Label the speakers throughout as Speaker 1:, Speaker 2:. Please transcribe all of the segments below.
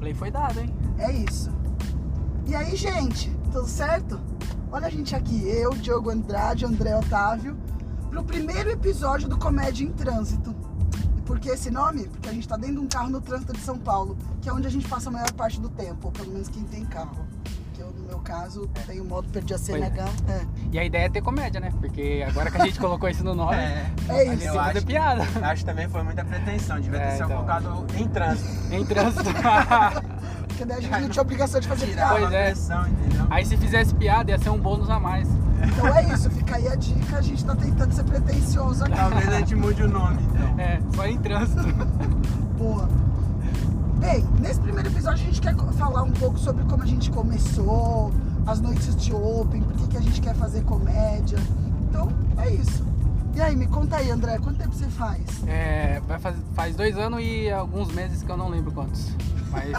Speaker 1: Play foi dado, hein?
Speaker 2: É isso. E aí, gente, tudo certo? Olha a gente aqui, eu, Diogo Andrade, André Otávio, pro primeiro episódio do Comédia em Trânsito. E por que esse nome? Porque a gente tá dentro de um carro no trânsito de São Paulo, que é onde a gente passa a maior parte do tempo, ou pelo menos quem tem carro. Que eu, no meu caso, tenho moto, perdi a CNH. É,
Speaker 1: E a ideia é ter comédia, né? Porque agora que a gente colocou isso no nome, é,
Speaker 2: É
Speaker 1: a gente
Speaker 2: isso.
Speaker 3: Eu
Speaker 1: tem que fazer
Speaker 3: acho que-
Speaker 1: piada.
Speaker 3: Acho que também foi muita pretensão, devia ter
Speaker 1: É,
Speaker 3: sido
Speaker 1: então.
Speaker 3: colocado em trânsito.
Speaker 1: é Em trânsito.
Speaker 2: porque daí a gente não tinha obrigação de fazer
Speaker 3: Tirar
Speaker 1: Pois
Speaker 3: uma
Speaker 2: piada.
Speaker 1: é.
Speaker 3: pressão, entendeu?
Speaker 1: Aí se fizesse piada, ia ser um bônus a mais.
Speaker 2: Então é isso, fica aí a dica, a gente tá tentando ser pretencioso aqui.
Speaker 3: Talvez a gente mude o nome, então.
Speaker 1: É, só em trânsito.
Speaker 2: Boa. Bem, nesse primeiro episódio a gente quer co- falar um pouco sobre como a gente começou, as noites de Open, por que que a gente quer fazer comédia. Então, é isso. E aí, me conta aí, André, quanto tempo você faz?
Speaker 1: É, vai faz, faz dois anos e alguns meses que eu não lembro quantos. Mas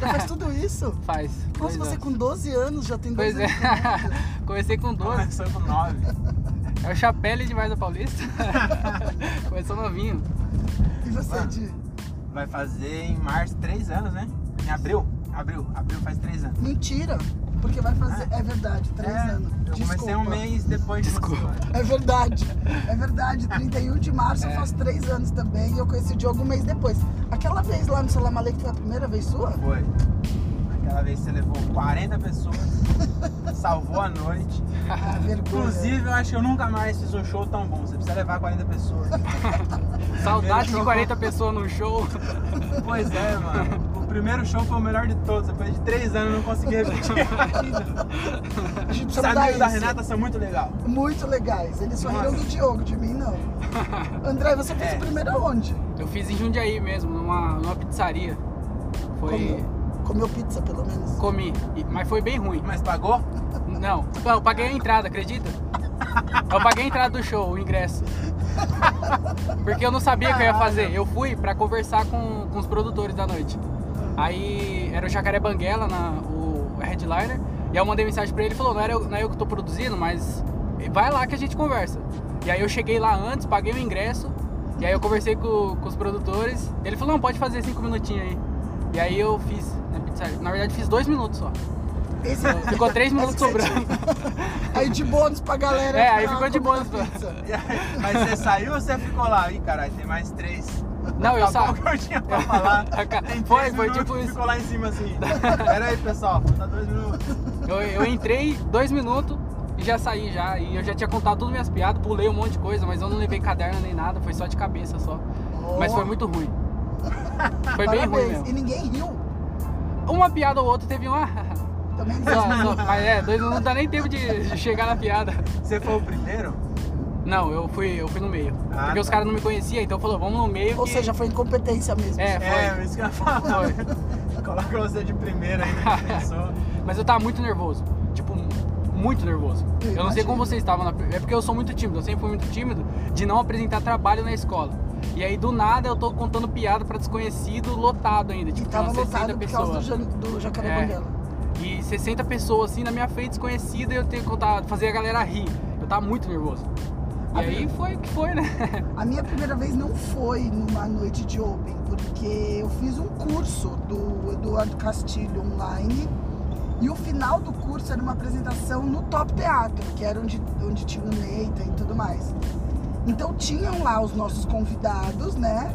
Speaker 2: Já faz tudo isso?
Speaker 1: faz. dois
Speaker 2: Nossa, você
Speaker 3: é.
Speaker 1: anos.
Speaker 2: com 12 anos já tem dois
Speaker 1: Pois é.
Speaker 2: anos né? de comédia.
Speaker 1: Comecei com 12.
Speaker 3: Começou com nove.
Speaker 1: É o chapéu de Varda Paulista. Começou novinho.
Speaker 2: E você,
Speaker 3: Mano.
Speaker 2: Di?
Speaker 3: Vai fazer em março três anos, né? Em abril. Abril. Abril faz três anos.
Speaker 2: Mentira, porque vai fazer... É verdade, três
Speaker 3: É,
Speaker 2: anos.
Speaker 3: Eu comecei
Speaker 2: Desculpa.
Speaker 3: um mês depois de
Speaker 1: Desculpa.
Speaker 3: você.
Speaker 2: É verdade, é verdade. 31 de março
Speaker 1: É.
Speaker 2: faz três anos também e eu conheci o Diogo um mês depois. Aquela vez lá no Salam Aleikum foi a primeira vez sua?
Speaker 1: É,
Speaker 3: Foi. Aquela vez você levou 40 pessoas, salvou a noite.
Speaker 2: Ah, vergonha.
Speaker 3: Inclusive, eu acho que eu nunca mais fiz um show tão bom. Você precisa levar 40 pessoas.
Speaker 1: Saudade de
Speaker 3: show.
Speaker 1: 40 pessoas no show.
Speaker 3: Pois é, mano. O primeiro show foi o melhor de todos. Depois de três anos eu não consegui repetir ainda.
Speaker 2: a gente
Speaker 3: Os
Speaker 2: precisa mudar
Speaker 3: amigos
Speaker 2: isso.
Speaker 3: da Renata são muito legal.
Speaker 2: Muito legais. Eles sorriram do Diogo, de mim não. André, você fez
Speaker 3: É.
Speaker 2: o primeiro aonde?
Speaker 1: Eu fiz em Jundiaí mesmo, numa, numa pizzaria. Foi.
Speaker 2: Comeu, comeu pizza, pelo menos.
Speaker 1: Comi, e- mas foi bem ruim.
Speaker 3: Mas pagou?
Speaker 1: Não, não, eu paguei a entrada, acredita? Eu paguei a entrada do show, o ingresso. Porque eu não sabia o que eu ia fazer. Eu fui pra conversar com, com os produtores da noite. Aí era o Jacaré Banguela, na, o headliner. E aí eu mandei mensagem pra ele e falou: não, era eu, não é eu que tô produzindo, mas vai lá que a gente conversa. E aí eu cheguei lá antes, paguei o ingresso. E aí eu conversei com, com os produtores. Ele falou: não, pode fazer cinco minutinhos aí. E aí eu fiz na pizzaria. Na verdade, fiz dois minutos só.
Speaker 2: Esse-
Speaker 1: Ficou três minutos
Speaker 2: esse que você
Speaker 1: sobrando.
Speaker 2: tinha. Aí de bônus pra galera.
Speaker 1: É, aí
Speaker 2: pra
Speaker 1: ficou de
Speaker 2: comer
Speaker 1: bônus, mano.
Speaker 2: pizza.
Speaker 3: E aí, Mas você saiu ou você ficou lá? Ih, caralho, tem mais três. Tá
Speaker 1: Não, eu
Speaker 3: Acabou
Speaker 1: sa...
Speaker 3: o que eu tinha pra falar.
Speaker 1: Aca-
Speaker 3: Tem
Speaker 1: Tá foi,
Speaker 3: três
Speaker 1: foi
Speaker 3: minutos,
Speaker 1: tipo isso.
Speaker 3: Ficou lá em cima assim. Pera aí, pessoal, falta dois minutos.
Speaker 1: eu, eu entrei dois minutos e já saí já. E eu já tinha contado todas minhas piadas, pulei um monte de coisa, mas eu não levei caderno nem nada, foi só de cabeça só. Mas foi muito ruim. Foi bem ruim
Speaker 2: Parabéns.
Speaker 1: mesmo.
Speaker 2: E ninguém riu.
Speaker 1: Uma piada ou outra teve uma.
Speaker 2: Também
Speaker 1: Só,
Speaker 2: dois
Speaker 1: só,
Speaker 2: minutos.
Speaker 1: mas é, dois minutos não dá nem tempo de, de chegar na piada.
Speaker 3: Você foi o primeiro?
Speaker 1: Não, eu fui, eu fui no meio.
Speaker 3: Ah,
Speaker 1: porque os
Speaker 3: tá.
Speaker 1: caras não me conheciam, então falou, vamos no meio.
Speaker 2: Ou
Speaker 1: que-
Speaker 2: seja, foi incompetência mesmo.
Speaker 1: É, foi.
Speaker 3: É, isso que eu ia falar. Coloca você de primeiro aí, né, pessoa.
Speaker 1: Mas eu tava muito nervoso. Tipo, muito nervoso. Eu, não
Speaker 2: Eu
Speaker 1: sei
Speaker 2: imagino.
Speaker 1: como vocês estavam na. É porque eu sou muito tímido, eu sempre fui muito tímido de não apresentar trabalho na escola. E aí do nada eu tô contando piada pra desconhecido lotado ainda.
Speaker 2: E
Speaker 1: Tipo,
Speaker 2: tava
Speaker 1: umas 60
Speaker 2: lotado por causa do,
Speaker 1: pessoas.
Speaker 2: Jan- do Jacaré
Speaker 1: É.
Speaker 2: Banguela.
Speaker 1: E 60 pessoas assim na minha frente desconhecida e eu tenho que contar, fazer a galera rir. Eu tava muito nervoso. E aí foi o que foi, né?
Speaker 2: A minha primeira vez não foi numa noite de Open, porque eu fiz um curso do Eduardo Castilho online. E o final do curso era uma apresentação no Top Teatro, que era onde, onde tinha o Neita e tudo mais. Então tinham lá os nossos convidados, né?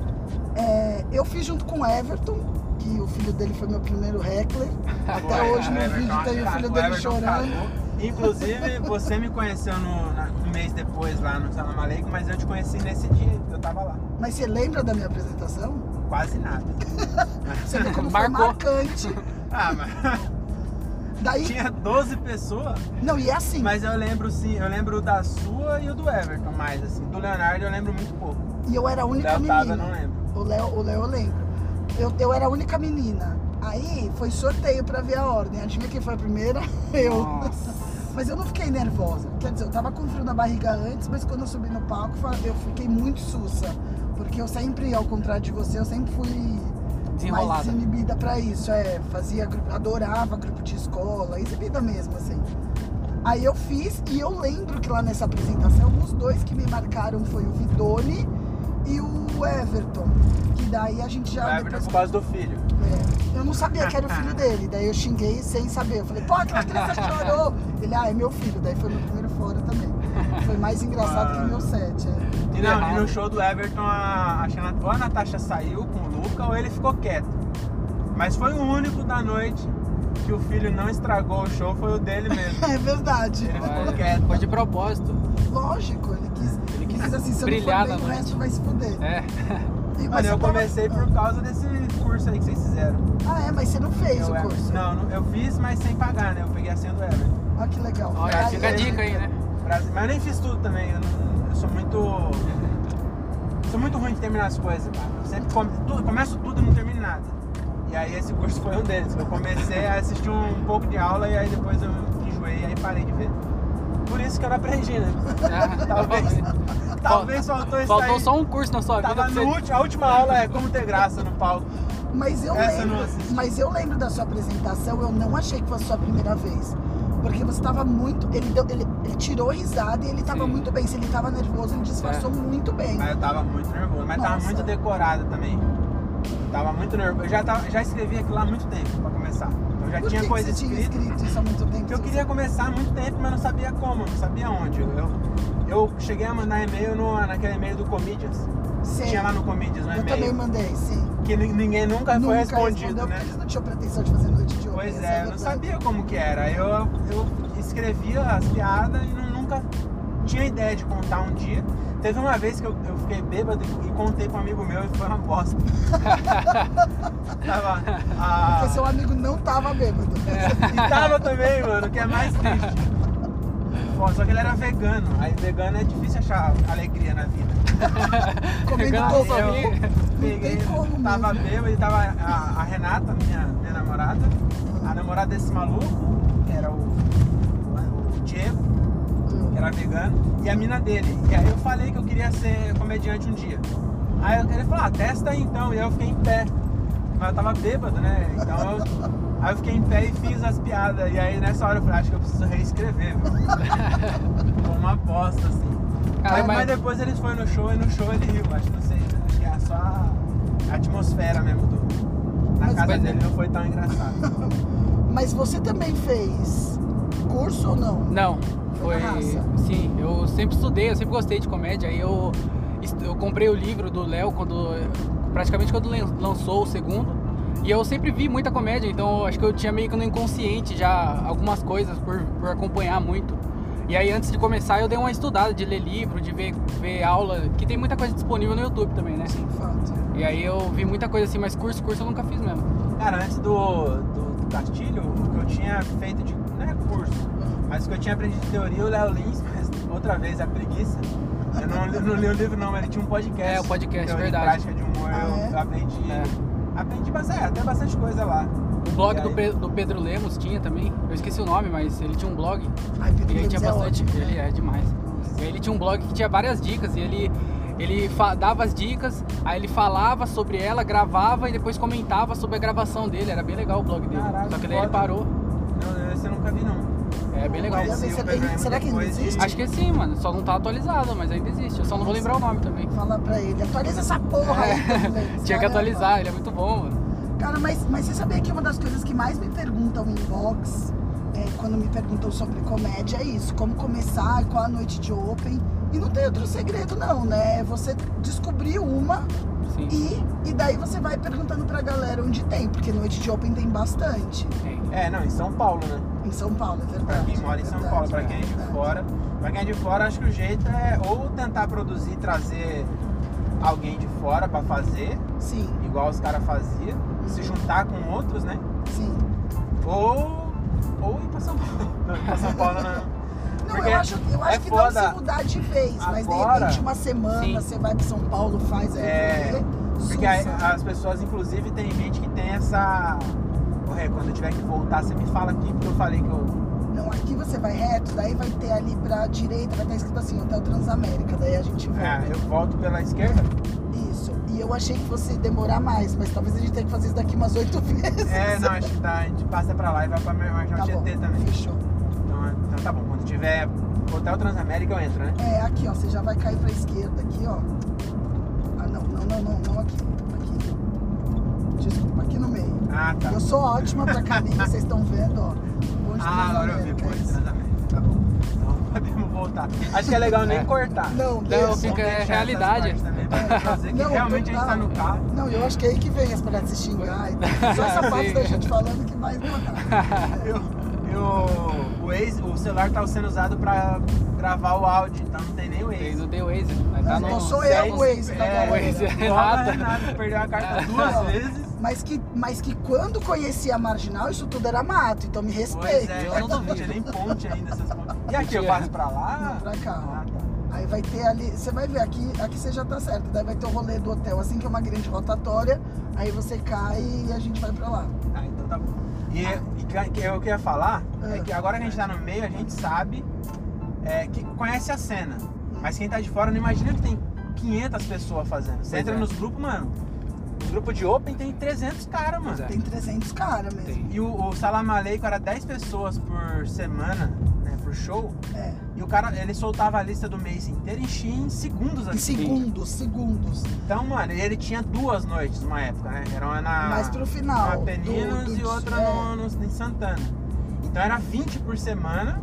Speaker 2: É, eu fiz junto com o Everton, que o filho dele foi meu primeiro heckler. Até
Speaker 3: Foi,
Speaker 2: hoje no
Speaker 3: Everton,
Speaker 2: vídeo tem o
Speaker 3: cagou,
Speaker 2: filho dele
Speaker 3: Everton
Speaker 2: chorando.
Speaker 3: cagou. Inclusive, você me conheceu no, na- um mês depois lá no Salam Aleikum, mas eu te conheci nesse dia, eu tava lá.
Speaker 2: Mas você lembra da minha apresentação?
Speaker 3: Quase nada.
Speaker 2: Você vê como
Speaker 1: Marcou.
Speaker 2: foi marcante.
Speaker 3: Ah, mas
Speaker 2: Daí,
Speaker 3: tinha 12 pessoas.
Speaker 2: não, e é assim,
Speaker 3: Mas eu lembro sim, eu lembro da sua e o do Everton, mas assim, do Leonardo eu lembro muito pouco.
Speaker 2: e eu era a única
Speaker 3: Da Otávio eu não é.
Speaker 2: menina.
Speaker 3: lembro.
Speaker 2: O Léo, o Léo eu lembro. Eu, eu era a única menina. Aí foi sorteio pra ver a ordem. Adivinha quem foi a primeira? Eu. Mas eu não fiquei nervosa. Quer dizer, eu tava com frio na barriga antes, mas quando eu subi no palco, fa- eu fiquei muito sussa. Porque eu sempre, ao contrário de você, eu sempre fui mais
Speaker 1: Desenrolada.
Speaker 2: exibida pra isso. É, fazia, grupo- adorava grupo de escola, exibida mesmo, assim. Aí eu fiz e eu lembro que lá nessa apresentação, os dois que me marcaram foi o Vidoni e o Everton. Que daí a gente já.
Speaker 3: Vai abrir
Speaker 2: Então, depois-
Speaker 3: por causa do filho.
Speaker 2: é, eu não sabia que era o filho dele, daí eu xinguei sem saber. Eu falei, pô, aquela criança chorou. Ele, ah, é meu filho. Daí foi meu primeiro fora também. Foi mais engraçado que o meu set. é.
Speaker 1: Tudo
Speaker 3: E não,
Speaker 1: errado.
Speaker 3: e no show do Everton, a, a Xana- ou a Natasha saiu com o Luca ou ele ficou quieto. Mas foi o único da noite que o filho não estragou o show, foi o dele mesmo.
Speaker 2: É verdade.
Speaker 3: Ele ficou
Speaker 1: Vai,
Speaker 3: quieto.
Speaker 1: Foi de propósito.
Speaker 2: Lógico, ele quis. Ele
Speaker 1: quis
Speaker 2: quis assim, se eu não for
Speaker 1: brilhar na
Speaker 2: bem, o
Speaker 1: noite.
Speaker 2: resto vai se fuder.
Speaker 1: É.
Speaker 2: E- mas
Speaker 3: Olha, eu
Speaker 2: tava-
Speaker 3: comecei por causa desse curso aí que vocês fizeram.
Speaker 2: Ah, é, mas você não fez
Speaker 3: Eu
Speaker 2: o
Speaker 3: era-
Speaker 2: curso.
Speaker 3: Não, não- eu fiz, mas sem pagar, né? Eu peguei a senha do Everton.
Speaker 2: Olha que legal.
Speaker 1: Olha,
Speaker 2: Ah,
Speaker 1: fica a
Speaker 2: eu-
Speaker 1: dica aí, né?
Speaker 3: Brasil- Mas eu nem fiz tudo também. Eu, não- eu sou muito. Sou muito ruim de terminar as coisas, mano. Eu sempre come- tudo- começo tudo e não termino nada. E aí esse curso foi um deles. Eu comecei a assistir um pouco de aula e aí depois eu enjoei e aí parei de ver. Por isso que eu não aprendi, né?
Speaker 1: Ah,
Speaker 3: Talvez. talvez faltou isso
Speaker 1: Faltou
Speaker 3: aí.
Speaker 1: só um curso na sua vida.
Speaker 3: Tava
Speaker 1: pra
Speaker 3: no
Speaker 1: você-
Speaker 3: ulti- a última aula é como ter graça no palco.
Speaker 2: Mas eu,
Speaker 3: Essa eu não
Speaker 2: lembro,
Speaker 3: assisti.
Speaker 2: mas eu lembro da sua apresentação, eu não achei que fosse sua primeira vez. Porque você tava muito. Ele, deu- ele, ele tirou risada e ele tava
Speaker 1: Sim.
Speaker 2: muito bem. Se ele tava nervoso, ele disfarçou muito bem.
Speaker 3: É. Mas eu tava muito nervoso, mas tava
Speaker 2: Nossa.
Speaker 3: muito decorado também. Tava muito nervoso. Eu já, tava, já escrevi aquilo lá há muito tempo pra começar. Eu já
Speaker 2: Por
Speaker 3: tinha
Speaker 2: que, que
Speaker 3: coisa
Speaker 2: você tinha
Speaker 3: escrita.
Speaker 2: escrito isso há muito tempo?
Speaker 3: Porque eu queria começar há muito tempo, mas não sabia como, não sabia onde. Eu, eu cheguei a mandar e-mail no, naquele e-mail do Comedians.
Speaker 2: Sim.
Speaker 3: Tinha lá no Comedians, no
Speaker 2: Eu também
Speaker 3: e-mail.
Speaker 2: mandei, sim.
Speaker 3: Que ni- ninguém nunca, foi respondido,
Speaker 2: respondeu,
Speaker 3: né?
Speaker 2: porque eles não tinham pretensão de fazer noite de ouro.
Speaker 3: Pois
Speaker 2: essa
Speaker 3: é,
Speaker 2: a
Speaker 3: eu não
Speaker 2: verdade.
Speaker 3: sabia como que era. Eu, eu escrevia as piadas e não- nunca tinha ideia de contar um dia. Teve uma vez que eu, eu fiquei bêbado e contei pra um amigo meu e foi uma bosta. tava. ah, a-
Speaker 2: Porque seu amigo não tava bêbado.
Speaker 3: E tava também, mano, que é mais triste. Pô, só que ele era vegano. Aí vegano é difícil achar alegria na vida.
Speaker 2: Comendo
Speaker 1: Vegano
Speaker 2: todo
Speaker 1: só vi-
Speaker 3: Peguei,
Speaker 2: tem como
Speaker 3: tava
Speaker 2: mesmo.
Speaker 3: bêbado e tava a, a Renata, minha, minha namorada, a namorada desse maluco, que era o, o, o Diego, que era vegano, e a mina dele. E aí eu falei que eu queria ser comediante um dia. Aí eu- ele falou, ah, testa aí então, e aí eu fiquei em pé. Mas eu tava bêbado, né? Então eu. Aí eu fiquei em pé e fiz as piadas. E aí nessa hora eu falei, "Ah, acho que eu preciso reescrever, viu? Foi uma aposta, assim.
Speaker 1: Cara,
Speaker 3: Mas- mas,
Speaker 1: mas,
Speaker 3: depois eles foram no show e no show ele riu, acho que não sei, né? acho que é só a atmosfera mesmo do. Na
Speaker 2: Mas-
Speaker 3: casa
Speaker 1: mas-
Speaker 3: dele não foi tão engraçado.
Speaker 2: Mas você também fez curso ou não?
Speaker 1: não, foi.
Speaker 2: Foi na raça.
Speaker 1: Sim, eu sempre estudei, eu sempre gostei de comédia. Aí eu, est- eu comprei o livro do Léo quando. Praticamente quando lan- lançou o segundo. E eu sempre vi muita comédia, então eu acho que eu tinha meio que no inconsciente já algumas coisas por, por acompanhar muito. E aí antes de começar eu dei uma estudada de ler livro, de ver, ver aula, que tem muita coisa disponível no YouTube também, né?
Speaker 2: Sim, fato.
Speaker 1: E aí eu vi muita coisa assim, mas curso, curso eu nunca fiz mesmo.
Speaker 3: Cara, antes do, do, do Castilho, o que eu tinha feito de. não é curso, mas o que eu tinha aprendido de teoria, o Léo Lins, mas outra vez a preguiça. Eu não, li- não li o livro não, mas ele tinha um podcast.
Speaker 1: É, o podcast,
Speaker 3: teoria e
Speaker 1: verdade.
Speaker 3: Prática de humor,
Speaker 2: Ah,
Speaker 3: eu,
Speaker 2: é?
Speaker 3: eu aprendi.
Speaker 1: É.
Speaker 3: Aprendi bastante, é, até bastante coisa lá.
Speaker 1: O blog
Speaker 3: E
Speaker 1: do,
Speaker 3: aí?
Speaker 1: Pe- do Pedro Lemos tinha também. Eu esqueci o nome, mas ele tinha um blog.
Speaker 2: Ai, Pedro
Speaker 1: E ele
Speaker 2: Lemos
Speaker 1: tinha
Speaker 2: é
Speaker 1: bastante.
Speaker 2: ótimo, né?
Speaker 1: ele é demais. E aí ele tinha um blog que tinha várias dicas. E ele, ele fa- dava as dicas, aí ele falava sobre ela, gravava e depois comentava sobre a gravação dele. Era bem legal o blog dele.
Speaker 3: Caraca,
Speaker 1: Só que daí ele
Speaker 3: foda.
Speaker 1: parou.
Speaker 3: Não, esse eu nunca vi não.
Speaker 1: É bem legal.
Speaker 2: Mas
Speaker 3: Conheci
Speaker 2: esse-
Speaker 3: o Pedro
Speaker 2: ele-
Speaker 3: Lemos
Speaker 2: será que ele
Speaker 3: depois de-
Speaker 2: existe?
Speaker 1: Acho que sim, mano. Só não tá atualizado, mas ainda existe. Eu só não vou lembrar o nome também.
Speaker 2: Falar pra ele, atualiza essa porra
Speaker 3: É,
Speaker 2: aí. Pedro
Speaker 1: Tinha
Speaker 2: Lemos,
Speaker 1: que
Speaker 2: caramba.
Speaker 1: atualizar, ele é muito bom, mano.
Speaker 2: Cara, mas, mas você sabia que uma das coisas que mais me perguntam em box, é, quando me perguntam sobre comédia, é isso: como começar, qual a noite de open. E não tem outro segredo, não, né? Você descobrir uma
Speaker 1: Sim.
Speaker 2: e, e daí você vai perguntando pra galera onde tem, porque noite de open tem bastante.
Speaker 1: tem.
Speaker 3: É, não, em São Paulo, né?
Speaker 2: Em São Paulo, é verdade.
Speaker 3: Pra quem mora em São
Speaker 2: verdade,
Speaker 3: Paulo, pra quem é de
Speaker 2: verdade.
Speaker 3: fora. Pra quem é de fora, acho que o jeito é ou tentar produzir, trazer alguém de fora pra fazer,
Speaker 2: Sim,
Speaker 3: igual os caras faziam, se juntar com outros, né?
Speaker 2: sim.
Speaker 3: Ou, ou ir pra São Paulo. Não, pra São Paulo não.
Speaker 2: Não,
Speaker 3: Porque
Speaker 2: eu acho, eu acho
Speaker 3: é
Speaker 2: que não
Speaker 3: foda.
Speaker 2: se mudar de vez, mas de
Speaker 3: Agora-
Speaker 2: repente uma semana
Speaker 1: Sim.
Speaker 2: você vai pra São Paulo, faz aí.
Speaker 3: É,
Speaker 2: você-
Speaker 3: Porque aí
Speaker 2: sussa.
Speaker 3: as pessoas, inclusive, tem gente que tem essa. Ué, quando eu tiver que voltar, você me fala aqui, porque eu falei que eu.
Speaker 2: Não, aqui você vai reto, daí vai ter ali pra direita, vai estar escrito assim, Hotel Transamérica, daí a gente volta.
Speaker 3: É, eu volto pela esquerda.
Speaker 2: Isso. E eu achei que fosse demorar mais, mas talvez a gente tenha que fazer isso daqui umas oito vezes.
Speaker 3: É, não, acho que tá, a gente passa pra lá e vai pra Marginal
Speaker 2: tá bom,
Speaker 3: GT também.
Speaker 2: fechou.
Speaker 3: Então, é- então tá bom, quando tiver Hotel Transamérica eu entro, né?
Speaker 2: É, aqui ó, você já vai cair pra esquerda aqui ó. não, não, não, não, não aqui. Aqui. Desculpa, aqui no meio.
Speaker 3: Ah, tá.
Speaker 2: Eu sou ótima pra caminho, vocês estão vendo, ó. tá Ponte das
Speaker 3: Ah, agora eu vi, pô,
Speaker 2: Américas.
Speaker 3: Transamérica. Tá bom. Então podemos voltar. Acho que é legal nem
Speaker 1: É.
Speaker 3: cortar.
Speaker 2: Não,
Speaker 1: Não,
Speaker 2: deixa.
Speaker 1: fica- é
Speaker 3: Deixar essas
Speaker 1: realidade.
Speaker 3: partes também pra fazer que
Speaker 2: Não,
Speaker 3: realmente a gente tá
Speaker 2: total.
Speaker 3: no carro.
Speaker 2: Não, eu acho que é aí que vem as paradas de se xingar e tal. Só essa parte
Speaker 1: Sim.
Speaker 2: da gente falando que mais nada.
Speaker 3: Eu, eu, o, ex, o celular tá sendo usado pra gravar o áudio, então não tem nem o
Speaker 1: Vocês
Speaker 3: ex.
Speaker 1: não tem Waze? Mas tá
Speaker 2: Não,
Speaker 1: no-
Speaker 2: sou eu, o Waze, tá
Speaker 1: É, o
Speaker 2: galera?
Speaker 1: Waze é Renata.
Speaker 3: Renata. Renata perdeu a carta
Speaker 2: Não.
Speaker 3: duas vezes.
Speaker 2: Mas que, mas que quando conheci a marginal, isso tudo era mato, então me
Speaker 3: Pois
Speaker 2: respeita.
Speaker 3: é,
Speaker 1: Eu não duvido.
Speaker 3: tinha nem ponte ainda essas pontes. E aqui eu
Speaker 1: Tinha.
Speaker 3: passo pra lá?
Speaker 2: Não, pra cá.
Speaker 3: Ah, tá.
Speaker 2: Aí vai ter ali, você vai ver aqui, aqui você já tá certo, daí vai ter o rolê do hotel, assim que é uma grande rotatória, aí você cai e a gente vai pra lá.
Speaker 3: Ah, então tá bom. E,
Speaker 1: Ah.
Speaker 3: e que- que eu queria falar é que agora que a gente tá no meio, a gente sabe é, que conhece a cena.
Speaker 1: Hum.
Speaker 3: Mas quem tá de fora não imagina que tem 500 pessoas fazendo. Você
Speaker 1: Pois
Speaker 3: entra
Speaker 1: é.
Speaker 3: nos grupos, mano. Os grupos de Open tem 300 caras, mano.
Speaker 1: Pois é.
Speaker 2: Tem 300 caras mesmo.
Speaker 1: Tem.
Speaker 3: E o, o Salam Aleikum era 10 pessoas por semana, né, por show.
Speaker 2: É.
Speaker 3: E o cara, ele soltava a lista do mês inteiro, enchia em segundos
Speaker 2: Em
Speaker 3: assim.
Speaker 2: segundos, segundos.
Speaker 3: Então, mano, ele tinha duas noites numa época, né? Era uma na.
Speaker 2: Mas pro final.
Speaker 3: Uma Peninos
Speaker 2: do- do-
Speaker 3: e outra
Speaker 2: é.
Speaker 3: no, no- em Santana. Então era 20 por semana,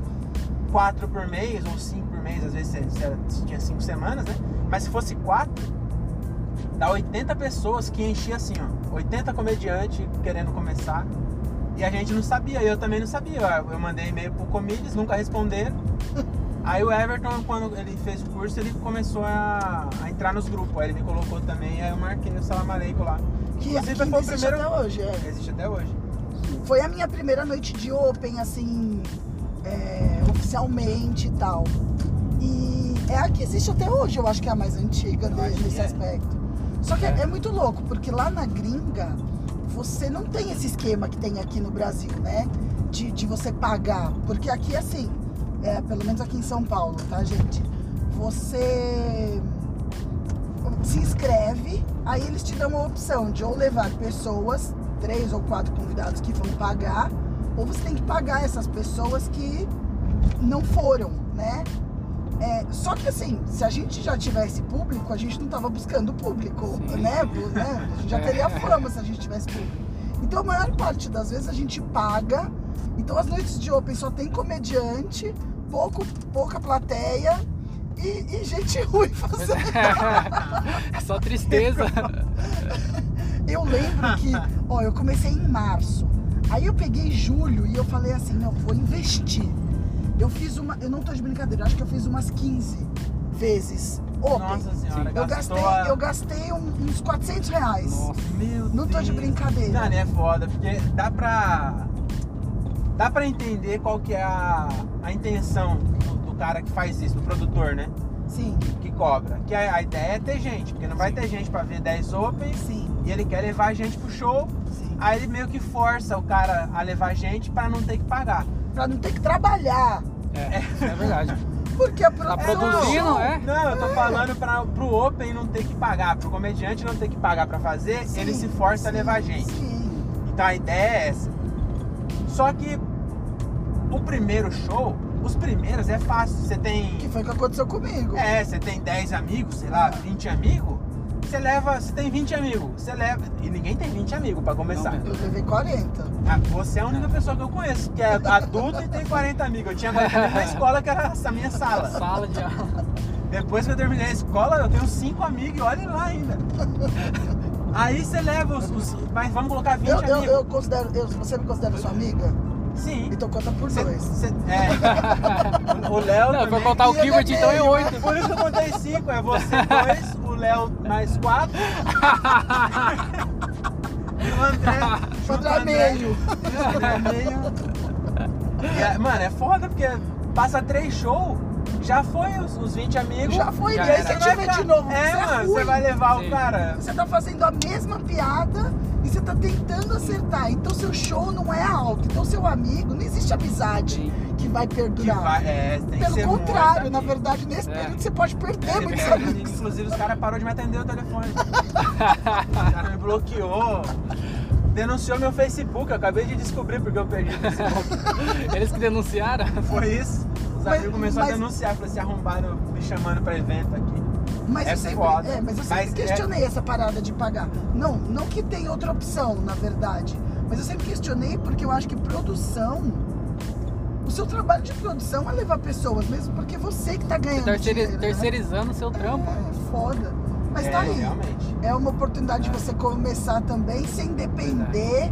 Speaker 3: 4 por mês, ou 5 por mês, às vezes você, você era- você tinha 5 semanas, né? Mas se fosse 4, dá 80 pessoas que enchia assim, ó. 80 comediantes querendo começar. E a gente não sabia, eu também não sabia. Eu, eu mandei e-mail pro Comedies, nunca responderam. Aí o Everton, quando ele fez o curso, ele começou a, a entrar nos grupos. Aí ele me colocou também, aí eu marquei o Salamaleico lá.
Speaker 2: Que,
Speaker 3: Inclusive,
Speaker 2: que
Speaker 3: foi o
Speaker 2: existe
Speaker 3: primeiro-
Speaker 2: até hoje, é.
Speaker 3: Existe até hoje.
Speaker 2: Foi a minha primeira noite de Open, assim, é, oficialmente e tal. E é a que existe até hoje, eu acho que é a mais antiga
Speaker 3: Eu
Speaker 2: de-
Speaker 3: acho que
Speaker 2: nesse
Speaker 3: é.
Speaker 2: aspecto. Só que é.
Speaker 1: É.
Speaker 2: é muito louco, porque lá na gringa, você não tem esse esquema que tem aqui no Brasil, né? De, de você pagar. Porque aqui, assim, é, pelo menos aqui em São Paulo, tá, gente? Você se inscreve, aí eles te dão a opção de ou levar pessoas, três ou quatro convidados que vão pagar, ou você tem que pagar essas pessoas que não foram, né? É, só que assim, se a gente já tivesse público, a gente não tava buscando público,
Speaker 1: Sim.
Speaker 2: né? Bu- né? A gente já teria fama se a gente tivesse público. Então a maior parte das vezes a gente paga. Então as noites de open só tem comediante, pouco, pouca plateia e, e gente ruim fazendo.
Speaker 1: É só tristeza.
Speaker 2: Eu lembro que, ó, eu comecei em março. Aí eu peguei julho e eu falei assim, não, vou investir. Eu fiz uma, eu não tô de brincadeira, eu acho que eu fiz umas 15 vezes. Open.
Speaker 3: Nossa senhora,
Speaker 2: eu
Speaker 3: gastou
Speaker 2: gastei,
Speaker 3: a-
Speaker 2: eu gastei um- uns 400 reais.
Speaker 1: Nossa.
Speaker 3: Meu
Speaker 2: Não tô de
Speaker 3: Deus.
Speaker 2: brincadeira.
Speaker 3: Não, né, é foda, porque dá pra. Dá pra entender qual que é a, a intenção do, do cara que faz isso, do produtor, né?
Speaker 2: Sim,
Speaker 3: Que cobra. Que a, a ideia é ter gente, porque não vai ter gente pra ver 10 opens
Speaker 2: sim,
Speaker 3: e ele quer levar a gente pro show,
Speaker 2: sim.
Speaker 3: aí ele meio que força o cara a levar gente pra não ter que pagar.
Speaker 2: Pra não ter que trabalhar.
Speaker 1: É, isso é verdade.
Speaker 2: Porque a
Speaker 1: Tá
Speaker 2: produção...
Speaker 1: produzindo, é?
Speaker 3: Não, eu tô falando pra, pro Open não ter que pagar, pro comediante não ter que pagar pra fazer,
Speaker 2: Sim,
Speaker 3: ele se força a
Speaker 2: sim,
Speaker 3: levar gente.
Speaker 2: Sim,
Speaker 3: Então a ideia é essa. Só que o primeiro show, os primeiros é fácil. Você tem.
Speaker 2: que foi o que aconteceu comigo.
Speaker 3: É, você tem 10 amigos, sei lá, 20 amigos. Você leva. Você tem 20 amigos. Você leva. E ninguém tem 20 amigos pra começar.
Speaker 1: Não,
Speaker 2: Eu levei 40.
Speaker 3: Ah, Você é a única pessoa que eu conheço, que é adulto e tem 40 amigos. Eu tinha 40 amigos na escola, que era essa minha sala.
Speaker 1: Sala de aula.
Speaker 3: Depois que eu terminei a escola, eu tenho 5 amigos e olha lá ainda. Aí você leva os. os- mas vamos colocar 20
Speaker 2: Eu, eu,
Speaker 3: amigos.
Speaker 2: eu considero, eu, você me considera sua amiga?
Speaker 3: Sim.
Speaker 2: Então conta por
Speaker 3: Cê-
Speaker 2: dois.
Speaker 3: cê- é. O o Léo.
Speaker 1: Não,
Speaker 3: também-
Speaker 1: pra contar o
Speaker 2: Ia
Speaker 1: Gilbert,
Speaker 2: dar
Speaker 1: então é
Speaker 2: meio,
Speaker 1: oito.
Speaker 3: Por isso que eu contei cinco. É você dois, o Léo mais quatro. e o André. junto
Speaker 2: André
Speaker 3: com o
Speaker 2: meio.
Speaker 3: E o André meio. E é- mano, é foda porque passa três shows. Já foi os, os 20 amigos.
Speaker 2: Já foi,
Speaker 1: Já
Speaker 2: e aí
Speaker 1: era.
Speaker 2: você
Speaker 3: vai
Speaker 2: tiver
Speaker 3: pra-
Speaker 2: de novo.
Speaker 3: É,
Speaker 2: você
Speaker 3: mano,
Speaker 2: ruim.
Speaker 3: você vai levar o
Speaker 1: Sim.
Speaker 3: cara.
Speaker 2: Você tá fazendo a mesma piada e você tá tentando acertar. Então seu show não é alto. Então seu amigo, não existe amizade
Speaker 1: Sim.
Speaker 2: que vai
Speaker 3: Que
Speaker 2: perdurar.
Speaker 3: vai, é, tem que
Speaker 2: Pelo
Speaker 3: ser muito
Speaker 2: contrário, na
Speaker 3: amigo.
Speaker 2: verdade, nesse
Speaker 1: É.
Speaker 2: período você pode
Speaker 3: É,
Speaker 2: perder
Speaker 3: ele
Speaker 2: muitos
Speaker 3: pega-
Speaker 2: amigos.
Speaker 3: Inclusive, os caras parou de me atender o telefone. o cara me bloqueou. Denunciou meu Facebook, eu acabei de descobrir porque eu perdi o Facebook.
Speaker 1: Eles que denunciaram?
Speaker 3: Foi isso. Os
Speaker 2: Mas-
Speaker 3: amigos começaram
Speaker 2: mas-
Speaker 3: assim, a denunciar, falou se arrombaram me chamando pra evento aqui.
Speaker 2: Mas
Speaker 3: É
Speaker 2: eu sempre,
Speaker 3: foda.
Speaker 2: é, mas eu sempre
Speaker 3: Mas é-
Speaker 2: questionei essa parada de pagar. Não, não que tem outra opção, na verdade. Mas eu sempre questionei porque eu acho que produção. O seu trabalho de produção é levar pessoas, mesmo porque você que tá ganhando.
Speaker 1: Terceiriz-
Speaker 2: dinheiro, né?
Speaker 1: terceirizando o seu trampo.
Speaker 2: É foda. Mas
Speaker 3: é,
Speaker 2: tá aí.
Speaker 3: realmente.
Speaker 2: É uma oportunidade de você começar também sem depender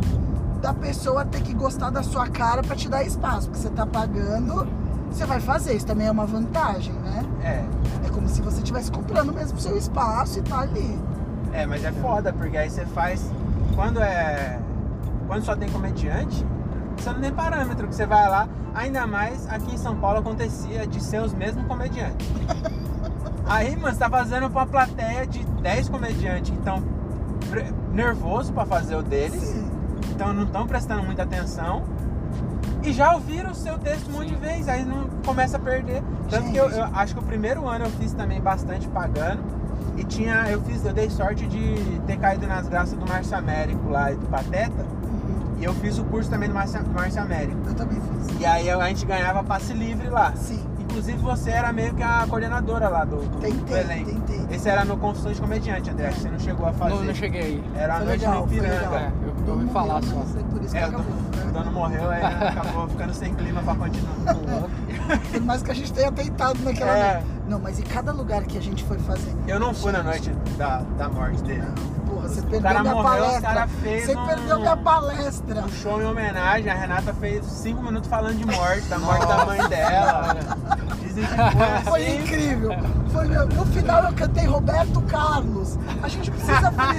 Speaker 2: da pessoa ter que gostar da sua cara pra te dar espaço. Porque você tá pagando, você vai fazer. Isso também é uma vantagem, né?
Speaker 3: É,
Speaker 2: É como se você estivesse comprando mesmo o seu espaço e tá ali.
Speaker 3: é, mas é foda, porque aí você faz. Quando é. Quando só tem comediante, você não tem parâmetro, que você vai lá. Ainda mais aqui em São Paulo acontecia de ser os mesmos comediantes. Aí, mano, você tá fazendo pra uma plateia de 10 comediantes que estão nervoso pra fazer o deles. então não estão prestando muita atenção e já ouviram o seu texto um monte de vez, aí não começa a perder. Tanto que eu, eu acho que o primeiro ano eu fiz também bastante pagando. E tinha, eu fiz, eu dei sorte de ter caído nas graças do Márcio Américo lá e do Pateta.
Speaker 2: Uhum.
Speaker 3: E eu fiz o curso também do Márcio, do Márcio Américo.
Speaker 2: Eu também fiz.
Speaker 3: E aí eu- a gente ganhava passe livre lá.
Speaker 2: Sim,
Speaker 3: Inclusive você era meio que a coordenadora lá do, do, do
Speaker 2: tentei,
Speaker 3: elenco.
Speaker 2: tentei.
Speaker 3: Esse era no Confissões de Comediante, André, acho que você não chegou a fazer.
Speaker 1: Não, não cheguei aí.
Speaker 3: Era uma
Speaker 2: Foi
Speaker 3: noite
Speaker 2: legal,
Speaker 3: no
Speaker 2: foi
Speaker 3: Ipiranga.
Speaker 2: legal.
Speaker 1: É, eu, eu ouvi falar só.
Speaker 2: Foi por isso que
Speaker 3: É, o
Speaker 2: acabou.
Speaker 3: dono, o
Speaker 2: né?
Speaker 3: dono morreu, aí acabou ficando sem clima pra continuar.
Speaker 2: Por mais que a gente tenha tentado naquela
Speaker 3: É.
Speaker 2: noite. Não, mas em cada lugar que a gente foi fazer.
Speaker 3: Eu não fui na noite da, da morte dele.
Speaker 2: Porra, você
Speaker 3: O
Speaker 2: perdeu
Speaker 3: cara
Speaker 2: minha
Speaker 3: morreu, os
Speaker 2: palestra.
Speaker 3: cara fez
Speaker 2: Você
Speaker 3: um...
Speaker 2: perdeu minha palestra.
Speaker 3: um show em homenagem, a Renata fez cinco minutos falando de morte, da morte da mãe dela. Dizem que foi
Speaker 2: Foi
Speaker 3: assim.
Speaker 2: incrível. Foi meu- no final eu cantei Roberto Carlos. A gente precisa frisar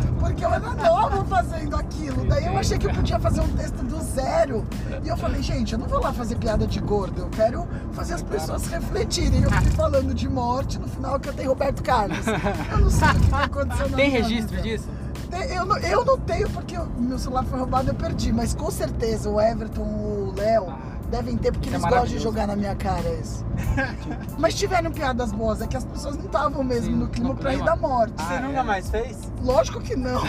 Speaker 2: isso. Porque eu era nova fazendo aquilo. Daí eu achei que eu podia fazer um texto do zero. E eu falei, gente, eu não vou lá fazer piada de gordo. Eu quero fazer as pessoas refletirem. Eu fui falando de morte. No final eu cantei Roberto Carlos. Eu não sei o que aconteceu na
Speaker 1: Tem
Speaker 2: minha
Speaker 1: registro
Speaker 2: vida.
Speaker 1: disso?
Speaker 2: Tem- Eu, não- eu não tenho porque o meu celular foi roubado e eu perdi, mas com certeza o Everton, o Léo
Speaker 1: Ah,
Speaker 2: devem ter porque
Speaker 1: isso é
Speaker 2: eles gostam de
Speaker 1: maravilhoso.
Speaker 2: jogar na minha cara isso. mas tiveram piadas boas, é que as pessoas não estavam mesmo
Speaker 1: Sim,
Speaker 2: no clima
Speaker 1: no
Speaker 2: pra ir
Speaker 1: clima.
Speaker 2: da morte.
Speaker 1: Ah.
Speaker 3: Você nunca mais fez?
Speaker 2: Lógico que não.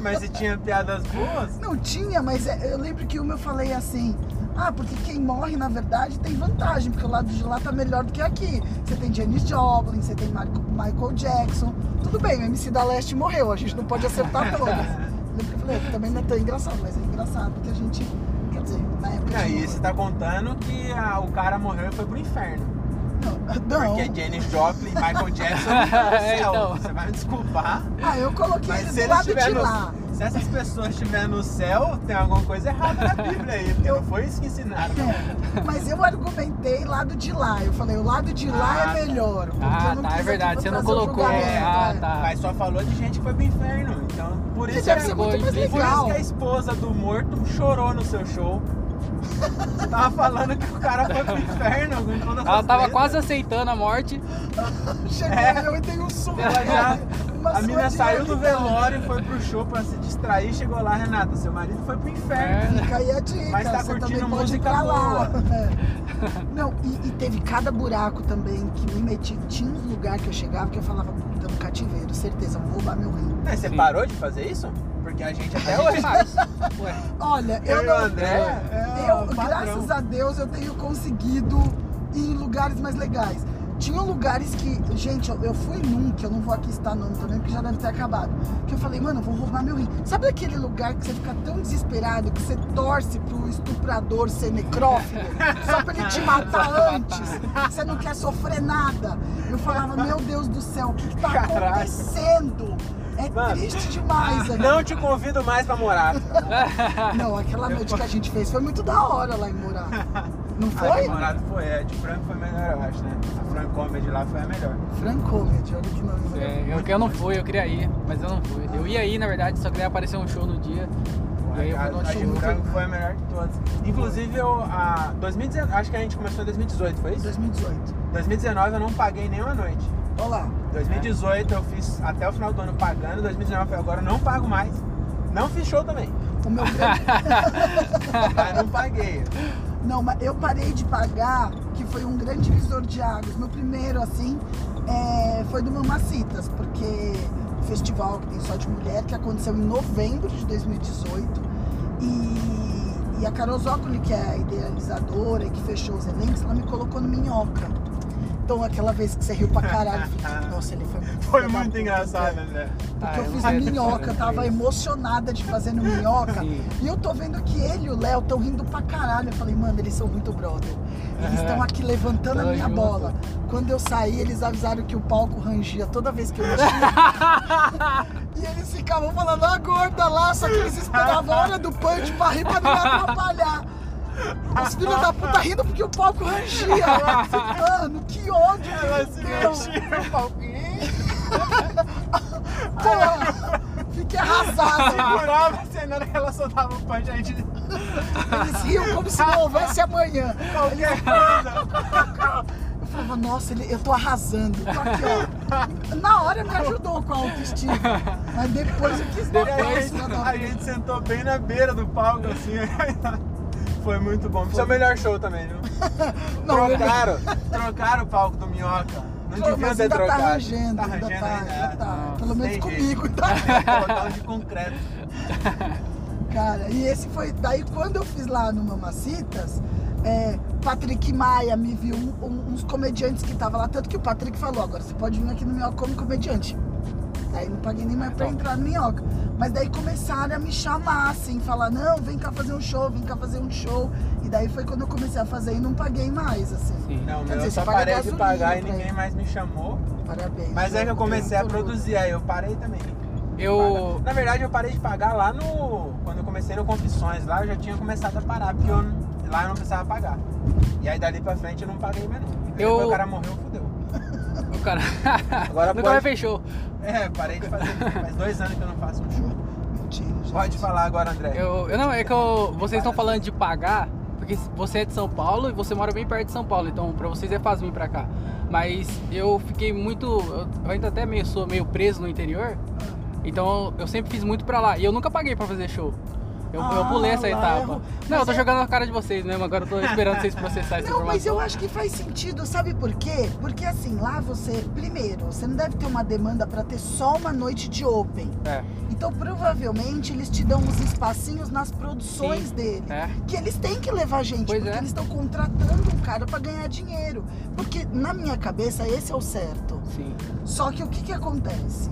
Speaker 3: Mas se tinha piadas boas?
Speaker 2: Não tinha, mas é- eu lembro que uma eu falei assim. Ah, porque quem morre, na verdade, tem vantagem, porque o lado de lá tá melhor do que aqui. Você tem Janis Joplin, você tem Marco- Michael Jackson. Tudo bem, o MC da Leste morreu, a gente não pode acertar todas. Lembro que eu falei, também não é tão engraçado, mas é engraçado porque a gente. Quer dizer, na época.
Speaker 1: É
Speaker 2: um
Speaker 3: Não,
Speaker 2: a
Speaker 3: e
Speaker 2: gente
Speaker 3: você tá contando que ah, o cara morreu e foi pro inferno.
Speaker 2: Não, não.
Speaker 3: Porque Janis Joplin e Michael Jackson não tá no céu.
Speaker 1: Então.
Speaker 3: Você vai me desculpar.
Speaker 2: Ah, eu coloquei
Speaker 3: Mas
Speaker 2: ele
Speaker 3: se,
Speaker 2: do
Speaker 3: eles
Speaker 2: lado de
Speaker 3: tiver no,
Speaker 2: lá.
Speaker 3: se essas pessoas estiverem no céu, tem alguma coisa errada na Bíblia aí, porque não foi isso que ensinaram.
Speaker 2: É, mas eu argumentei lado de lá. Eu falei, o lado de lá
Speaker 3: Ah, tá.
Speaker 2: é melhor. porque eu
Speaker 1: Ah,
Speaker 2: não
Speaker 1: tá, é
Speaker 2: quis
Speaker 1: verdade.
Speaker 2: aqui
Speaker 1: Você não
Speaker 2: trazer o
Speaker 1: colocou.
Speaker 2: julgamento,
Speaker 1: Ah,
Speaker 2: é.
Speaker 1: tá.
Speaker 3: Mas só falou de gente que foi pro inferno. Então, por
Speaker 2: Porque
Speaker 3: isso,
Speaker 2: deve
Speaker 3: é-
Speaker 2: ser
Speaker 3: por
Speaker 2: muito mais
Speaker 1: Foi-
Speaker 3: isso
Speaker 2: legal.
Speaker 3: que a esposa do morto chorou no seu show. Você tava falando que o cara foi pro inferno. com todas
Speaker 1: Ela
Speaker 3: as
Speaker 1: tava
Speaker 3: letras.
Speaker 1: quase assim, aceitando a morte.
Speaker 2: Cheguei eu e dei um surto.
Speaker 3: É.
Speaker 1: né?
Speaker 3: Ela já-
Speaker 2: Uma
Speaker 3: A mina
Speaker 2: surdinha
Speaker 3: saiu
Speaker 2: que
Speaker 3: do
Speaker 2: tá.
Speaker 3: velório, foi pro show pra se distrair, chegou lá, Renata, seu marido foi pro inferno.
Speaker 2: Fica aí a dica,
Speaker 3: Mas tá
Speaker 2: você
Speaker 3: curtindo
Speaker 2: também pode ir
Speaker 3: música
Speaker 2: pra lá.
Speaker 3: boa.
Speaker 2: É. Não, e, e teve cada buraco também que me meti. Tinha uns lugares que eu chegava que eu falava, puta, é um cativeiro, certeza, vou roubar meu rim.
Speaker 3: Mas Você
Speaker 1: É. Sim.
Speaker 3: parou de fazer isso? Porque a gente até
Speaker 1: A gente
Speaker 3: hoje.
Speaker 1: faz. Ué,
Speaker 2: Olha, eu,
Speaker 3: Eu e o
Speaker 2: não.
Speaker 3: André, é
Speaker 2: eu,
Speaker 3: o padrão.
Speaker 2: graças a Deus, eu tenho conseguido ir em lugares mais legais. Tinham lugares que, gente, eu, eu fui num, que eu não vou aqui citar nome também, porque já deve ter acabado. Que eu falei, mano, eu vou roubar meu rim. Sabe aquele lugar que você fica tão desesperado que você torce pro estuprador ser necrófilo? só pra ele te matar antes. Você não quer sofrer nada. Eu falava, meu Deus do céu, o que, que tá
Speaker 3: Caralho.
Speaker 2: acontecendo? É
Speaker 3: Mano,
Speaker 2: triste demais, aqui.
Speaker 3: Não te convido mais pra morar.
Speaker 2: Não, aquela noite que a gente fez foi muito da hora lá em Murá. Não
Speaker 3: A
Speaker 2: foi?
Speaker 3: namorada foi, é, de Franco foi a melhor, eu acho, né? A Franco Comedy lá foi a melhor.
Speaker 2: Francomed, olha que nome.
Speaker 1: é, eu, eu não fui, eu queria ir, mas eu não fui. Eu ia ir, na verdade, só queria aparecer um show no dia. E aí eu
Speaker 3: a,
Speaker 1: fui no
Speaker 3: a de
Speaker 1: show.
Speaker 3: Franco foi a melhor de todas. Inclusive, eu, a 2019, acho que a gente começou em 2018, foi isso?
Speaker 2: 2018.
Speaker 3: 2019 eu não paguei nenhuma noite.
Speaker 2: Olha lá.
Speaker 3: 2018 eu fiz até o final do ano pagando, 2019 foi agora eu não pago mais. Não fiz show também,
Speaker 2: O meu grande...
Speaker 3: mas não paguei.
Speaker 2: Não, mas eu parei de pagar, que foi um grande divisor de águas. Meu primeiro, assim, é, foi do Mamacitas, porque o festival que tem só de mulher, que aconteceu em novembro de 2018. E, e a Carol Zócoli, que é a idealizadora e que fechou os elencos, ela me colocou no Minhoca. Então aquela vez que você riu pra caralho, eu fiquei, nossa, ele foi muito
Speaker 3: Foi
Speaker 2: filho da
Speaker 3: muito
Speaker 2: puta,
Speaker 3: engraçado,
Speaker 2: né?
Speaker 3: né?
Speaker 2: Porque
Speaker 1: Ah,
Speaker 2: eu
Speaker 1: eu
Speaker 2: fiz
Speaker 1: não
Speaker 2: a
Speaker 1: sei se
Speaker 2: minhoca,
Speaker 1: era
Speaker 2: tava
Speaker 1: isso.
Speaker 2: emocionada de fazendo minhoca.
Speaker 1: Sim.
Speaker 2: E eu tô vendo que ele e o Léo estão rindo pra caralho. Eu falei, mano, eles são muito brother. Eles
Speaker 1: É.
Speaker 2: estão aqui levantando
Speaker 1: Tamo
Speaker 2: a minha
Speaker 1: junto.
Speaker 2: bola. Quando eu saí, eles avisaram que o palco rangia toda vez que eu mexia. e eles ficavam falando, ó, gorda lá, só que eles esperavam a hora do punch pra rir pra não me atrapalhar. Os filhos da puta rindo porque o palco rangia. Mano, que ódio que
Speaker 3: Ela
Speaker 2: eles
Speaker 3: se
Speaker 2: deu.
Speaker 3: mexia no palpinho,
Speaker 2: Porra, fiquei arrasada.
Speaker 3: segurava, assim, na hora que ela soltava o punch, a gente...
Speaker 2: Eles riam como se não houvesse amanhã.
Speaker 3: Qualquer coisa.
Speaker 2: Eu falava, nossa, ele- eu tô arrasando. Tô aqui, ó. Na hora me ajudou com a autoestima. Mas depois eu quis dar
Speaker 3: E aí É, a
Speaker 2: mais
Speaker 3: gente,
Speaker 2: pra
Speaker 3: a
Speaker 2: dar-
Speaker 3: gente sentou bem na beira do palco, assim. Foi muito bom. Foi o melhor show também, viu?
Speaker 2: Não, eu-
Speaker 3: trocaram, trocaram o palco do Minhoca. Não
Speaker 2: Pô,
Speaker 3: devia
Speaker 2: mas
Speaker 3: ter
Speaker 2: ainda tá
Speaker 3: trocado.
Speaker 2: rangendo, ainda
Speaker 3: rangendo né?
Speaker 2: tá, ainda tá. Pelo
Speaker 3: Não,
Speaker 2: menos
Speaker 3: é. tem
Speaker 2: comigo,
Speaker 3: jeito.
Speaker 2: tá?
Speaker 3: Total de concreto.
Speaker 2: Cara, e esse foi. Daí quando eu fiz lá no Mamacitas, é, Patrick Maia me viu, um- um- uns comediantes que estavam lá, tanto que o Patrick falou, agora você pode vir aqui no Minhoca como comediante. Daí não paguei nem mais pra
Speaker 1: Top.
Speaker 2: entrar no Minhoca. Mas daí começaram a me chamar, assim, falar, não, vem cá fazer um show, vem cá fazer um show. E daí foi quando eu comecei a fazer e não paguei mais, assim.
Speaker 1: Sim.
Speaker 3: Não,
Speaker 2: Quer dizer,
Speaker 3: meu, eu
Speaker 2: você
Speaker 3: só
Speaker 2: paga
Speaker 3: parei de
Speaker 2: gasolina
Speaker 3: pagar e
Speaker 2: pra
Speaker 3: ninguém
Speaker 2: ele.
Speaker 3: mais me chamou.
Speaker 2: Parabéns. né?
Speaker 3: Mas é que eu comecei a
Speaker 2: Muito bom.
Speaker 3: produzir, aí eu parei também.
Speaker 1: Eu.
Speaker 3: Na verdade, eu parei de pagar lá no. Quando eu comecei no Confissões, lá eu já tinha começado a parar, porque eu- lá eu não precisava pagar. E aí dali pra frente eu não paguei mais não. E
Speaker 1: Eu-
Speaker 3: Depois o cara morreu, fudeu.
Speaker 1: O cara.
Speaker 3: Agora
Speaker 1: Nunca
Speaker 3: pode.
Speaker 1: mais fechou.
Speaker 3: É, parei de fazer. Faz dois anos que eu não faço um show.
Speaker 2: Mentira, gente.
Speaker 3: Pode falar agora, André.
Speaker 1: Eu, eu não, é que eu, vocês estão falando de pagar, porque você é de São Paulo e você mora bem perto de São Paulo, então pra vocês é fácil vir pra cá. Mas eu fiquei muito, eu ainda até meio sou meio preso no interior, então eu sempre fiz muito pra lá e eu nunca paguei pra fazer show. Eu, eu
Speaker 2: Ah,
Speaker 1: pulei essa
Speaker 2: lá
Speaker 1: etapa.
Speaker 2: eu-
Speaker 1: Não, eu
Speaker 2: mas
Speaker 1: tô
Speaker 2: é-
Speaker 1: jogando na cara de vocês mesmo, agora eu tô esperando vocês processar essa
Speaker 2: Não, mas
Speaker 1: informação.
Speaker 2: eu acho que faz sentido, sabe por quê? Porque assim, lá você, primeiro, você não deve ter uma demanda pra ter só uma noite de open.
Speaker 1: É,
Speaker 2: Então, provavelmente, eles te dão uns espacinhos nas produções
Speaker 1: Sim.
Speaker 2: dele.
Speaker 1: é.
Speaker 2: Que eles têm que levar gente,
Speaker 1: Pois
Speaker 2: porque
Speaker 1: é.
Speaker 2: eles estão contratando um cara pra ganhar dinheiro. Porque, na minha cabeça, esse é o certo.
Speaker 1: Sim.
Speaker 2: Só que o que, que acontece?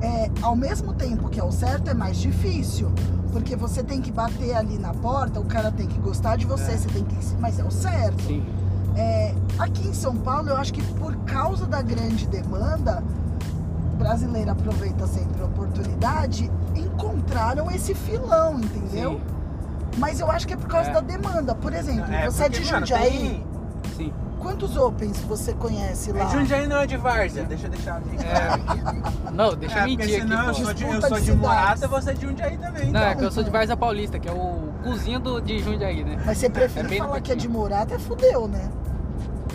Speaker 2: É, ao mesmo tempo que é o certo, é mais difícil. Porque você tem que bater ali na porta, o cara tem que gostar de você,
Speaker 3: É.
Speaker 2: você tem que. Mas é o certo.
Speaker 1: Sim.
Speaker 2: É, aqui em São Paulo, eu acho que por causa da grande demanda, brasileiro aproveita sempre a oportunidade, encontraram esse filão, entendeu?
Speaker 1: Sim.
Speaker 2: Mas eu acho que é por causa
Speaker 1: É.
Speaker 2: da demanda. Por exemplo,
Speaker 3: É,
Speaker 2: você é de
Speaker 3: porque, mano,
Speaker 2: Jundiaí,
Speaker 3: tem-
Speaker 1: Sim.
Speaker 2: quantos opens você conhece lá?
Speaker 3: Mas Jundiaí não é de Várzea, deixa eu deixar aqui.
Speaker 1: É. Não, deixa
Speaker 2: É,
Speaker 1: eu
Speaker 3: porque
Speaker 1: mentir aqui.
Speaker 3: senão eu
Speaker 1: pô.
Speaker 3: sou de, eu
Speaker 2: Disputa
Speaker 3: sou
Speaker 2: de
Speaker 3: de
Speaker 2: cidades.
Speaker 3: Morata, você é de Jundiaí também.
Speaker 1: Não, é
Speaker 3: então.
Speaker 1: que eu sou de Varza Paulista, que é o cozinho do, de Jundiaí, né?
Speaker 2: Mas você
Speaker 1: É
Speaker 2: prefere
Speaker 1: bem no
Speaker 2: falar que é de
Speaker 1: cantinho.
Speaker 2: Morata, é fudeu, né?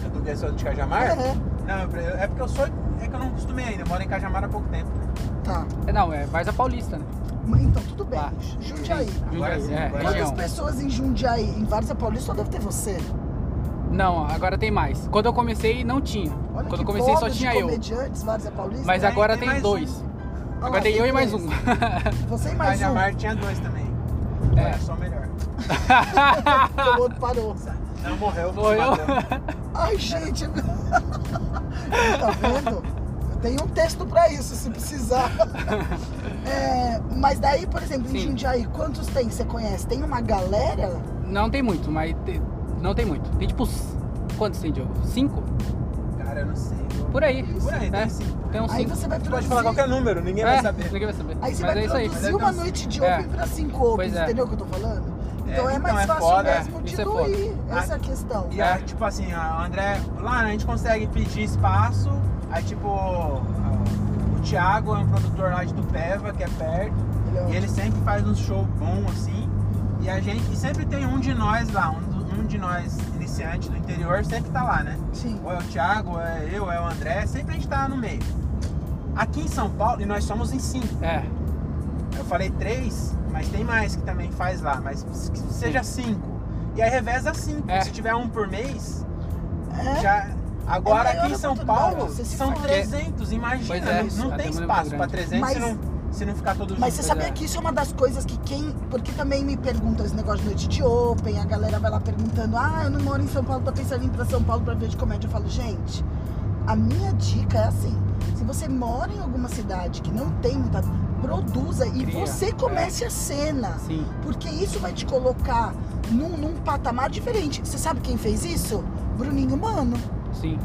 Speaker 3: Eu tô- eu sou de
Speaker 1: Ah,
Speaker 3: Cajamar?
Speaker 2: É,
Speaker 3: Não, eu pre- é porque eu sou. É que eu não costumei ainda, eu moro em Cajamar há pouco tempo.
Speaker 2: tá.
Speaker 1: É, Não, é Varza Paulista, né?
Speaker 2: Mas Então, tudo bem.
Speaker 1: Tá.
Speaker 2: Jundiaí.
Speaker 3: Agora sim,
Speaker 1: é,
Speaker 3: agora
Speaker 1: região.
Speaker 2: Quantas pessoas em Jundiaí? Em Várzea Paulista só deve ter você.
Speaker 1: Não, agora tem mais. Quando eu comecei, não tinha.
Speaker 2: Olha
Speaker 1: Quando
Speaker 2: que
Speaker 1: eu comecei, só
Speaker 2: bando de né?
Speaker 1: tinha eu.
Speaker 2: comediantes, Várzea Paulista.
Speaker 1: Mas
Speaker 3: Tem-
Speaker 1: agora
Speaker 3: tem
Speaker 1: tem,
Speaker 3: mais
Speaker 1: dois.
Speaker 3: um.
Speaker 2: Olha lá,
Speaker 1: Agora tem eu e mais
Speaker 2: três.
Speaker 1: um.
Speaker 2: Você e
Speaker 3: Mas
Speaker 2: mais um.
Speaker 3: Cajamar tinha dois também.
Speaker 1: É.
Speaker 3: É, só melhor.
Speaker 2: Porque o outro parou.
Speaker 3: Não morreu,
Speaker 1: Morreu.
Speaker 3: se matou.
Speaker 2: Ai, gente. tá vendo? Eu tenho um texto pra isso, se precisar. É, mas daí, por exemplo, em
Speaker 1: Sim.
Speaker 2: Jundiaí, quantos tem? Você conhece? Tem uma galera?
Speaker 1: Não tem muito, mas te- não tem muito. Tem tipo. s- Quantos tem, Diogo? Cinco?
Speaker 3: Cara, eu não sei. eu-
Speaker 1: Por aí.
Speaker 3: Por aí,
Speaker 1: né?
Speaker 3: tem cinco.
Speaker 1: Tem uns
Speaker 2: Aí
Speaker 1: cinco.
Speaker 2: você vai produzir.
Speaker 3: Pode falar qualquer número, ninguém
Speaker 1: É,
Speaker 3: vai saber.
Speaker 1: Ninguém vai saber.
Speaker 2: Aí você
Speaker 1: mas
Speaker 2: vai
Speaker 1: é isso aí.
Speaker 2: produzir uma noite de
Speaker 1: É.
Speaker 2: open pra cinco opens,
Speaker 1: Pois é.
Speaker 2: entendeu o que eu tô falando?
Speaker 3: É,
Speaker 2: Então é,
Speaker 3: então,
Speaker 2: mais
Speaker 3: é
Speaker 2: fácil
Speaker 3: foda,
Speaker 2: mesmo
Speaker 1: é. Isso é
Speaker 2: diluir essa é a questão.
Speaker 3: E aí, tipo assim, a André, lá a gente consegue pedir espaço, aí tipo, a- o Thiago é um produtor lá de Tupéva, que é perto, e ele sempre faz um show bom assim, e a gente, e sempre tem um de nós lá, um, do- um de nós iniciante do interior sempre tá lá, né?
Speaker 2: Sim.
Speaker 3: Ou é o Thiago, ou é eu, ou é o André, sempre a gente tá no meio. Aqui em São Paulo, e nós somos em cinco,
Speaker 1: É,
Speaker 3: eu falei três, mas tem mais que também faz lá, mas que seja cinco. E aí reveza cinco.
Speaker 1: É.
Speaker 3: Se tiver um por mês,
Speaker 2: É.
Speaker 3: já. Agora
Speaker 2: É maior
Speaker 3: aqui em São
Speaker 2: oportunidade,
Speaker 3: Paulo
Speaker 2: você se
Speaker 3: são
Speaker 2: fala.
Speaker 3: 300, imagina.
Speaker 1: Pois é,
Speaker 3: não- não
Speaker 1: a
Speaker 3: tem
Speaker 1: demanda é
Speaker 3: espaço
Speaker 1: muito
Speaker 3: para
Speaker 1: grande.
Speaker 3: 300 se,
Speaker 2: Mas-
Speaker 3: não, se não ficar todo
Speaker 2: Mas você
Speaker 1: Pois
Speaker 3: junto.
Speaker 2: sabia
Speaker 1: é.
Speaker 2: que isso é uma das coisas que quem. Porque também me perguntam esse negócio de noite de open, a galera vai lá perguntando: ah, eu não moro em São Paulo, tô pensando em ir pra São Paulo pra ver de comédia. Eu falo, gente, a minha dica é assim: se você mora em alguma cidade que não tem muita. Produza e
Speaker 1: Cria, É.
Speaker 2: você comece a cena.
Speaker 1: Sim.
Speaker 2: Porque isso vai te colocar num, num patamar diferente. Você sabe quem fez isso? Bruninho Mano.
Speaker 1: Sim.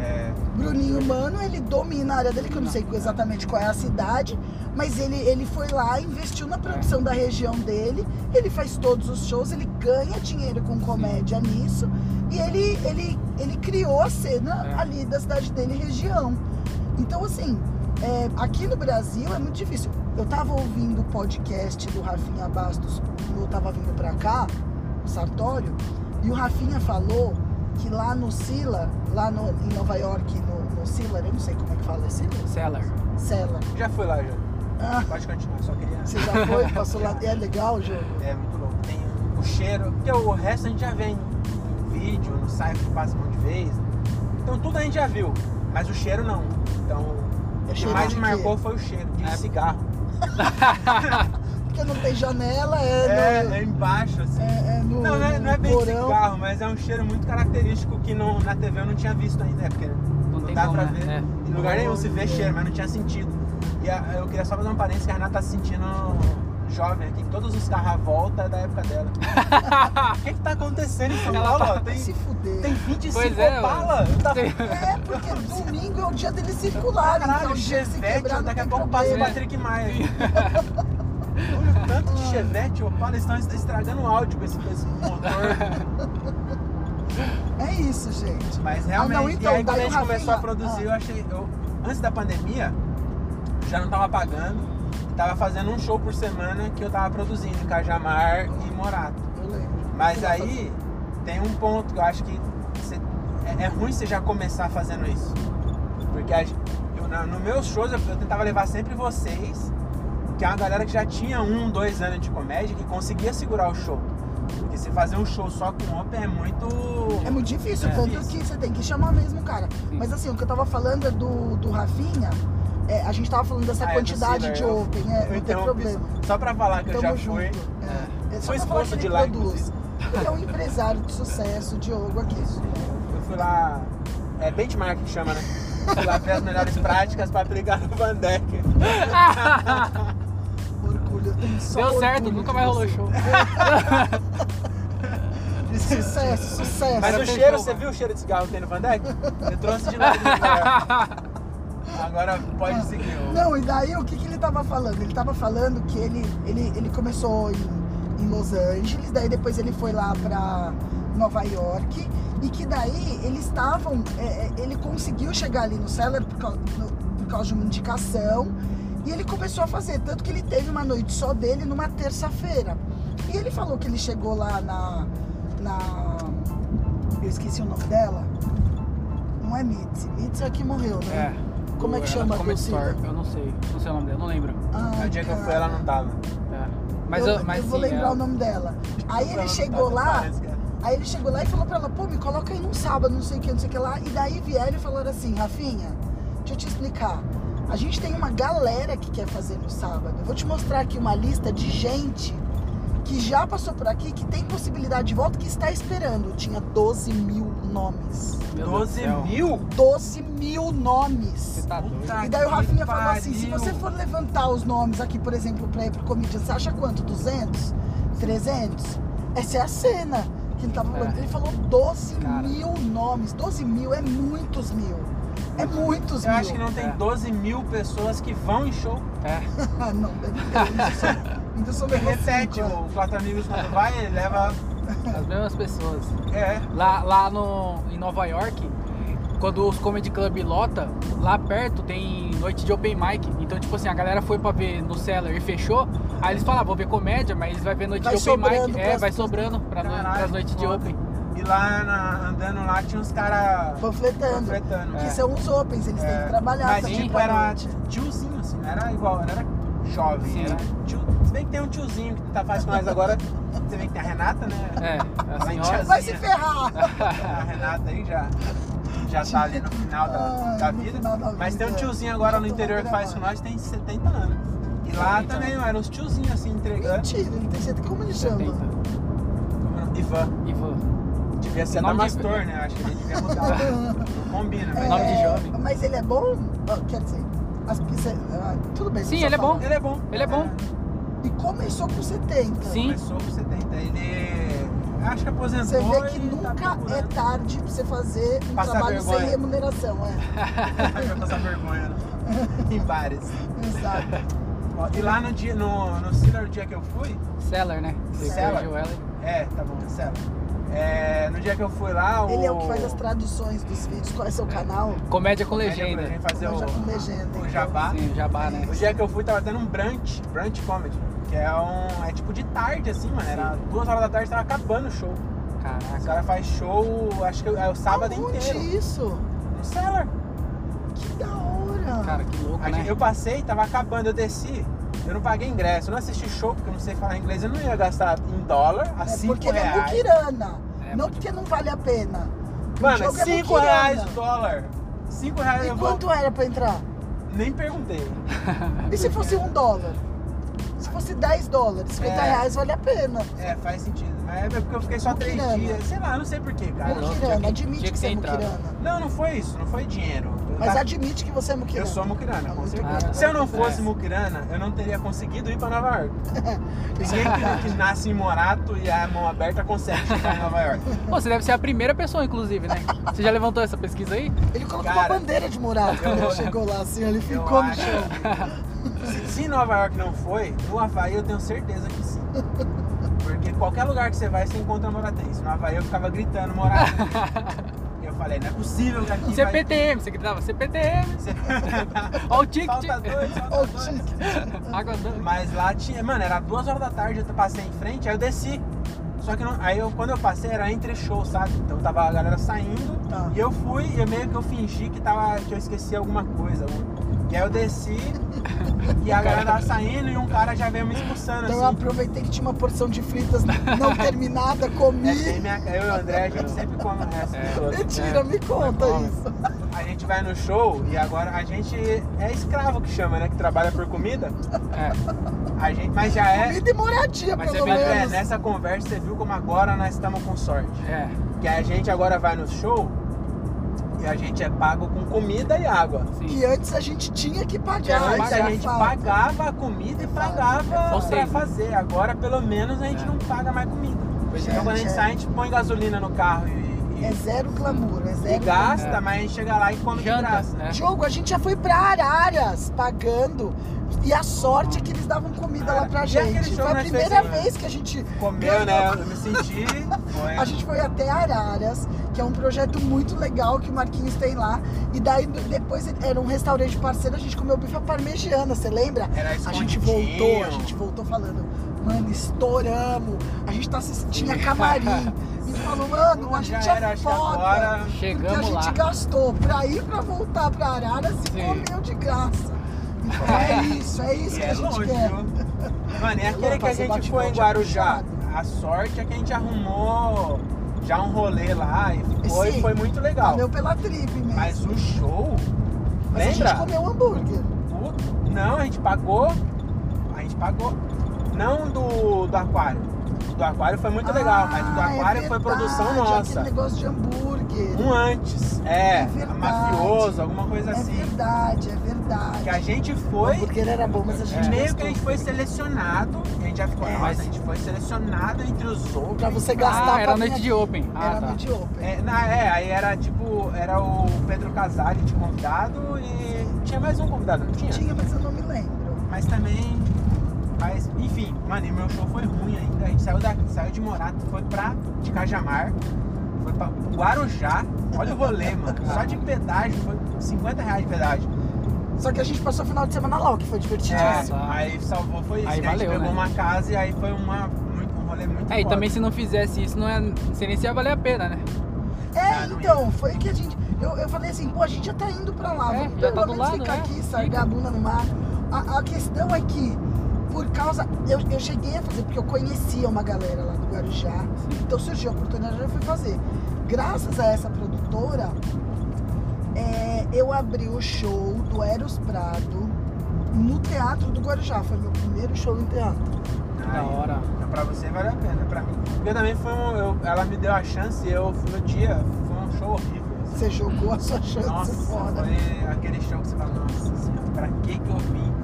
Speaker 3: É,
Speaker 2: Bruninho Mano, ele domina a área dele, que eu não sei exatamente qual é a cidade, mas ele, ele foi lá, investiu na produção da região dele, ele faz todos os shows, ele ganha dinheiro com comédia nisso, e ele, ele, ele criou a cena
Speaker 1: É.
Speaker 2: ali da cidade dele e região. Então, assim, é, aqui no Brasil é muito difícil. Eu tava ouvindo o podcast do Rafinha Bastos, quando eu tava vindo pra cá, o Sartório, e o Rafinha falou que lá no Sila, lá no, em Nova York, no, no Sila, eu não sei como é que fala, é Sila?
Speaker 1: Seller.
Speaker 2: Sela.
Speaker 3: já fui lá, já.
Speaker 2: Ah,
Speaker 3: Pode continuar, só queria.
Speaker 2: você já foi, passou lá, é legal, Jô?
Speaker 3: É muito louco. Tem o cheiro, porque o resto a gente já vê em vídeo, no site que passa um monte de vez. Então tudo a gente já viu, mas o cheiro não. Então
Speaker 2: É
Speaker 3: o que
Speaker 2: cheiro
Speaker 3: mais
Speaker 2: de
Speaker 3: me
Speaker 2: quê?
Speaker 3: marcou foi o cheiro de
Speaker 1: É.
Speaker 3: cigarro.
Speaker 2: Porque não tem janela, é,
Speaker 3: É,
Speaker 2: no,
Speaker 3: é embaixo, assim.
Speaker 2: é- é no-
Speaker 3: Não, não é,
Speaker 2: no
Speaker 3: não é bem
Speaker 2: porão.
Speaker 3: cigarro, mas é um cheiro muito característico que não, na TV eu não tinha visto ainda, né? porque não,
Speaker 1: tem
Speaker 3: dá
Speaker 1: como,
Speaker 3: pra
Speaker 1: né?
Speaker 3: ver.
Speaker 1: É.
Speaker 3: Em lugar nenhum se vê
Speaker 2: Olha.
Speaker 3: cheiro, mas não tinha sentido. E a- eu queria só fazer um parênteses que a Renata tá se sentindo jovem aqui, que todos os carros à volta é da época dela. O que que tá acontecendo em São
Speaker 1: Ela
Speaker 3: Paulo?
Speaker 1: tá-
Speaker 3: Tem,
Speaker 2: Se fuder.
Speaker 3: tem 25
Speaker 1: Pois é,
Speaker 3: Opala?
Speaker 1: mano.
Speaker 3: Tá...
Speaker 1: Tem-
Speaker 2: É, porque domingo é o dia dele circular,
Speaker 3: Caralho,
Speaker 2: então dia que se
Speaker 3: Chevette,
Speaker 2: quebrar não
Speaker 3: daqui a
Speaker 2: tem
Speaker 3: pouco passa o
Speaker 2: problema.
Speaker 3: Patrick Maia. Olha o tanto de Chevette e Opala, eles estão estragando o áudio com esse, com esse motor.
Speaker 2: É isso, gente.
Speaker 3: Mas realmente,
Speaker 2: não, então,
Speaker 3: e aí quando a
Speaker 2: daí o
Speaker 3: gente começou a
Speaker 2: Rafinha-
Speaker 3: produzir,
Speaker 2: ah.
Speaker 3: eu achei. Eu, antes da pandemia, eu já não tava pagando, tava fazendo um show por semana que eu tava produzindo em Cajamar e Morato.
Speaker 2: Eu lembro.
Speaker 3: Mas
Speaker 2: Você vai fazer.
Speaker 3: aí tem um ponto que eu acho que você- é, é ruim você já começar fazendo isso. Porque a gen- eu, na, no meus shows eu, eu tentava levar sempre vocês, que é uma galera que já tinha um, dois anos de comédia, que conseguia segurar o show. Porque você fazer um show só com open é muito.
Speaker 2: É muito difícil,
Speaker 3: É.
Speaker 2: tanto que você tem que chamar mesmo o cara.
Speaker 1: Sim.
Speaker 2: Mas assim, o que eu tava falando é do, do Rafinha, é, a gente tava falando dessa
Speaker 3: Ah, é do
Speaker 2: quantidade
Speaker 3: Sila,
Speaker 2: de
Speaker 3: eu-
Speaker 2: open, é, não tem
Speaker 3: interrompi
Speaker 2: problema.
Speaker 3: Só pra falar que eu já
Speaker 2: Tamo
Speaker 3: fui.
Speaker 2: junto. É. É só
Speaker 3: Fui
Speaker 2: pra falar que
Speaker 3: expulso
Speaker 2: ele
Speaker 3: de lá,
Speaker 2: produz. Ele é um empresário de sucesso, Diogo, aqui.
Speaker 3: Eu fui lá. É benchmark que chama, né? Fui lá ver as melhores práticas pra aplicar no Van Deck.
Speaker 2: Orgulho, eu tenho só
Speaker 1: Deu certo,
Speaker 2: orgulho
Speaker 1: nunca
Speaker 2: de
Speaker 1: mais rolou
Speaker 2: você.
Speaker 1: show.
Speaker 2: Sucesso, sucesso.
Speaker 3: Mas o
Speaker 1: fechou,
Speaker 3: cheiro, você
Speaker 1: mano.
Speaker 3: viu o cheiro de cigarro que tem no Van Deck? Eu trouxe de lá. de Nova York. Agora pode seguir. o-
Speaker 2: Não, e daí o que, que ele tava falando? Ele tava falando que ele, ele, ele começou em, em Los Angeles, daí depois ele foi lá pra Nova York, e que daí eles estavam. é, é, ele conseguiu chegar ali no Cellar por causa, por causa de uma indicação. E ele começou a fazer, tanto que ele teve uma noite só dele numa terça-feira. E ele falou que ele chegou lá na. na eu esqueci o nome dela. Não é Mitzi. Mitzi é a que morreu, né? Como é que
Speaker 1: Ela
Speaker 2: chama a
Speaker 1: Comedy
Speaker 2: torcida?
Speaker 1: Store, Eu não sei. Não sei o nome dela, não lembro.
Speaker 2: Ai,
Speaker 3: No dia que eu
Speaker 2: cara.
Speaker 3: fui, ela não tá, né? tava.
Speaker 1: É. Mas,
Speaker 2: eu,
Speaker 1: eu, mas
Speaker 2: eu vou
Speaker 1: sim, é.
Speaker 2: lembrar
Speaker 1: ela-
Speaker 2: o nome dela. Aí
Speaker 3: Ela
Speaker 2: ele
Speaker 3: não
Speaker 2: chegou
Speaker 3: tava,
Speaker 2: lá,
Speaker 3: parece que é.
Speaker 2: aí ele chegou lá e falou pra ela, pô, me coloca aí num sábado, não sei o que, não sei o que lá. E daí vieram e falaram assim, Rafinha, deixa eu te explicar. A gente tem uma galera que quer fazer no sábado. Eu vou te mostrar aqui uma lista de gente que já passou por aqui, que tem possibilidade de volta, que está esperando. Tinha 12 mil nomes.
Speaker 1: Meu Deus do
Speaker 3: 12
Speaker 1: céu.
Speaker 3: mil?
Speaker 2: 12 mil nomes.
Speaker 1: Você tá doido?
Speaker 3: Puta
Speaker 2: E daí o
Speaker 3: que
Speaker 2: Rafinha falou assim: se
Speaker 3: pariu.
Speaker 2: você for levantar os nomes aqui, por exemplo, pra ir pro comédia, você acha quanto? 200? 300? Essa é a cena que ele tava falando.
Speaker 1: É.
Speaker 2: Ele falou 12
Speaker 1: Cara.
Speaker 2: mil nomes. 12 mil é muitos mil. É muitos
Speaker 3: Eu
Speaker 2: mil.
Speaker 3: acho que não tem
Speaker 1: É.
Speaker 3: 12 mil pessoas que vão em show.
Speaker 1: É.
Speaker 2: Ah, não, Então deve ter. Ainda só- Ainda só levou
Speaker 3: Repete,
Speaker 2: cinco, né?
Speaker 3: o Quatro Amigos quando vai, ele leva.
Speaker 1: As mesmas pessoas.
Speaker 3: É.
Speaker 1: Lá, lá no, em Nova York, quando os comedy club lota, lá perto tem noite de open mic. Então, tipo assim, a galera foi pra ver no Cellar e fechou. Aí eles falaram, vou ver comédia, mas vai ver noite
Speaker 2: Vai
Speaker 1: de open
Speaker 2: sobrando
Speaker 1: mic. É,
Speaker 2: pras-
Speaker 1: vai sobrando pra no-
Speaker 3: Caralho,
Speaker 1: pras noites de
Speaker 3: foda.
Speaker 1: open.
Speaker 3: E lá na- andando lá tinha uns caras
Speaker 2: Panfletando.
Speaker 3: panfletando.
Speaker 2: Que
Speaker 3: É.
Speaker 2: são os opens, eles têm
Speaker 3: É.
Speaker 2: que trabalhar. tá
Speaker 3: Mas
Speaker 2: também
Speaker 3: tipo,
Speaker 2: pra
Speaker 3: era
Speaker 2: noite.
Speaker 3: tiozinho, assim, não era igual, não era jovem,
Speaker 1: Sim.
Speaker 3: era tio. Se bem que tem um tiozinho que tá fazendo mais agora, você vê que tem a Renata, né?
Speaker 1: É, a senhora.
Speaker 2: Vai
Speaker 3: é.
Speaker 2: se ferrar!
Speaker 1: É.
Speaker 3: A Renata aí já, já tá ali no final da,
Speaker 2: Ai,
Speaker 3: da
Speaker 2: Ah, no
Speaker 3: vida.
Speaker 2: final da
Speaker 3: Mas tem um
Speaker 2: vida.
Speaker 3: tiozinho agora
Speaker 2: Já
Speaker 3: no
Speaker 2: tô
Speaker 3: interior que faz com
Speaker 2: gravando.
Speaker 3: nós, tem 70 anos. E lá
Speaker 1: 70
Speaker 3: também eram uns tiozinhos assim entregando.
Speaker 2: Mentira, não tem jeito. Como ele chama?
Speaker 1: 70.
Speaker 3: Ivan.
Speaker 1: Ivan.
Speaker 3: Devia ser
Speaker 1: Nome de-
Speaker 3: Damastor, né? Acho que ele devia mudar. Não combina,
Speaker 2: É.
Speaker 3: mas.
Speaker 1: Nome de jovem.
Speaker 2: Mas ele é bom? Ah, Quer dizer, as- isso é- ah, tudo bem.
Speaker 1: Sim,
Speaker 2: só
Speaker 1: ele é
Speaker 2: falar.
Speaker 1: bom.
Speaker 3: Ele é bom.
Speaker 1: Ele é bom.
Speaker 2: E é começou com 70.
Speaker 1: Sim.
Speaker 3: Começou com 70. Ele. é- Acho que aposentou.
Speaker 2: Você vê que
Speaker 3: e tá
Speaker 2: nunca é
Speaker 3: procurando
Speaker 2: tarde pra você fazer um
Speaker 3: Passar
Speaker 2: trabalho sem
Speaker 3: vergonha.
Speaker 2: remuneração, é.
Speaker 3: pra passar vergonha né? em bares.
Speaker 2: Exato.
Speaker 3: Ó, E lá no dia, no, no Sealer, o dia que eu fui,
Speaker 1: Seller, né? Você
Speaker 3: Seller.
Speaker 1: corrigiu ela.
Speaker 3: é, tá bom, Marcelo. É, no dia que eu fui lá, o.
Speaker 2: Ele é o que faz as traduções dos vídeos. Qual é seu canal?
Speaker 1: Comédia com
Speaker 3: Aí ele é falou pra
Speaker 1: legenda.
Speaker 3: gente fazer
Speaker 2: Comédia com legenda,
Speaker 3: o, o
Speaker 2: então.
Speaker 3: jabá.
Speaker 1: Sim, jabá, né?
Speaker 3: O dia que eu fui tava tendo um brunch, brunch comedy, que é um. É tipo de tarde, assim, mano. Era duas horas da tarde tava acabando o show. Os
Speaker 1: Caraca.
Speaker 3: caras faz show, acho que é o sábado
Speaker 2: Aonde
Speaker 3: inteiro.
Speaker 2: isso?
Speaker 3: No Seller.
Speaker 2: Que da hora.
Speaker 1: Cara, que louco,
Speaker 3: A
Speaker 1: né?
Speaker 3: gente- Eu passei, tava acabando, eu desci. Eu não paguei ingresso, eu não assisti show porque eu não sei falar inglês, eu não ia gastar em dólar a
Speaker 2: é
Speaker 3: 5
Speaker 2: porque ele é
Speaker 3: reais.
Speaker 2: muquirana.
Speaker 1: É,
Speaker 2: não
Speaker 1: pode-
Speaker 2: porque não vale a pena. O
Speaker 3: Mano,
Speaker 2: jogo é
Speaker 3: 5
Speaker 2: muquirana.
Speaker 3: reais o dólar. 5 reais É, eu
Speaker 2: E
Speaker 3: vou- É,
Speaker 2: quanto era pra entrar?
Speaker 3: Nem perguntei.
Speaker 2: E se fosse um dólar? Se fosse 10 dólares, 50
Speaker 3: É.
Speaker 2: reais vale a pena.
Speaker 3: É, faz sentido. Mas é porque eu fiquei só
Speaker 2: Não
Speaker 3: 3
Speaker 2: tirando.
Speaker 3: dias. Sei lá, eu não sei porquê, cara.
Speaker 1: louco,
Speaker 2: Muquirana,
Speaker 1: tinha que-
Speaker 2: admite
Speaker 1: tinha
Speaker 2: que
Speaker 1: que
Speaker 2: você é
Speaker 1: ter entrado.
Speaker 2: muquirana.
Speaker 3: Não, não foi isso, não foi dinheiro. Eu
Speaker 2: Mas
Speaker 3: tava-
Speaker 2: admite que você é muquirana.
Speaker 3: Tá. Eu sou muquirana,
Speaker 2: Ah,
Speaker 3: com
Speaker 2: muito
Speaker 3: certeza.
Speaker 1: bem.
Speaker 3: Se eu não fosse
Speaker 1: É.
Speaker 3: muquirana, eu não teria conseguido ir pra Nova York.
Speaker 2: é
Speaker 3: Ninguém que, que nasce em Morato e a mão aberta consegue chegar em Nova York.
Speaker 1: Pô, você deve ser a primeira pessoa, inclusive, né? Você já levantou essa pesquisa aí?
Speaker 2: Ele colocou uma
Speaker 3: Cara,
Speaker 2: bandeira de murado quando
Speaker 3: eu-
Speaker 2: ele chegou lá, assim, ele
Speaker 3: Eu
Speaker 2: ficou no
Speaker 3: acho-
Speaker 2: chão.
Speaker 3: Se, se Nova York não foi, no Havaí eu tenho certeza que sim. Porque qualquer lugar que você vai, você encontra moratense. No Havaí eu ficava gritando morato. E eu falei, não é possível que aqui vai... é
Speaker 1: CPTM, você gritava CPTM. Ó o ticket.
Speaker 3: Falta dois,
Speaker 2: Ó
Speaker 3: falta
Speaker 2: o
Speaker 3: dois.
Speaker 2: ticket.
Speaker 1: Água doce.
Speaker 3: Mas lá tinha. Mano, era duas horas da tarde, eu passei em frente, aí eu desci. Só que não- aí eu, quando eu passei era entre shows, sabe? Então tava a galera saindo
Speaker 2: Tá.
Speaker 3: e eu fui e eu meio que eu fingi que, tava, que eu esqueci alguma coisa. algum- E aí eu desci e a galera tava saindo e um cara já veio me expulsando
Speaker 2: Então eu
Speaker 3: assim.
Speaker 2: aproveitei que tinha uma porção de fritas não terminada, comi.
Speaker 3: É, tem minha- eu e o André, a gente sempre come o resto.
Speaker 1: É.
Speaker 3: de todos.
Speaker 2: Mentira, me
Speaker 3: É
Speaker 2: conta isso.
Speaker 3: A gente vai no show e agora a gente é escravo que chama, né? Que trabalha por comida.
Speaker 1: É.
Speaker 3: A gente, mas já é.
Speaker 2: Comida e moradia,
Speaker 1: Mas
Speaker 2: pelo
Speaker 1: é
Speaker 3: Mas
Speaker 1: bem-
Speaker 3: é,
Speaker 2: menos.
Speaker 3: nessa conversa você viu como agora nós estamos com sorte.
Speaker 1: É.
Speaker 3: Que a gente agora vai no show e a gente é pago com comida e água.
Speaker 1: Sim.
Speaker 2: Que antes a gente tinha que
Speaker 3: Que
Speaker 2: pagar.
Speaker 3: antes
Speaker 2: já
Speaker 3: a gente
Speaker 2: fala.
Speaker 3: pagava a comida e pagava
Speaker 1: Ou
Speaker 3: pra
Speaker 1: seja-
Speaker 3: fazer. Agora pelo menos a gente
Speaker 1: É.
Speaker 3: não paga mais comida.
Speaker 2: Pois é,
Speaker 3: Então quando a gente
Speaker 2: é.
Speaker 3: sai, a gente põe gasolina no carro e, e-
Speaker 2: É zero glamour, é
Speaker 3: e
Speaker 2: zero.
Speaker 3: gasta,
Speaker 1: É.
Speaker 3: mas a gente chega lá e come um de
Speaker 1: Janta,
Speaker 3: graça.
Speaker 1: né?
Speaker 2: Jogo, a gente já foi pra Araras pagando. E a sorte é que eles davam comida lá pra
Speaker 3: E aquele
Speaker 2: gente.
Speaker 3: show
Speaker 2: Foi a
Speaker 3: nós
Speaker 2: primeira
Speaker 3: fez, né?
Speaker 2: vez que a gente
Speaker 3: Comeu,
Speaker 2: ganhou
Speaker 3: né? Eu me senti. Foi.
Speaker 2: A gente foi até Araras, que é um projeto muito legal que o Marquinhos tem lá. E daí do- depois era um restaurante parceiro, a gente comeu bife à parmegiana, você lembra?
Speaker 3: Era
Speaker 2: A gente
Speaker 3: escondidinho.
Speaker 2: voltou, a gente voltou falando, mano, estouramos, a gente tá se tinha camarim. E falou, mano, a
Speaker 3: Não, já
Speaker 2: gente é
Speaker 3: era, acho que
Speaker 2: foda.
Speaker 3: agora.
Speaker 2: Porque a
Speaker 1: Chegamos
Speaker 2: gente
Speaker 1: lá. Ah,
Speaker 2: gastou pra ir pra voltar pra Araras e
Speaker 1: Sim.
Speaker 2: comeu de graça. Então é isso, é isso
Speaker 3: E
Speaker 2: que
Speaker 3: é
Speaker 2: a gente
Speaker 3: longe,
Speaker 2: quer.
Speaker 3: viu? Mano, e
Speaker 2: É
Speaker 3: aquele
Speaker 2: louco,
Speaker 3: que
Speaker 2: você
Speaker 3: a gente
Speaker 2: bate
Speaker 3: foi em
Speaker 2: ponte
Speaker 3: Guarujá.
Speaker 2: puxado.
Speaker 3: A sorte é que a gente arrumou já um rolê lá e ficou
Speaker 2: Sim.
Speaker 3: e foi muito legal.
Speaker 2: Valeu pela trip mesmo.
Speaker 3: Mas o show.
Speaker 2: Mas a
Speaker 3: lembra?
Speaker 2: gente comeu hambúrguer.
Speaker 3: O- Não, a gente pagou. A gente pagou. Não do, do aquário. Do aquário foi muito legal, mas do
Speaker 2: Ah, é
Speaker 3: aquário foi produção
Speaker 2: verdade,
Speaker 3: nossa.
Speaker 2: Aquele negócio de hambúrguer.
Speaker 3: Um antes. É,
Speaker 2: É verdade.
Speaker 3: mafioso, alguma coisa
Speaker 2: é
Speaker 3: assim.
Speaker 2: verdade, é verdade.
Speaker 3: Que a gente
Speaker 2: O
Speaker 3: foi. É.
Speaker 2: hambúrguer era bom, mas a gente É,
Speaker 3: meio
Speaker 2: gostou.
Speaker 3: que a gente foi selecionado, a gente já ficou,
Speaker 2: É.
Speaker 3: nossa, a gente foi selecionado entre os outros.
Speaker 2: Pra você gastar
Speaker 1: Ah, era
Speaker 2: pra
Speaker 1: noite
Speaker 2: vir
Speaker 1: de Open.
Speaker 2: aqui.
Speaker 1: Ah,
Speaker 2: Era
Speaker 1: tá.
Speaker 2: noite open.
Speaker 3: É, na, é, aí era tipo, era o Pedro Casale de convidado e tinha mais um convidado, não tinha?
Speaker 2: Tinha, mas eu não me lembro.
Speaker 3: Mas também, mas enfim, mano, e meu show foi ruim ainda, a gente saiu, da, saiu de Morato, foi pra, de Cajamar, foi pra Guarujá, olha o rolê, mano, só de pedágio, foi 50 reais de pedágio.
Speaker 2: Só que a gente passou o final de semana lá, o que foi
Speaker 3: É,
Speaker 2: divertidíssimo.
Speaker 1: tá.
Speaker 3: aí salvou, foi isso,
Speaker 1: Aí
Speaker 3: que a gente
Speaker 1: valeu,
Speaker 3: pegou
Speaker 1: né?
Speaker 3: uma casa e aí foi uma, muito, um rolê muito
Speaker 1: É, e
Speaker 3: foda.
Speaker 1: também se não fizesse isso, não, é, não sei nem se ia valer a pena, né?
Speaker 2: É,
Speaker 3: Ah, não
Speaker 2: então, foi que a gente. Eu, eu falei assim, pô, a gente já tá indo pra lá,
Speaker 1: É,
Speaker 2: vamos
Speaker 1: já
Speaker 2: pelo
Speaker 1: tá do
Speaker 2: menos
Speaker 1: lado,
Speaker 2: ficar
Speaker 1: né?
Speaker 2: aqui, sargar a bunda no mar. A, a questão é que, por causa. Eu, eu cheguei a fazer, porque eu conhecia uma galera lá do Guarujá. Então surgiu a oportunidade, eu fui fazer. Graças a essa produtora, é, eu abri o show do Eros Prado no Teatro do Guarujá. Foi meu primeiro show em teatro.
Speaker 1: Da
Speaker 3: Aí,
Speaker 1: hora.
Speaker 3: então pra você vale a pena, pra mim. Porque também foi um. eu- ela me deu a chance, eu fui no dia, foi um show horrível. assim.
Speaker 2: Você jogou a sua chance
Speaker 3: Nossa,
Speaker 2: fora.
Speaker 3: foi aquele show que você fala, nossa senhora, pra que que eu vim?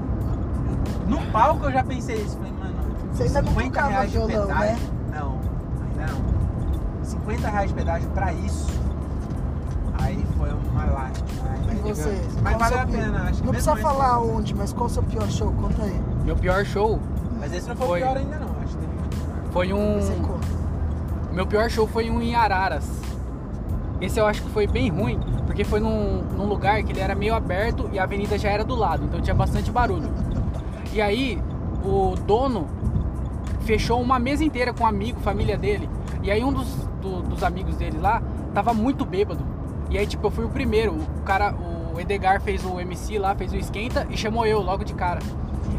Speaker 3: No palco eu já pensei isso, falei, mano,
Speaker 2: Você ainda não
Speaker 3: 50
Speaker 2: tocava
Speaker 3: reais de
Speaker 2: violão, né?
Speaker 3: pedágio. Não, ainda não. 50 reais de pedágio pra isso. Aí foi uma lástima. aí,
Speaker 2: E
Speaker 3: mas-
Speaker 2: você?
Speaker 3: Mas
Speaker 2: Qual
Speaker 3: valeu
Speaker 2: seu
Speaker 3: a
Speaker 2: pi-
Speaker 3: pena, acho que
Speaker 2: Não
Speaker 3: mesmo
Speaker 2: precisa
Speaker 3: esse-
Speaker 2: falar onde, mas qual o seu pior show? Conta aí.
Speaker 1: Meu pior show
Speaker 3: Mas esse não foi,
Speaker 1: Foi.
Speaker 3: o pior ainda não, acho que teve.
Speaker 1: foi um.
Speaker 2: Você conta.
Speaker 1: Meu pior show foi um em Araras. Esse eu acho que foi bem ruim, porque foi num, num lugar que ele era meio aberto e a avenida já era do lado, então tinha bastante barulho. E aí, o dono fechou uma mesa inteira com um amigo, família dele. E aí um dos, do- dos amigos dele lá tava muito bêbado. E aí, tipo, eu fui o primeiro. O cara, o Edgar fez o MC lá, fez o esquenta e chamou eu logo de cara.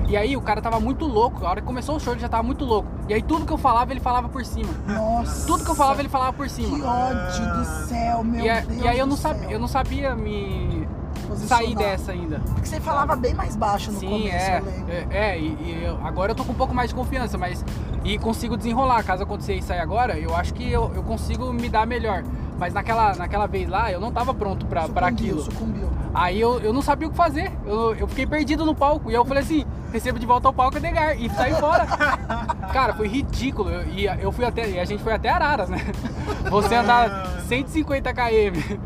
Speaker 1: E aí o cara tava muito louco, a hora que começou o show ele já tava muito louco. E aí tudo que eu falava, ele falava por cima.
Speaker 2: Nossa.
Speaker 1: Tudo que eu falava, ele falava por
Speaker 2: Que
Speaker 1: cima.
Speaker 2: ódio do céu, meu
Speaker 1: E, a-
Speaker 2: Deus.
Speaker 1: e aí eu não,
Speaker 2: do
Speaker 1: sabia,
Speaker 2: céu.
Speaker 1: eu não sabia me
Speaker 2: Posicionar.
Speaker 1: sair dessa ainda.
Speaker 2: Porque você falava bem mais baixo no
Speaker 1: Sim,
Speaker 2: começo,
Speaker 1: é.
Speaker 2: eu lembro.
Speaker 1: É, é, e, e eu- agora eu tô com um pouco mais de confiança, mas. E consigo desenrolar. Caso acontecer isso aí agora, eu acho que eu, eu consigo me dar melhor. Mas naquela, naquela vez lá, eu não tava pronto pra, pra
Speaker 2: Sucumbiu,
Speaker 1: aquilo.
Speaker 2: Sucumbiu.
Speaker 1: Aí eu, eu não sabia o que fazer. Eu, eu fiquei perdido no palco. E eu falei assim: recebo de volta ao palco Edgar. E saí fora. Cara, foi ridículo. Eu, e a- eu fui até. E a gente foi até Araras, né? Você andar 150 km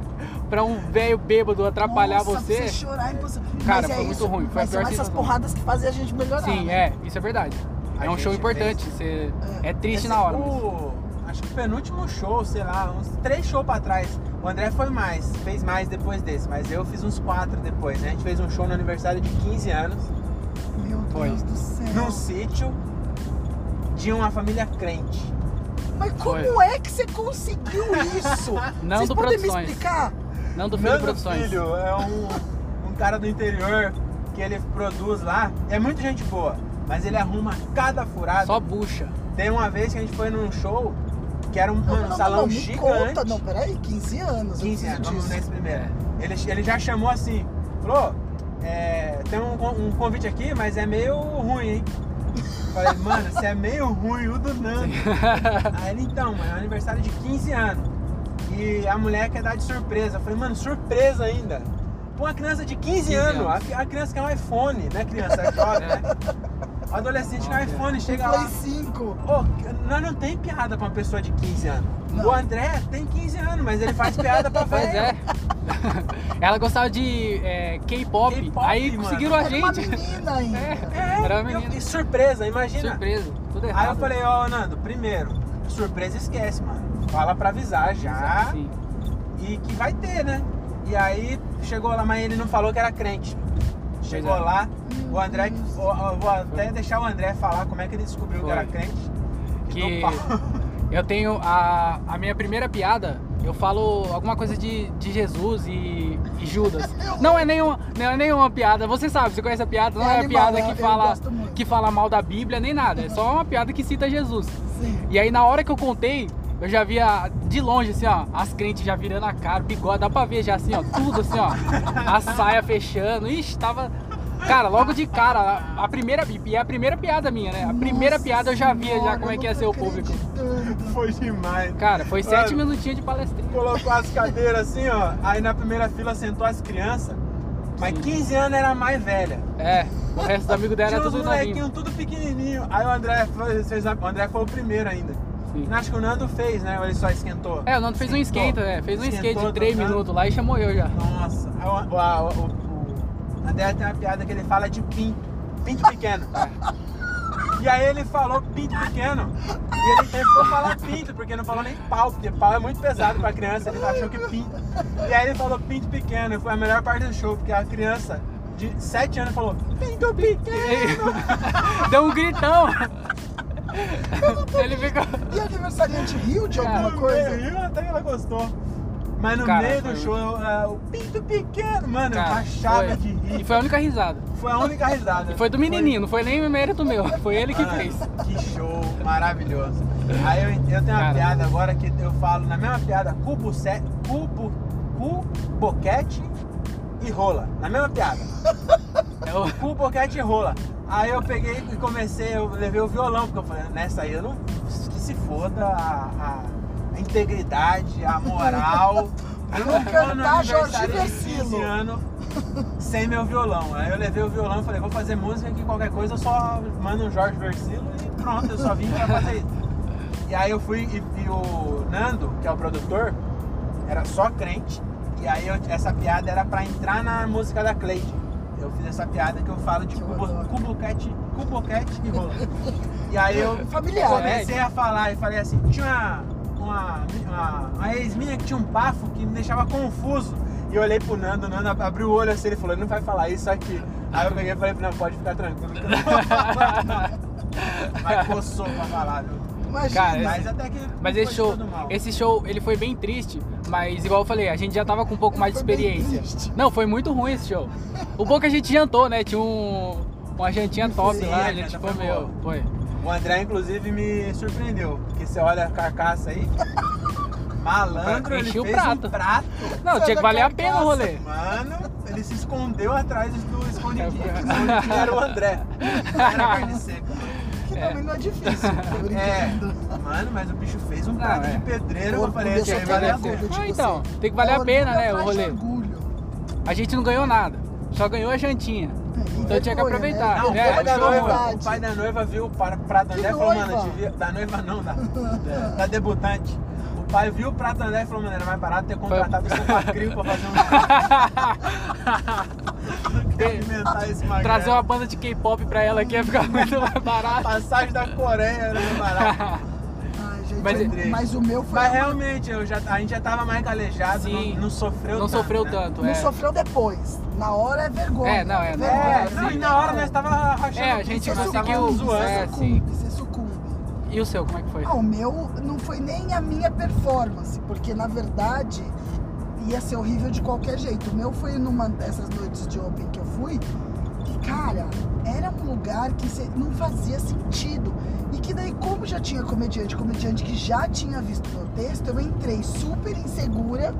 Speaker 1: pra um velho bêbado atrapalhar
Speaker 2: Nossa,
Speaker 1: você.
Speaker 2: pra você chorar é impossível.
Speaker 1: Cara,
Speaker 2: mas é
Speaker 1: foi muito
Speaker 2: isso.
Speaker 1: ruim, foi a
Speaker 2: mas são
Speaker 1: pior
Speaker 2: essas
Speaker 1: sensação.
Speaker 2: porradas que fazem a gente melhorar.
Speaker 1: Sim,
Speaker 2: né?
Speaker 1: é, isso é verdade.
Speaker 3: A
Speaker 1: é um show
Speaker 3: gente
Speaker 1: importante. Você... É triste na hora. mas-
Speaker 3: O- Uh, acho que o penúltimo show, sei lá, uns três shows pra trás. O André foi mais, fez mais depois desse, mas eu fiz uns quatro depois. né? A gente fez um show no aniversário de 15 anos,
Speaker 2: Meu Deus
Speaker 1: é. Foi.
Speaker 2: do céu.
Speaker 3: num sítio de uma família crente.
Speaker 2: Mas como é que você conseguiu isso?
Speaker 1: Nando
Speaker 2: Vocês podem me
Speaker 1: Produções.
Speaker 2: explicar?
Speaker 1: Não do Filho
Speaker 3: Nando
Speaker 1: Produções.
Speaker 3: Filho é um, um cara do interior que ele produz lá. É muito gente boa, mas ele arruma cada furada.
Speaker 1: Só bucha.
Speaker 3: Tem uma vez que a gente foi num show que era um, mano, um salão
Speaker 2: não, me
Speaker 3: gigante.
Speaker 2: Conta. Não, peraí, 15 anos. eu
Speaker 3: 15 anos,
Speaker 2: preciso
Speaker 3: vamos
Speaker 2: disso.
Speaker 3: nesse primeiro. Ele, ele já chamou assim, falou, é, tem um, con- um convite aqui, mas é meio ruim, hein? Falei, mano, você é meio ruim, o do Nando. Aí ele, então, mano, é aniversário de 15 anos. E a mulher quer dar de surpresa. Eu falei, mano, surpresa ainda. Pra uma criança de 15,
Speaker 1: 15
Speaker 3: anos,
Speaker 1: anos.
Speaker 3: A, a criança quer um iPhone, né, criança? É jovem, né? O adolescente quer um
Speaker 1: Olha.
Speaker 3: iPhone, chega
Speaker 2: Play
Speaker 3: lá.
Speaker 2: 5.
Speaker 3: Ô, nós não tem piada pra uma pessoa de 15 anos.
Speaker 2: Não.
Speaker 3: O André tem 15 anos, mas ele faz piada pra
Speaker 1: Pois
Speaker 3: velho.
Speaker 1: é. Ela gostava de é, K-pop.
Speaker 3: K-pop,
Speaker 1: Aí
Speaker 3: mano.
Speaker 1: conseguiram a
Speaker 2: Era uma
Speaker 1: gente.
Speaker 2: menina ainda.
Speaker 1: É,
Speaker 3: É,
Speaker 1: era uma
Speaker 3: eu-
Speaker 1: menina.
Speaker 3: e surpresa, imagina.
Speaker 1: Surpresa. Tudo errado.
Speaker 3: Aí eu falei, ó, Nando, primeiro, surpresa esquece, mano. Fala pra avisar já
Speaker 1: Sim.
Speaker 3: e que vai ter, né? E aí chegou lá, mas ele não falou que era crente. Chegou
Speaker 1: é.
Speaker 3: lá, o André,
Speaker 2: Deus.
Speaker 3: o- o- vou até deixar o André falar como é que ele descobriu que
Speaker 1: Foi.
Speaker 3: era crente.
Speaker 1: Que
Speaker 3: Deu pau.
Speaker 1: eu tenho a, a minha primeira piada. Eu falo alguma coisa de, de Jesus e, e Judas. Não é, nenhuma, não é nenhuma piada. Você sabe, você conhece a piada. Não
Speaker 2: É
Speaker 1: é, a
Speaker 2: animal,
Speaker 1: piada
Speaker 2: eu-
Speaker 1: que
Speaker 2: eu
Speaker 1: fala,
Speaker 2: gosto muito.
Speaker 1: que fala mal da Bíblia nem nada. É só uma piada que cita Jesus.
Speaker 2: Sim.
Speaker 1: E aí na hora que eu contei, eu já via de longe, assim, ó, as crentes já virando a cara, o bigode, dá pra ver já assim, ó, tudo assim, ó. A saia fechando. Ixi, tava. Cara, logo de cara, a- a primeira. E é a primeira piada minha, né? A primeira
Speaker 2: Nossa
Speaker 1: piada eu já via já
Speaker 2: Senhora,
Speaker 1: como é
Speaker 2: eu
Speaker 1: que ia
Speaker 2: não
Speaker 1: ser o
Speaker 2: tô
Speaker 1: público.
Speaker 2: acreditando.
Speaker 3: Foi demais.
Speaker 1: Cara, foi sete
Speaker 3: Mano.
Speaker 1: minutinhos de palestrinha.
Speaker 3: Colocou as cadeiras assim, ó. Aí na primeira fila sentou as crianças. Mas
Speaker 1: Sim.
Speaker 3: 15 anos era a mais velha.
Speaker 1: É, o resto do amigo dela
Speaker 3: Tinha
Speaker 1: era
Speaker 3: uns
Speaker 1: tudo novinho.
Speaker 3: molequinhos tudo pequenininho. Aí o André fez, fez a- o André foi o primeiro ainda.
Speaker 1: Sim.
Speaker 3: Acho que o Nando fez, né? Ou ele só esquentou.
Speaker 1: É, o Nando fez um esquenta, né? Fez um skate
Speaker 3: Esquentou,
Speaker 1: de três
Speaker 3: dançando.
Speaker 1: minutos lá e chamou eu já.
Speaker 3: Nossa, aí o, o, a- o, o- o André tem uma piada que ele fala de pinto. Pinto pequeno.
Speaker 1: É.
Speaker 3: e aí ele falou pinto pequeno. E ele tentou falar pinto, porque não falou nem pau, porque pau é muito pesado pra criança, ele achou que pinto. E aí ele falou pinto pequeno, e foi a melhor parte do show, porque a criança de 7 anos falou, pinto pequeno!
Speaker 1: Deu um gritão. Ele ficou.
Speaker 2: E aniversariante Rio de
Speaker 1: Cara,
Speaker 2: alguma
Speaker 3: No
Speaker 2: coisa?
Speaker 3: meio, até que ela gostou. Mas no
Speaker 1: Cara,
Speaker 3: meio
Speaker 1: foi
Speaker 3: do show, ah, o pinto pequeno, mano, eu
Speaker 1: Cara,
Speaker 3: rachava
Speaker 1: foi-
Speaker 3: de
Speaker 1: E
Speaker 3: rir.
Speaker 1: foi a única risada.
Speaker 3: Foi a única risada.
Speaker 1: E foi do menininho, não foi nem mérito meu, foi ele que
Speaker 3: Mano,
Speaker 1: fez.
Speaker 3: Que show maravilhoso. Aí eu, eu tenho uma
Speaker 1: Cara.
Speaker 3: piada agora que eu falo na mesma piada cubo, se, cubo, cuboquete e rola. Na mesma piada.
Speaker 1: É o-
Speaker 3: Cuboquete e é rola. Aí eu peguei e comecei, eu levei o violão, porque eu falei, nessa aí eu não. Que se foda a, a- a integridade, a moral. Eu
Speaker 2: Vou
Speaker 3: vou no
Speaker 2: cantar Jorge
Speaker 3: aniversário de 15
Speaker 2: Versilo.
Speaker 3: anos sem meu violão. Aí eu levei o violão e falei, vou fazer música que qualquer coisa eu só mando um Jorge Versilo e pronto, eu só vim pra fazer isso. E aí eu fui e, e o Nando, que é o produtor, era só crente. E aí eu- essa piada era pra entrar na música da Cleide. Eu fiz essa piada que eu falo de
Speaker 2: Eu
Speaker 3: cubo,
Speaker 2: Tipo, adoro.
Speaker 3: cuboquete, cuboquete e rolo. E aí eu
Speaker 2: Familiar, né?
Speaker 3: comecei a falar e falei assim, tinha uma, uma, uma, uma ex minha que tinha um bafo que me deixava confuso. E eu olhei pro Nando, o Nando ab- abriu o olho assim, ele falou, ele não vai falar isso aqui. Aí eu peguei e falei, não, pode ficar tranquilo. que eu não vou falar." Mas coçou pra falar, viu?
Speaker 2: Imagina.
Speaker 1: Cara, é
Speaker 2: mas-
Speaker 3: Mas até que. não
Speaker 1: Mas
Speaker 3: foi
Speaker 1: esse show,
Speaker 3: tudo mal.
Speaker 1: esse show, ele foi bem triste, mas igual eu falei, a gente já tava com um pouco mais de
Speaker 2: Foi bem
Speaker 1: experiência.
Speaker 2: triste.
Speaker 1: Não, foi muito ruim esse show. O bom que a gente jantou, né? Tinha um, uma jantinha top
Speaker 3: Sim,
Speaker 1: lá,
Speaker 3: a
Speaker 1: a gente
Speaker 3: janta foi
Speaker 1: comeu.
Speaker 3: boa.
Speaker 1: Foi.
Speaker 3: O André, inclusive, me surpreendeu. Porque você olha a carcaça aí. Malandro, ele
Speaker 1: Enchi o
Speaker 3: fez
Speaker 1: prato.
Speaker 3: um prato.
Speaker 1: Não,
Speaker 2: Só
Speaker 1: tinha que
Speaker 2: da
Speaker 1: valer a pena o
Speaker 2: carcaça.
Speaker 1: rolê.
Speaker 3: Mano, ele se escondeu atrás do escondidinho. que escondidinho era o André. Não Era carne seca.
Speaker 2: Que também não é difícil. Tô
Speaker 3: É,
Speaker 2: brincando.
Speaker 3: mano, mas o bicho fez um prato
Speaker 1: Não, é.
Speaker 3: de pedreiro. Eu
Speaker 2: Orgulho,
Speaker 3: falei,
Speaker 2: eu
Speaker 3: assim,
Speaker 2: sou
Speaker 3: aí valeu a
Speaker 2: orgulho. de
Speaker 3: pena.
Speaker 1: Ah,
Speaker 2: você.
Speaker 1: então, tem que valer a
Speaker 2: Orgulho
Speaker 1: pena, né, o
Speaker 2: atrás
Speaker 1: rolê.
Speaker 2: de assim. Orgulho.
Speaker 1: A gente não ganhou nada, só ganhou a jantinha. Então
Speaker 2: né?
Speaker 1: tinha que aproveitar.
Speaker 3: Não, o
Speaker 1: É,
Speaker 3: pai, da
Speaker 1: show,
Speaker 3: noiva,
Speaker 2: mano.
Speaker 3: o pai da noiva viu o par- prato do
Speaker 2: Que
Speaker 3: André e falou, mano,
Speaker 2: noiva?
Speaker 3: devia- da noiva não, da, da- da debutante. O pai viu o prato do André e falou, mano, era mais barato ter contratado o seu Crio pra fazer um. Do que alimentar esse magrelo.
Speaker 1: Trazer uma banda de K-pop pra ela aqui ia ficar muito mais
Speaker 3: A
Speaker 1: barato.
Speaker 3: passagem da Coreia era mais barata.
Speaker 2: Ai, gente,
Speaker 1: Mas-
Speaker 2: mas, mas o meu foi.
Speaker 3: Mas é realmente, eu já, a gente já tava mais calejado,
Speaker 1: Sim.
Speaker 3: não, não sofreu
Speaker 1: Não
Speaker 3: tanto.
Speaker 1: sofreu
Speaker 3: né?
Speaker 1: tanto,
Speaker 2: não
Speaker 1: é.
Speaker 2: sofreu depois. Na hora é vergonha.
Speaker 1: É, não, é, na
Speaker 2: vergonha.
Speaker 3: É, não, e na hora nós tava rachando.
Speaker 1: É, a
Speaker 3: o bico,
Speaker 1: gente
Speaker 2: Você
Speaker 3: nós
Speaker 1: conseguiu
Speaker 3: tava
Speaker 2: sucumbe,
Speaker 1: zoar,
Speaker 2: você
Speaker 1: é,
Speaker 2: sucumbe, você sucumbe.
Speaker 1: E o seu, como é que foi?
Speaker 2: Ah, o meu não foi nem a minha performance, porque na verdade ia ser horrível de qualquer jeito. O meu foi numa dessas noites de open que eu fui, que, cara, era um lugar que cê- não fazia sentido. E que daí, como já tinha comediante, comediante que já tinha visto meu texto, eu entrei super insegura,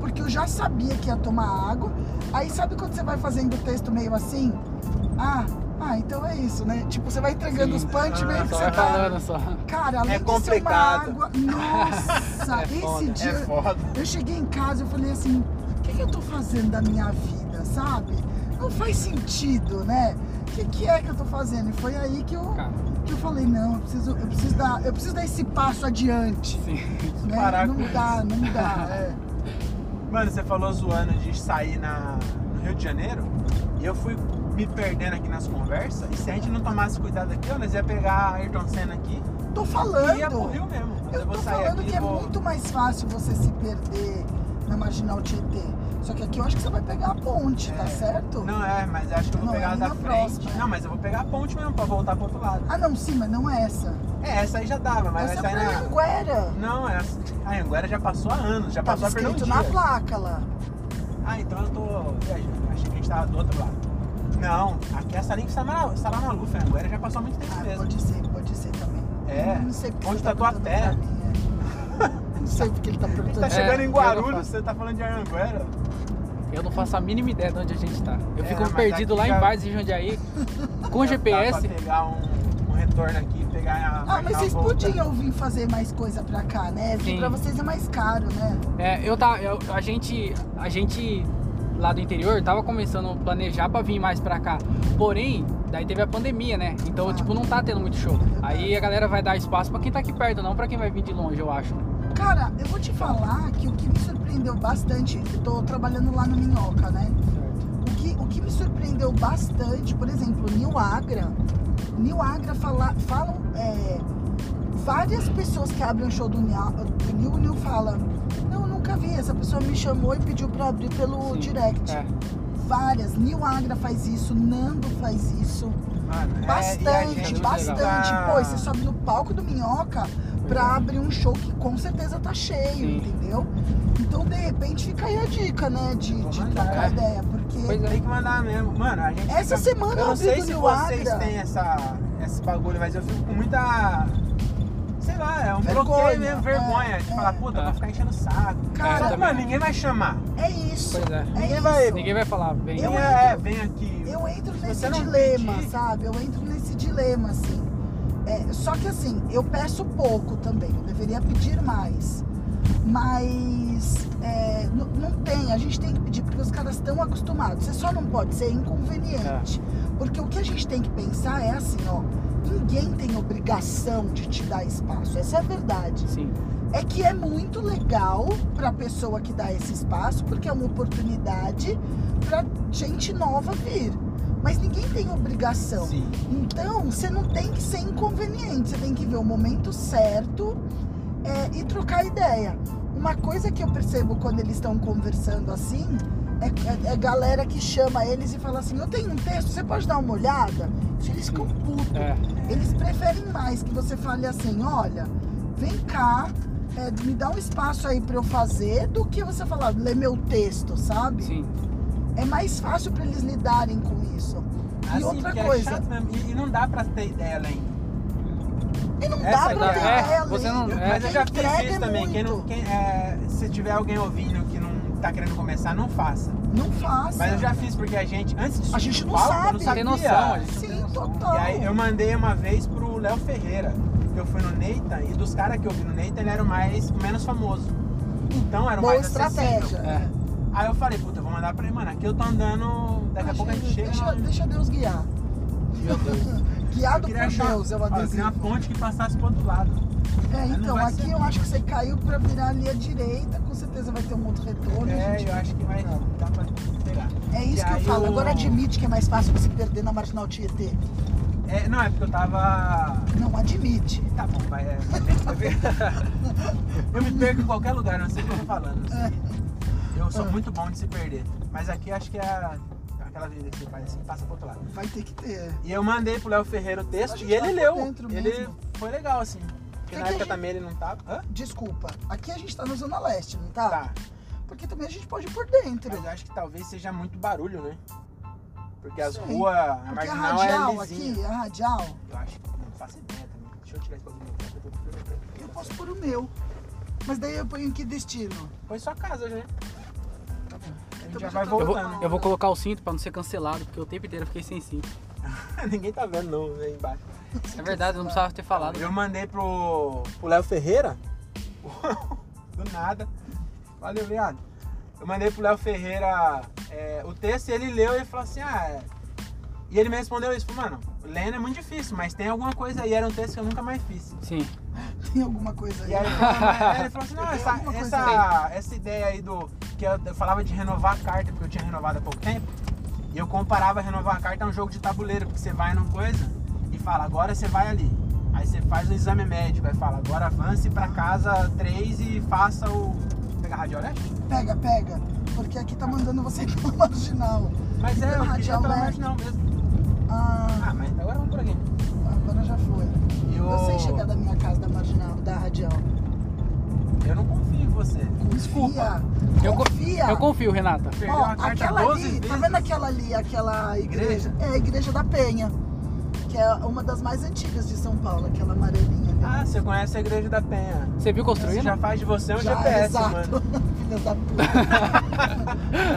Speaker 2: porque eu já sabia que ia tomar água. Aí sabe quando você vai fazendo o texto meio assim? Ah, ah, então é isso, né? Tipo, você vai entregando
Speaker 1: Sim.
Speaker 2: os punch meio que
Speaker 1: Só
Speaker 2: você
Speaker 1: vai
Speaker 2: tá.
Speaker 1: falando só.
Speaker 2: Cara, além
Speaker 3: É
Speaker 2: de ser uma
Speaker 3: complicado.
Speaker 2: água. Nossa,
Speaker 1: É foda.
Speaker 2: esse dia.
Speaker 3: É foda.
Speaker 2: Eu cheguei em casa e falei assim: o que, que eu tô fazendo da minha vida, sabe? Não faz sentido, né? O que, que é que eu tô fazendo? E foi aí que eu,
Speaker 1: Cara,
Speaker 2: que eu falei: não, eu preciso, eu, preciso dar, eu preciso dar esse passo adiante.
Speaker 1: sim.
Speaker 2: Né?
Speaker 3: Parar
Speaker 2: não
Speaker 3: com
Speaker 2: dá, não dá. é.
Speaker 3: Mano, você falou zoando de sair na, no Rio de Janeiro. E eu fui me perdendo aqui nas conversas. E se a gente não tomasse cuidado aqui, ó, nós ia pegar a Ayrton Senna aqui
Speaker 2: Tô
Speaker 3: e é ia pro Rio
Speaker 2: falando.
Speaker 3: mesmo. Mas
Speaker 2: Eu
Speaker 3: vou
Speaker 2: tô
Speaker 3: sair
Speaker 2: falando
Speaker 3: aqui
Speaker 2: que
Speaker 3: e
Speaker 2: é
Speaker 3: vou...
Speaker 2: muito mais fácil você se perder na Marginal Tietê. Só que aqui eu acho que você vai pegar a ponte, tá
Speaker 3: É.
Speaker 2: certo?
Speaker 3: Não, é, mas acho que eu vou
Speaker 2: Não,
Speaker 3: pegar
Speaker 2: é
Speaker 3: a da
Speaker 2: na
Speaker 3: frente.
Speaker 2: próxima.
Speaker 3: Não, mas eu vou pegar a ponte mesmo pra voltar pro outro lado.
Speaker 2: Ah, não, sim, mas não é essa.
Speaker 3: É, essa aí já dava, mas
Speaker 2: essa
Speaker 3: vai
Speaker 2: é
Speaker 3: sair
Speaker 2: pra
Speaker 3: na.
Speaker 2: Anguera.
Speaker 3: Não, é essa. A Anguera já passou há anos, já
Speaker 2: Tava
Speaker 3: passou a
Speaker 2: Tá escrito
Speaker 3: Fernandinha.
Speaker 2: na placa lá.
Speaker 3: Ah, então eu tô viajando. Achei que a gente tava do outro lado. Não, aqui é a Salim que está na, está lá na Lufa. Agora já passou há muito tempo
Speaker 2: Ah,
Speaker 3: mesmo.
Speaker 2: pode ser, pode ser também.
Speaker 3: É.
Speaker 2: Eu Não sei porque
Speaker 3: Onde
Speaker 2: você
Speaker 3: tá tua
Speaker 2: perguntando pra
Speaker 3: terra?
Speaker 2: mim, é. Não sei porque ele tá
Speaker 3: A gente
Speaker 2: perguntando.
Speaker 3: tá chegando
Speaker 1: É,
Speaker 3: em
Speaker 1: eu não
Speaker 3: Guarulhos,
Speaker 1: faço.
Speaker 3: você tá falando de Anguera?
Speaker 1: Eu não faço a mínima ideia de onde a gente tá. Eu
Speaker 3: É,
Speaker 1: fico
Speaker 3: mas
Speaker 1: perdido
Speaker 3: aqui
Speaker 1: lá
Speaker 3: já- tá
Speaker 1: em Base de Jundiaí, com
Speaker 3: Dá
Speaker 1: GPS.
Speaker 3: pra pegar um, um retorno aqui, pegar a.
Speaker 2: Ah, mas
Speaker 3: marcar
Speaker 2: vocês
Speaker 3: a volta.
Speaker 2: podiam vir fazer mais coisa pra cá, né? Porque
Speaker 1: Sim.
Speaker 2: pra vocês é mais caro, né?
Speaker 1: É, eu tá, eu- a gente, a gente lá do interior tava começando a planejar pra vir mais pra cá. Porém, daí teve a pandemia, né? Então,
Speaker 2: Ah.
Speaker 1: tipo, não tá tendo muito
Speaker 3: É
Speaker 1: show. Aí a galera vai dar espaço pra quem tá aqui perto, não pra quem vai vir de longe, eu acho.
Speaker 2: Cara, eu vou te falar que o que me surpreendeu bastante, eu tô trabalhando lá no Minhoca, né? O que, o que me surpreendeu bastante, por exemplo, New Agra. New Agra fala, falam. é, várias pessoas que abrem o show do Nia- do New, New fala. Não, nunca vi. Essa pessoa me chamou e pediu pra abrir pelo
Speaker 1: Sim,
Speaker 2: direct.
Speaker 1: é.
Speaker 2: Várias. New Agra faz isso, Nando faz isso.
Speaker 3: Mano, é, e a
Speaker 2: Bastante,
Speaker 3: gente
Speaker 2: bastante.
Speaker 3: tá-
Speaker 2: Pô, e você sobe no palco do Minhoca
Speaker 3: Uhum.
Speaker 2: pra abrir um show que com certeza tá cheio,
Speaker 1: Sim.
Speaker 2: entendeu? Então, de repente, fica aí a dica, né? De,
Speaker 3: Vou
Speaker 2: de
Speaker 3: mandar.
Speaker 2: trocar ideia. Porque.
Speaker 1: Pois é.
Speaker 3: Tem que mandar mesmo. Mano, a gente.
Speaker 2: Essa semana
Speaker 3: eu
Speaker 2: eu
Speaker 3: não
Speaker 2: abri
Speaker 3: sei
Speaker 2: do
Speaker 3: se
Speaker 2: New
Speaker 3: vocês
Speaker 2: Agra.
Speaker 3: têm essa, esse bagulho, mas eu fico com muita sei lá, é um
Speaker 2: Vergonha,
Speaker 3: bloqueio mesmo, vergonha.
Speaker 2: é,
Speaker 3: de
Speaker 2: é.
Speaker 3: falar, puta, vou ficar enchendo o saco.
Speaker 2: Cara,
Speaker 3: Só que,
Speaker 1: também.
Speaker 3: mano, ninguém vai chamar.
Speaker 2: É isso.
Speaker 1: Pois é.
Speaker 2: é
Speaker 3: Ninguém vai-
Speaker 2: isso.
Speaker 1: Ninguém vai falar, vem.
Speaker 2: Eu
Speaker 3: Eu
Speaker 2: entro.
Speaker 3: é, vem aqui.
Speaker 2: Eu entro
Speaker 3: Se
Speaker 2: nesse
Speaker 3: você não
Speaker 2: dilema,
Speaker 3: pedir-
Speaker 2: sabe? Eu entro nesse dilema, assim. É, só que assim, eu peço pouco também, eu deveria pedir mais. Mas é, n- não tem, a gente tem que pedir, porque os caras estão acostumados. Você só não pode ser inconveniente.
Speaker 3: É.
Speaker 2: Porque o que a gente tem que pensar é assim, ó, ninguém tem obrigação de te dar espaço. Essa é a verdade
Speaker 1: Sim.
Speaker 2: é que é muito legal para a pessoa que dá esse espaço, porque é uma oportunidade para gente nova vir. Mas ninguém tem obrigação.
Speaker 3: Sim.
Speaker 2: Então, você não tem que ser inconveniente, você tem que ver o momento certo é, e trocar ideia. Uma coisa que eu percebo quando eles estão conversando assim é, é- é galera que chama eles e fala assim: Eu tenho um texto, você pode dar uma olhada? Isso eles ficam putos.
Speaker 1: É.
Speaker 2: Eles preferem mais que você fale assim, olha, vem cá, é, me dá um espaço aí pra eu fazer, do que você falar, lê meu texto, sabe?
Speaker 1: Sim.
Speaker 2: É mais fácil pra eles lidarem com isso.
Speaker 3: Assim,
Speaker 2: e outra
Speaker 3: porque é
Speaker 2: coisa,
Speaker 3: chato mesmo, e, e não dá pra ter ideia além.
Speaker 2: e não
Speaker 3: essa
Speaker 2: dá pra
Speaker 3: ideia-
Speaker 2: ter
Speaker 1: é,
Speaker 2: ideia,
Speaker 1: você
Speaker 2: além.
Speaker 1: não-
Speaker 3: Eu-
Speaker 1: é.
Speaker 3: Mas eu já fiz
Speaker 2: Entrega
Speaker 3: isso também. Quem não,
Speaker 2: muito.
Speaker 3: quem, é, se tiver alguém ouvindo que não tá querendo começar, não faça.
Speaker 2: Não faça.
Speaker 3: Mas eu já fiz porque a gente, antes de
Speaker 2: A gente não
Speaker 3: palco, eu
Speaker 2: sabe.
Speaker 3: não
Speaker 2: Tem
Speaker 3: sabia.
Speaker 1: noção, a gente não tem
Speaker 2: Sim,
Speaker 1: noção.
Speaker 2: total.
Speaker 3: E aí eu mandei uma vez pro Léo Ferreira, que eu fui no Neita, e dos caras que eu vi no Neita, ele era o mais, o menos famoso. Então era o
Speaker 2: Boa
Speaker 3: mais
Speaker 2: estratégia.
Speaker 3: acessível.
Speaker 1: É.
Speaker 3: Aí eu falei, puta, eu vou mandar pra ele, mano, aqui eu tô andando, daqui a
Speaker 2: Ah,
Speaker 3: pouco a gente chega.
Speaker 2: deixa,
Speaker 3: no-
Speaker 2: deixa Deus guiar.
Speaker 3: Meu Deus.
Speaker 2: Guiado
Speaker 3: Eu
Speaker 2: por
Speaker 3: queria achar-
Speaker 2: Deus, eu
Speaker 3: Ó, eu
Speaker 2: adesivo.
Speaker 3: queria uma ponte que passasse pro outro lado.
Speaker 2: É,
Speaker 3: Mas não
Speaker 2: então,
Speaker 3: vai
Speaker 2: aqui
Speaker 3: ser.
Speaker 2: eu acho que você caiu pra virar ali à direita, com certeza vai ter um outro retorno. a
Speaker 3: É,
Speaker 2: gente
Speaker 3: eu acho que vai dar pra pegar.
Speaker 2: É isso
Speaker 3: E
Speaker 2: que eu
Speaker 3: aí
Speaker 2: falo.
Speaker 3: o-
Speaker 2: Agora admite que é mais fácil você perder na Marginal Tietê.
Speaker 3: É, não, é porque eu tava.
Speaker 2: Não, admite.
Speaker 3: Tá bom, vai. É, vai ter que saber. eu me perco em qualquer lugar, não sei o que eu tô falando.
Speaker 2: É,
Speaker 3: assim. Eu sou muito bom de se perder. Mas aqui acho que é a- aquela vida que você faz assim, passa pro outro lado.
Speaker 2: Vai ter que ter.
Speaker 3: E eu mandei pro Léo Ferreira o
Speaker 2: A
Speaker 3: texto
Speaker 2: gente
Speaker 3: e ele
Speaker 2: tá por
Speaker 3: leu.
Speaker 2: dentro
Speaker 3: Ele
Speaker 2: mesmo.
Speaker 3: foi legal, assim.
Speaker 2: que é?
Speaker 3: Porque
Speaker 2: a
Speaker 3: na época
Speaker 2: gente-
Speaker 3: também ele não tava. Hã?
Speaker 2: Desculpa, aqui a gente tá na Zona Leste, não tá?
Speaker 3: Tá.
Speaker 2: Porque também a gente pode ir por
Speaker 3: Mas
Speaker 2: dentro.
Speaker 3: eu acho que talvez seja muito barulho, né? Porque as
Speaker 2: Sim.
Speaker 3: ruas, a
Speaker 2: Porque a
Speaker 3: marginal é
Speaker 2: radial
Speaker 3: lisinha.
Speaker 2: aqui, a radial,
Speaker 3: Eu acho que não faço ideia também. Deixa eu tirar esse bagulho do meu pé, eu tô-
Speaker 2: eu posso pôr o meu. Mas daí eu ponho em que destino?
Speaker 3: Foi sua casa já. Tá bom. A gente
Speaker 2: Então,
Speaker 3: já
Speaker 2: mas
Speaker 3: vai
Speaker 2: eu tô-
Speaker 1: Eu vou,
Speaker 3: voltando.
Speaker 1: eu vou colocar o cinto pra não ser cancelado, porque o tempo inteiro eu fiquei sem cinto.
Speaker 3: Ninguém tá vendo não, aí embaixo.
Speaker 1: É verdade, eu não precisava ter falado. né?
Speaker 3: Eu mandei pro, pro Léo Ferreira. Do nada. Valeu, viado. Eu mandei pro Léo Ferreira é, o texto e ele leu e falou assim, ah. é. E ele me respondeu isso, falou, mano, lendo é muito difícil, mas tem alguma coisa aí, era um texto que eu nunca mais fiz.
Speaker 1: Sim.
Speaker 2: Tem alguma coisa aí?
Speaker 3: E aí ele falou, "Mas", ele falou assim, não,
Speaker 2: Tem alguma
Speaker 3: essa,
Speaker 2: coisa
Speaker 3: essa, essa ideia aí do. Que eu, eu falava de renovar a carta, porque eu tinha renovado há pouco tempo. E eu comparava renovar a carta a um jogo de tabuleiro, porque você vai numa coisa e fala, agora você vai ali. Aí você faz o exame médico, aí fala, agora avance pra casa 3 e faça o. Pegar a radiola, é?
Speaker 2: Pega, pega. Porque aqui tá mandando você ir pela marginal.
Speaker 3: Mas é, eu queria
Speaker 2: Radiola
Speaker 3: pela
Speaker 2: é.
Speaker 3: marginal mesmo.
Speaker 2: Ah,
Speaker 3: Ah, mas agora vamos por aqui.
Speaker 2: agora já foi.
Speaker 3: E o-
Speaker 2: Eu sei chegar da minha casa da marginal, da radial.
Speaker 3: Eu não confio em você. Desculpa.
Speaker 2: Confia.
Speaker 1: Eu co-
Speaker 2: Confia.
Speaker 1: Eu confio, Renata.
Speaker 3: Perdeu
Speaker 2: Ó,
Speaker 3: a carta
Speaker 2: aquela
Speaker 3: 12
Speaker 2: ali, tá
Speaker 3: vezes.
Speaker 2: vendo aquela ali, aquela igreja? É a igreja da Penha, que é uma das mais antigas de São Paulo, aquela amarelinha ali.
Speaker 3: Ah, você conhece a igreja da Penha.
Speaker 1: Você viu
Speaker 3: Isso
Speaker 1: construindo?
Speaker 3: já faz de você um
Speaker 2: Tá Já,
Speaker 3: GPS,
Speaker 2: exato.
Speaker 3: mano.
Speaker 2: Filhas da puta.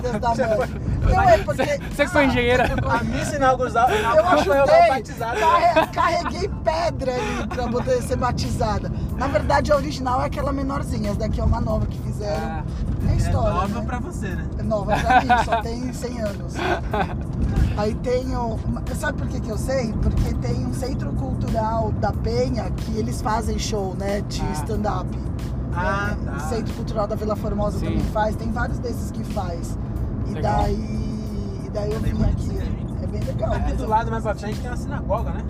Speaker 2: Filhas da mãe. Não é porque.
Speaker 1: Você que foi engenheira.
Speaker 3: A missa inaugural,
Speaker 2: Eu
Speaker 3: inaugural foi É, eu
Speaker 2: ajudei, Tá,
Speaker 3: batizado.
Speaker 2: carre- carreguei pedra ali pra poder ser batizada. Na verdade, a original é aquela menorzinha, essa daqui é uma nova que fizeram.
Speaker 1: Ah,
Speaker 2: é história. né?
Speaker 3: você, né?
Speaker 2: É nova pra mim, só tem 100 anos. Aí tem o. Sabe por que, que eu sei? Porque tem um centro cultural da Penha que eles fazem show, né? De
Speaker 1: Ah.
Speaker 2: stand-up.
Speaker 3: Ah,
Speaker 2: É,
Speaker 3: tá.
Speaker 2: O Centro Cultural da Vila Formosa
Speaker 1: Sim.
Speaker 2: também faz, tem vários desses que faz. E
Speaker 1: Legal.
Speaker 2: daí. E daí eu
Speaker 3: É bem
Speaker 2: vim
Speaker 3: bonito
Speaker 2: aqui.
Speaker 3: isso aí.
Speaker 2: É bem legal.
Speaker 3: Aqui
Speaker 2: mas
Speaker 3: do
Speaker 2: eu-
Speaker 3: lado, mais Tá pra frente, tem uma sinagoga, né?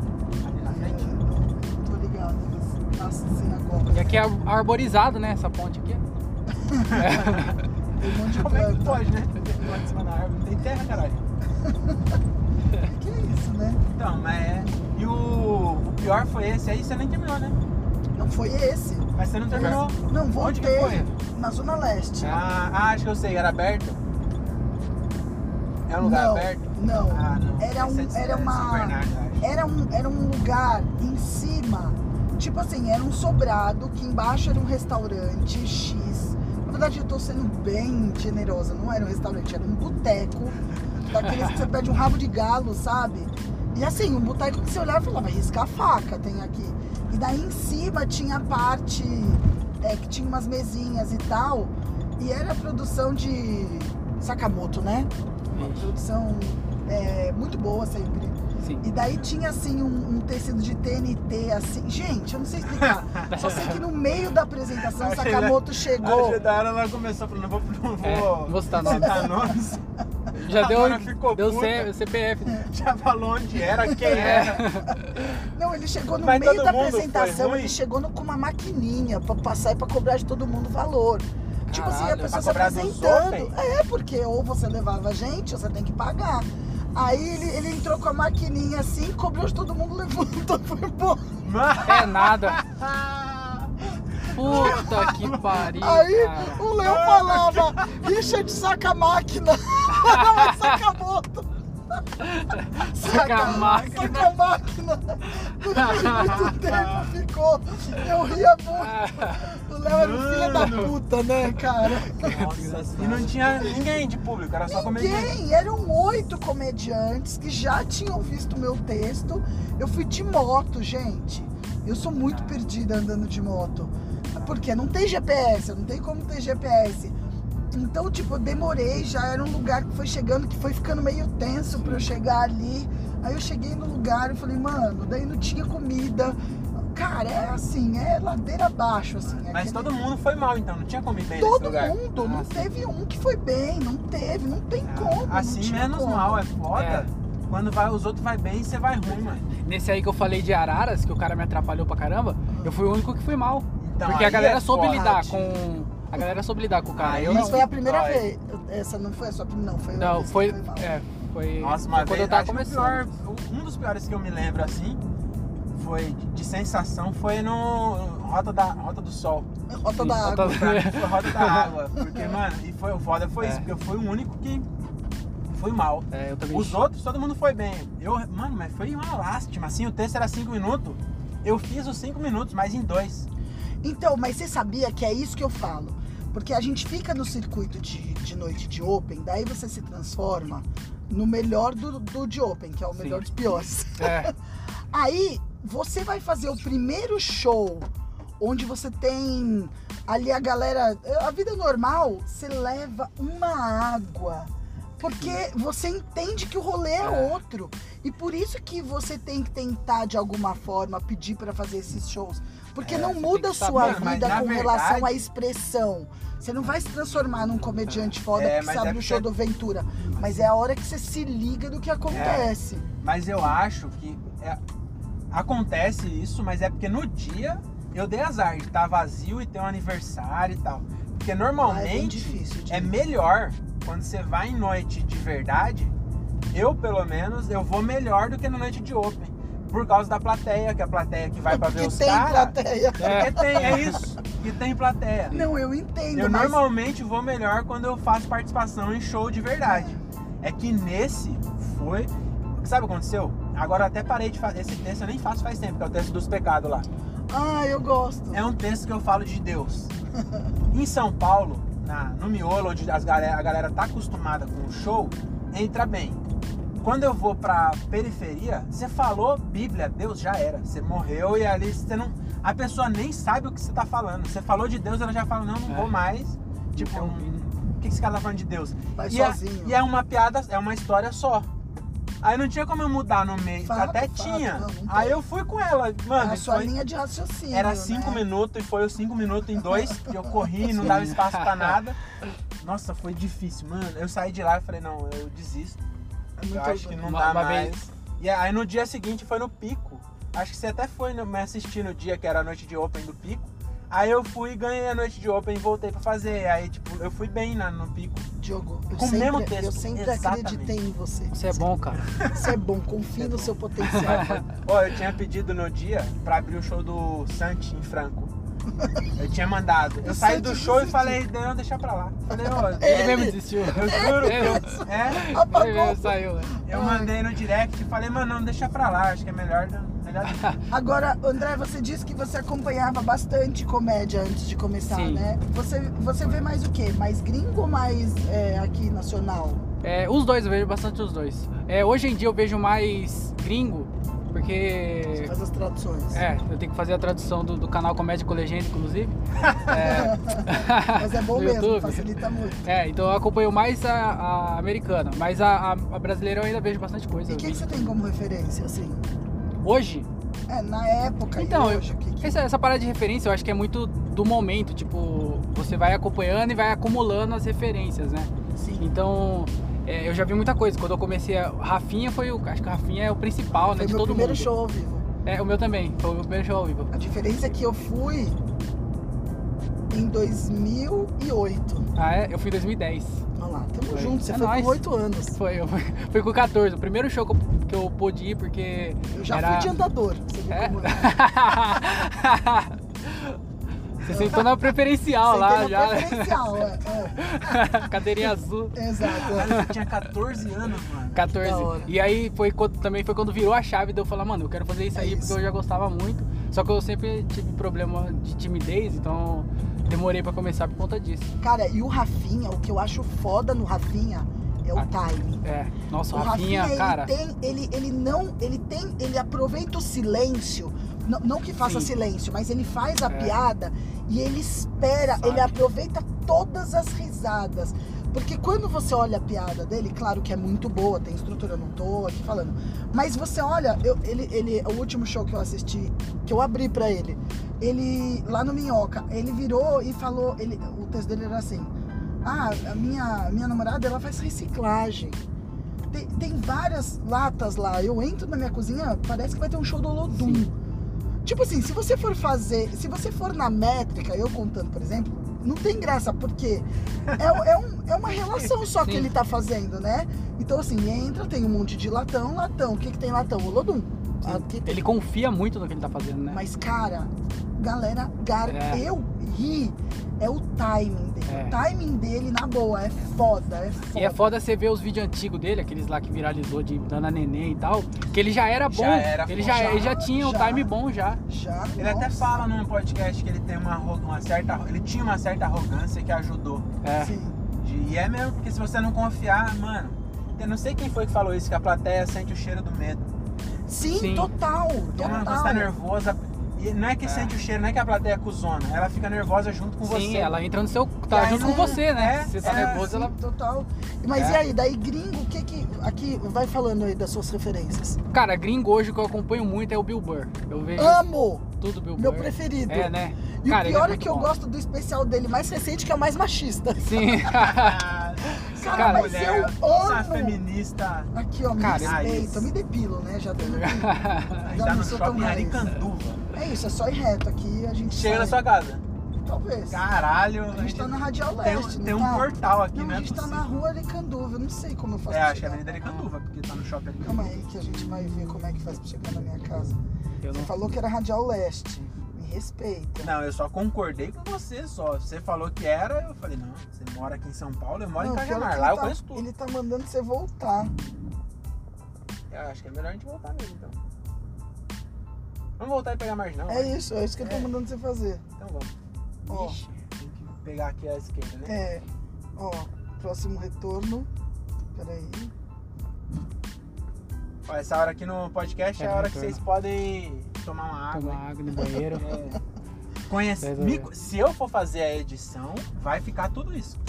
Speaker 3: Ali na
Speaker 2: É,
Speaker 3: frente.
Speaker 2: eu tô ligado nas sinagogas.
Speaker 1: E aqui é ar- arborizado, né? Essa ponte aqui.
Speaker 2: Tem um monte de
Speaker 3: Como é que
Speaker 2: planta.
Speaker 3: pode, né? Tem que em cima da árvore, não tem terra, caralho.
Speaker 2: Que é isso, né?
Speaker 3: Então, mas é... E o, o pior foi esse aí, você nem terminou, né?
Speaker 2: Não foi esse.
Speaker 3: Mas você não terminou.
Speaker 2: Não,
Speaker 3: Onde que
Speaker 2: voltei
Speaker 3: foi?
Speaker 2: na Zona Leste.
Speaker 3: Ah, ah, acho que eu sei, era aberto? É um lugar
Speaker 2: não,
Speaker 3: aberto?
Speaker 2: Não.
Speaker 3: Ah, não.
Speaker 2: Era, um,
Speaker 3: Esse é de-
Speaker 2: era
Speaker 3: São
Speaker 2: uma.
Speaker 3: Bernardo, eu acho.
Speaker 2: Era um, era um lugar em cima Tipo assim, era um sobrado que embaixo era um restaurante X. Na verdade, eu tô sendo bem generosa. Não era um restaurante, era um boteco. Daqueles que você pede um rabo de galo, sabe? E assim, um boteco que você olhava e falava, risca a faca, tem aqui. E daí em cima tinha a parte é, que tinha umas mesinhas e tal. E era produção de Sakamoto, né? Uma produção é, muito boa sempre.
Speaker 1: Sim.
Speaker 2: E daí tinha assim um, um tecido de TNT, assim. Gente, eu não sei explicar. Só sei que no meio da apresentação
Speaker 3: Achei
Speaker 2: Sakamoto
Speaker 3: A
Speaker 2: chegou.
Speaker 3: Jedara, ela começou falando, não vou, não vou,
Speaker 1: É, não vou citar nome.
Speaker 3: nomes.
Speaker 1: Já deu,
Speaker 3: Agora ficou
Speaker 1: deu
Speaker 3: puta.
Speaker 1: C- CPF.
Speaker 3: Já falou onde era, quem
Speaker 1: É.
Speaker 3: era.
Speaker 2: Não, ele chegou no
Speaker 3: Mas
Speaker 2: meio
Speaker 3: todo
Speaker 2: da
Speaker 3: mundo
Speaker 2: apresentação,
Speaker 3: foi
Speaker 2: ele
Speaker 3: ruim?
Speaker 2: chegou no- com uma maquininha pra passar e pra cobrar de todo mundo valor. Tipo assim, a
Speaker 1: Caralho,
Speaker 2: pessoa se
Speaker 3: pra cobrar dos
Speaker 2: apresentando. É, porque ou você levava gente, ou você tem que pagar. Aí ele, ele entrou com a maquininha assim, cobrou de todo mundo, levantou e foi embora.
Speaker 3: Mas...
Speaker 1: É nada. Puta que pariu.
Speaker 2: Aí
Speaker 1: cara.
Speaker 2: o Léo falava, Richard saca a máquina. saca a moto.
Speaker 1: Saca a máquina.
Speaker 2: Saca a máquina. Por muito tempo ficou. Eu ria muito. O Léo era um filho da
Speaker 3: Mano.
Speaker 2: puta, né, cara?
Speaker 3: Nossa, e não tinha ninguém de público, era só comediante.
Speaker 2: Ninguém. Eram oito comediantes que já tinham visto meu texto. Eu fui de moto, gente. Eu sou muito perdida andando de moto. Porque não tem GPS, não tem como ter GPS. Então, tipo, eu demorei, já era um lugar que foi chegando, que foi ficando meio tenso pra eu chegar ali. Aí eu cheguei no lugar e falei, mano, daí não tinha comida. Cara, é assim, é ladeira abaixo, assim.
Speaker 3: Mas
Speaker 2: aquele-
Speaker 3: todo mundo foi mal, então, não tinha comida aí nesse
Speaker 2: Todo
Speaker 3: lugar. Ah,
Speaker 2: mundo, não
Speaker 3: Nossa.
Speaker 2: teve um que foi bem, não teve, não tem como. não
Speaker 3: Assim
Speaker 2: tinha
Speaker 3: menos
Speaker 2: como.
Speaker 3: mal, é foda.
Speaker 1: É.
Speaker 3: Quando vai, os outros vai bem e você vai ruim, mano.
Speaker 1: Nesse aí que eu falei de Araras, que o cara me atrapalhou pra caramba, eu fui o único que fui mal.
Speaker 3: Então,
Speaker 1: porque a
Speaker 3: aí
Speaker 1: galera
Speaker 3: é
Speaker 1: soube
Speaker 3: foda.
Speaker 1: lidar com. A galera soube lidar com o cara.
Speaker 3: Aí
Speaker 1: Eu
Speaker 2: Mas
Speaker 1: não.
Speaker 2: foi a primeira
Speaker 3: Ai.
Speaker 2: vez. Essa não foi a sua primeira, não, foi a
Speaker 1: Não,
Speaker 2: vez que
Speaker 1: foi.
Speaker 2: mal.
Speaker 1: É, foi. foi
Speaker 3: Nossa, mas
Speaker 1: Tipo, quando
Speaker 3: eu
Speaker 1: eu tava
Speaker 3: acho que é o
Speaker 1: começando.
Speaker 3: pior, o- um dos piores que eu me lembro assim, foi de, de sensação, foi no Rota, da, Rota do Sol.
Speaker 2: Rota da
Speaker 1: Sim,
Speaker 2: água.
Speaker 1: rota-
Speaker 3: Pra mim foi é, Rota da Água. Porque, mano, e foi o foda foi
Speaker 1: É.
Speaker 3: isso, porque eu fui o único que fui mal.
Speaker 1: É, eu também.
Speaker 3: Os outros, todo mundo foi bem. Eu, mano, mas foi uma lástima, assim, o texto era 5 minutos. Eu fiz os 5 minutos, mas em dois.
Speaker 2: Então, mas você sabia que é isso que eu falo? Porque a gente fica no circuito de, de noite de Open, daí você se transforma no melhor do, do de Open, que é o
Speaker 1: Sim.
Speaker 2: melhor dos piores.
Speaker 1: É,
Speaker 2: Aí você vai fazer o primeiro show onde você tem ali a galera. A vida normal, você leva uma água. Porque você entende que o rolê é,
Speaker 1: É.
Speaker 2: outro. E por isso que você tem que tentar, de alguma forma, pedir para fazer esses shows. Porque
Speaker 1: É,
Speaker 2: não
Speaker 1: você
Speaker 2: muda
Speaker 1: tem
Speaker 2: a
Speaker 1: que
Speaker 2: sua
Speaker 1: saber,
Speaker 3: mas
Speaker 2: vida
Speaker 3: na
Speaker 2: com relação à
Speaker 3: verdade-
Speaker 2: expressão. Você não vai se transformar num comediante foda
Speaker 3: É,
Speaker 2: porque
Speaker 3: mas
Speaker 2: você
Speaker 3: é
Speaker 2: abre o show do
Speaker 3: porque-
Speaker 2: Ventura. Mas é a hora que você se liga do que acontece. é
Speaker 3: Mas eu acho que é- acontece isso, mas é porque no dia eu dei azar de estar vazio e ter um aniversário e tal. Porque
Speaker 2: Lá é bem
Speaker 3: normalmente
Speaker 2: difícil. de-
Speaker 3: é melhor quando você vai em noite de verdade. Eu, pelo menos, eu vou melhor do que na noite de Open. Por causa da plateia, que é a plateia que vai pra ver
Speaker 2: É Porque
Speaker 3: os
Speaker 2: tem
Speaker 3: caras.
Speaker 2: plateia.
Speaker 1: é.
Speaker 3: Porque tem, é isso. E tem plateia.
Speaker 2: Não, eu entendo,
Speaker 3: Eu
Speaker 2: mas
Speaker 3: normalmente vou melhor quando eu faço participação em show de verdade. É que nesse foi. Sabe o que aconteceu? Agora eu até parei de fazer. Esse texto eu nem faço faz tempo, que é o texto dos pecados lá.
Speaker 2: ah, eu gosto.
Speaker 3: É um texto que eu falo de Deus. Em São Paulo, na, no miolo, onde as galera, a galera tá acostumada com o show, entra bem. Quando eu vou pra periferia, você falou Bíblia, Deus já era. Você morreu e ali você não. A pessoa nem sabe o que você tá falando. Você falou de Deus, ela já fala, não, não
Speaker 1: É.
Speaker 3: vou mais. Tipo,
Speaker 1: quero ouvir, né?
Speaker 3: o que esse cara tá falando de Deus?
Speaker 2: Vai
Speaker 3: e,
Speaker 2: sozinho.
Speaker 3: É, e é uma piada, é uma história só. Aí não tinha como eu mudar no meio.
Speaker 2: Fato,
Speaker 3: Até
Speaker 2: fato,
Speaker 3: tinha.
Speaker 2: não, não
Speaker 3: Aí
Speaker 2: tem. É
Speaker 3: eu fui com ela. Mano,
Speaker 2: a
Speaker 3: e
Speaker 2: sua
Speaker 3: foi-
Speaker 2: linha de raciocínio.
Speaker 3: era cinco
Speaker 2: né?
Speaker 3: minutos e foi os cinco minutos em dois, porque eu corri e não dava espaço pra nada. Nossa, foi difícil, mano. Eu saí de lá e falei, não, eu desisto.
Speaker 2: É muito
Speaker 3: eu acho que
Speaker 2: orgulho.
Speaker 1: Uma-
Speaker 3: não dá
Speaker 1: uma
Speaker 3: mais.
Speaker 1: vez.
Speaker 3: E aí no dia seguinte foi no pico. Acho que você até foi no- me assistir no dia que era a noite de Open do pico. Aí eu fui e ganhei a noite de Open e voltei pra fazer. Aí, tipo, eu fui bem na- no pico.
Speaker 2: Diogo, eu
Speaker 3: Com o
Speaker 2: sempre,
Speaker 3: mesmo
Speaker 2: eu
Speaker 3: texto,
Speaker 2: sempre
Speaker 3: exatamente.
Speaker 2: acreditei em você.
Speaker 1: Você é bom, cara.
Speaker 2: Você é bom, confie no seu potencial.
Speaker 3: Ó, eu tinha pedido no dia pra abrir o show do Santi em Franco. Eu tinha mandado. Eu
Speaker 2: O
Speaker 3: saí
Speaker 2: Santi
Speaker 3: do
Speaker 2: do
Speaker 3: show e
Speaker 2: Santi.
Speaker 3: falei, não, deixa pra lá. Falei, ó,
Speaker 1: Ele mesmo desistiu.
Speaker 3: eu juro.
Speaker 1: Ele
Speaker 3: É,
Speaker 1: ele
Speaker 2: Apagou.
Speaker 1: mesmo saiu. né?
Speaker 3: eu
Speaker 2: Ai.
Speaker 3: mandei no direct e falei, mano, não, deixa pra lá, acho que é melhor. não- melhor.
Speaker 2: Agora, André, você disse que você acompanhava bastante comédia antes de começar,
Speaker 1: Sim.
Speaker 2: né? Você, você vê mais o quê? Mais gringo ou mais é, aqui nacional?
Speaker 1: É, os dois, eu vejo bastante os dois. É, hoje em dia eu vejo mais gringo, porque.
Speaker 2: Você faz as traduções.
Speaker 1: É, eu tenho que fazer a tradução do, do canal Comédia Colegiante, inclusive.
Speaker 2: Mas é bom
Speaker 1: No
Speaker 2: mesmo,
Speaker 1: YouTube.
Speaker 2: facilita muito.
Speaker 1: É, então eu acompanho mais a, a americana, mas a, a, a brasileira eu ainda vejo bastante coisa.
Speaker 2: E o
Speaker 1: Eu
Speaker 2: que, que
Speaker 1: vi-
Speaker 2: você tem como referência, assim?
Speaker 1: Hoje,
Speaker 2: É, na época
Speaker 1: Então,
Speaker 2: e
Speaker 1: eu-
Speaker 2: hoje, o que que...
Speaker 1: essa, essa parada de referência eu acho que é muito do momento, tipo, você vai acompanhando e vai acumulando as referências, né?
Speaker 2: Sim.
Speaker 1: Então, é, eu já vi muita coisa. Quando eu comecei, a Rafinha foi o. Acho que o Rafinha é o principal, né?
Speaker 2: Foi
Speaker 1: de
Speaker 2: meu
Speaker 1: todo
Speaker 2: primeiro
Speaker 1: mundo.
Speaker 2: show ao vivo.
Speaker 1: É, o meu também. Foi o meu primeiro show ao vivo.
Speaker 2: A diferença é que eu fui em 2008.
Speaker 1: Ah, é? Eu fui em 2010.
Speaker 2: Olha lá, tamo
Speaker 1: Foi.
Speaker 2: junto, você
Speaker 1: É
Speaker 2: foi
Speaker 1: nóis.
Speaker 2: com 8 anos.
Speaker 1: Foi, eu fui, fui com 14. O primeiro show que eu, que eu pude ir, porque.
Speaker 2: Eu já
Speaker 1: era...
Speaker 2: fui de andador, você viu
Speaker 1: É?
Speaker 2: como é.
Speaker 1: Você sentou na preferencial
Speaker 2: Sentei
Speaker 1: lá
Speaker 2: na
Speaker 1: já. né?
Speaker 2: preferencial, é, é.
Speaker 1: Cadeirinha azul.
Speaker 2: Exato. é.
Speaker 3: Cara, você tinha 14 anos, mano.
Speaker 1: 14.
Speaker 2: hora.
Speaker 1: E aí foi quando, também foi quando virou a chave de eu falar, mano, eu quero fazer isso
Speaker 2: É
Speaker 1: aí
Speaker 2: isso.
Speaker 1: porque eu já gostava muito. Só que eu sempre tive problema de timidez, então demorei pra começar por conta disso.
Speaker 2: Cara, e o Rafinha, o que eu acho foda no Rafinha é o
Speaker 1: Ah,
Speaker 2: timing.
Speaker 1: É. Nossa,
Speaker 2: O
Speaker 1: o Rafinha,
Speaker 2: Rafinha,
Speaker 1: cara.
Speaker 2: ele tem, ele, ele não, ele tem, ele aproveita o silêncio, não, não que faça
Speaker 1: Sim.
Speaker 2: silêncio, mas ele faz a
Speaker 1: É.
Speaker 2: piada e ele espera,
Speaker 1: Sabe.
Speaker 2: ele aproveita todas as risadas. Porque quando você olha a piada dele, claro que é muito boa, tem estrutura, eu não tô aqui falando. Mas você olha, eu- ele, ele, o último show que eu assisti, que eu abri pra ele, ele, lá no Minhoca, ele virou e falou, ele, o texto dele era assim, ah, a minha, minha namorada, ela faz reciclagem. Tem, tem várias latas lá. Eu entro na minha cozinha, parece que vai ter um show do Olodum.
Speaker 1: Sim.
Speaker 2: Tipo assim, se você for fazer, se você for na métrica, eu contando, por exemplo, não tem graça, porque é, é um- é uma relação só que
Speaker 1: Sim.
Speaker 2: ele tá fazendo, né? Então assim, entra, tem um monte de latão, latão. O que, que tem latão? Olodum. Aqui tem.
Speaker 1: Ele confia muito no que ele tá fazendo, né?
Speaker 2: Mas, cara, galera, gar...
Speaker 1: É.
Speaker 2: eu ri. É o timing dele.
Speaker 1: É.
Speaker 2: O timing dele, na boa, é foda, é foda.
Speaker 1: E é foda você ver os vídeos antigos dele, aqueles lá que viralizou de Dana Neném e tal, que ele já era bom.
Speaker 3: Já era
Speaker 1: ele
Speaker 3: bom,
Speaker 1: já,
Speaker 3: já,
Speaker 1: ele já tinha
Speaker 2: já.
Speaker 1: o time bom já.
Speaker 2: Já.
Speaker 1: é
Speaker 3: Ele até
Speaker 2: nossa,
Speaker 3: fala num podcast que ele tem uma, arro- uma certa. Ele tinha uma certa arrogância que ajudou.
Speaker 1: É.
Speaker 2: Sim.
Speaker 3: E é mesmo, porque se você não confiar, mano. Eu não sei quem foi que falou isso, que a plateia sente o cheiro do medo.
Speaker 2: Sim,
Speaker 1: Sim.
Speaker 2: total,
Speaker 3: Mano,
Speaker 2: total.
Speaker 3: Ah, você tá nervosa. E não é que
Speaker 1: É.
Speaker 3: sente o cheiro, não é que a plateia é cuzona. Ela fica nervosa junto com
Speaker 1: Sim,
Speaker 3: você.
Speaker 1: ela entra no seu. tá
Speaker 3: aí
Speaker 1: junto
Speaker 2: não-
Speaker 1: com você, né?
Speaker 3: é,
Speaker 1: Se você tá
Speaker 3: é,
Speaker 1: nervoso, ela.
Speaker 2: Sim, total. Mas
Speaker 1: É.
Speaker 2: e aí, daí gringo, o que que... Aqui, vai falando aí das suas referências.
Speaker 1: Cara, gringo hoje que eu acompanho muito é o Bill Burr. Eu vejo
Speaker 2: Amo!
Speaker 1: tudo Bill
Speaker 2: Ah, Meu
Speaker 1: Burr.
Speaker 2: preferido.
Speaker 1: É, né?
Speaker 2: E
Speaker 1: Cara,
Speaker 2: o
Speaker 1: ele
Speaker 2: pior é,
Speaker 1: muito
Speaker 2: que eu
Speaker 1: bom.
Speaker 2: gosto do especial dele mais recente, que é o mais machista.
Speaker 1: Sim.
Speaker 3: Ah,
Speaker 2: Cara,
Speaker 3: cara,
Speaker 2: mas
Speaker 3: mulher,
Speaker 2: eu
Speaker 3: essa
Speaker 2: amo.
Speaker 3: feminista.
Speaker 2: Aqui, ó, me
Speaker 1: Cara,
Speaker 2: respeita,
Speaker 3: é isso.
Speaker 2: me depilo, né? Já tô no...
Speaker 3: A
Speaker 2: Já
Speaker 3: gente tá
Speaker 2: não
Speaker 3: no
Speaker 2: sou tão
Speaker 3: shopping
Speaker 2: mais.
Speaker 3: Aricanduva.
Speaker 2: É isso, é só ir reto aqui, a gente
Speaker 3: Chega na
Speaker 2: sai.
Speaker 3: sua casa.
Speaker 2: Talvez.
Speaker 3: Caralho,
Speaker 2: a gente tá na Radial
Speaker 3: tem, um-
Speaker 2: Leste, não
Speaker 3: tem um
Speaker 2: tá?
Speaker 3: portal aqui,
Speaker 2: Não,
Speaker 3: né?
Speaker 2: a gente tá na rua Alicanduva, eu não sei como eu faço
Speaker 3: É,
Speaker 2: pra
Speaker 3: acho que é a
Speaker 2: chegar.
Speaker 3: Avenida Aricanduva, porque tá no shopping Aricanduva.
Speaker 2: Calma aí que a gente vai ver como é que faz pra chegar na minha casa.
Speaker 1: Eu
Speaker 2: Você
Speaker 1: não...
Speaker 2: falou que era Radial Leste. Me respeita.
Speaker 3: Né? Não, eu só concordei com você só. Você falou que era, eu falei, não, você mora aqui em São Paulo, eu moro em
Speaker 2: Não, pior que
Speaker 3: Cajamar.
Speaker 2: ele
Speaker 3: Lá eu
Speaker 2: tá-
Speaker 3: conheço tudo.
Speaker 2: Ele tá mandando você voltar.
Speaker 3: Eu acho que é melhor a gente voltar mesmo, então. Vamos voltar e pegar mais não. né?
Speaker 2: É isso, é isso que ele tá
Speaker 3: É.
Speaker 2: mandando você fazer.
Speaker 3: Então vamos.
Speaker 2: Ó.
Speaker 3: Ixi, tem que pegar aqui a esquerda, né?
Speaker 2: É. Ó, próximo retorno. Peraí.
Speaker 3: Ó, essa hora aqui no podcast é a
Speaker 1: Pega
Speaker 3: hora
Speaker 1: no
Speaker 3: que
Speaker 1: retorno.
Speaker 3: vocês podem tomar uma água.
Speaker 1: Tomar
Speaker 3: hein?
Speaker 1: água no banheiro.
Speaker 3: É. Conhece,
Speaker 1: Resolveu.
Speaker 3: me co- se eu for fazer a edição, vai ficar tudo isso.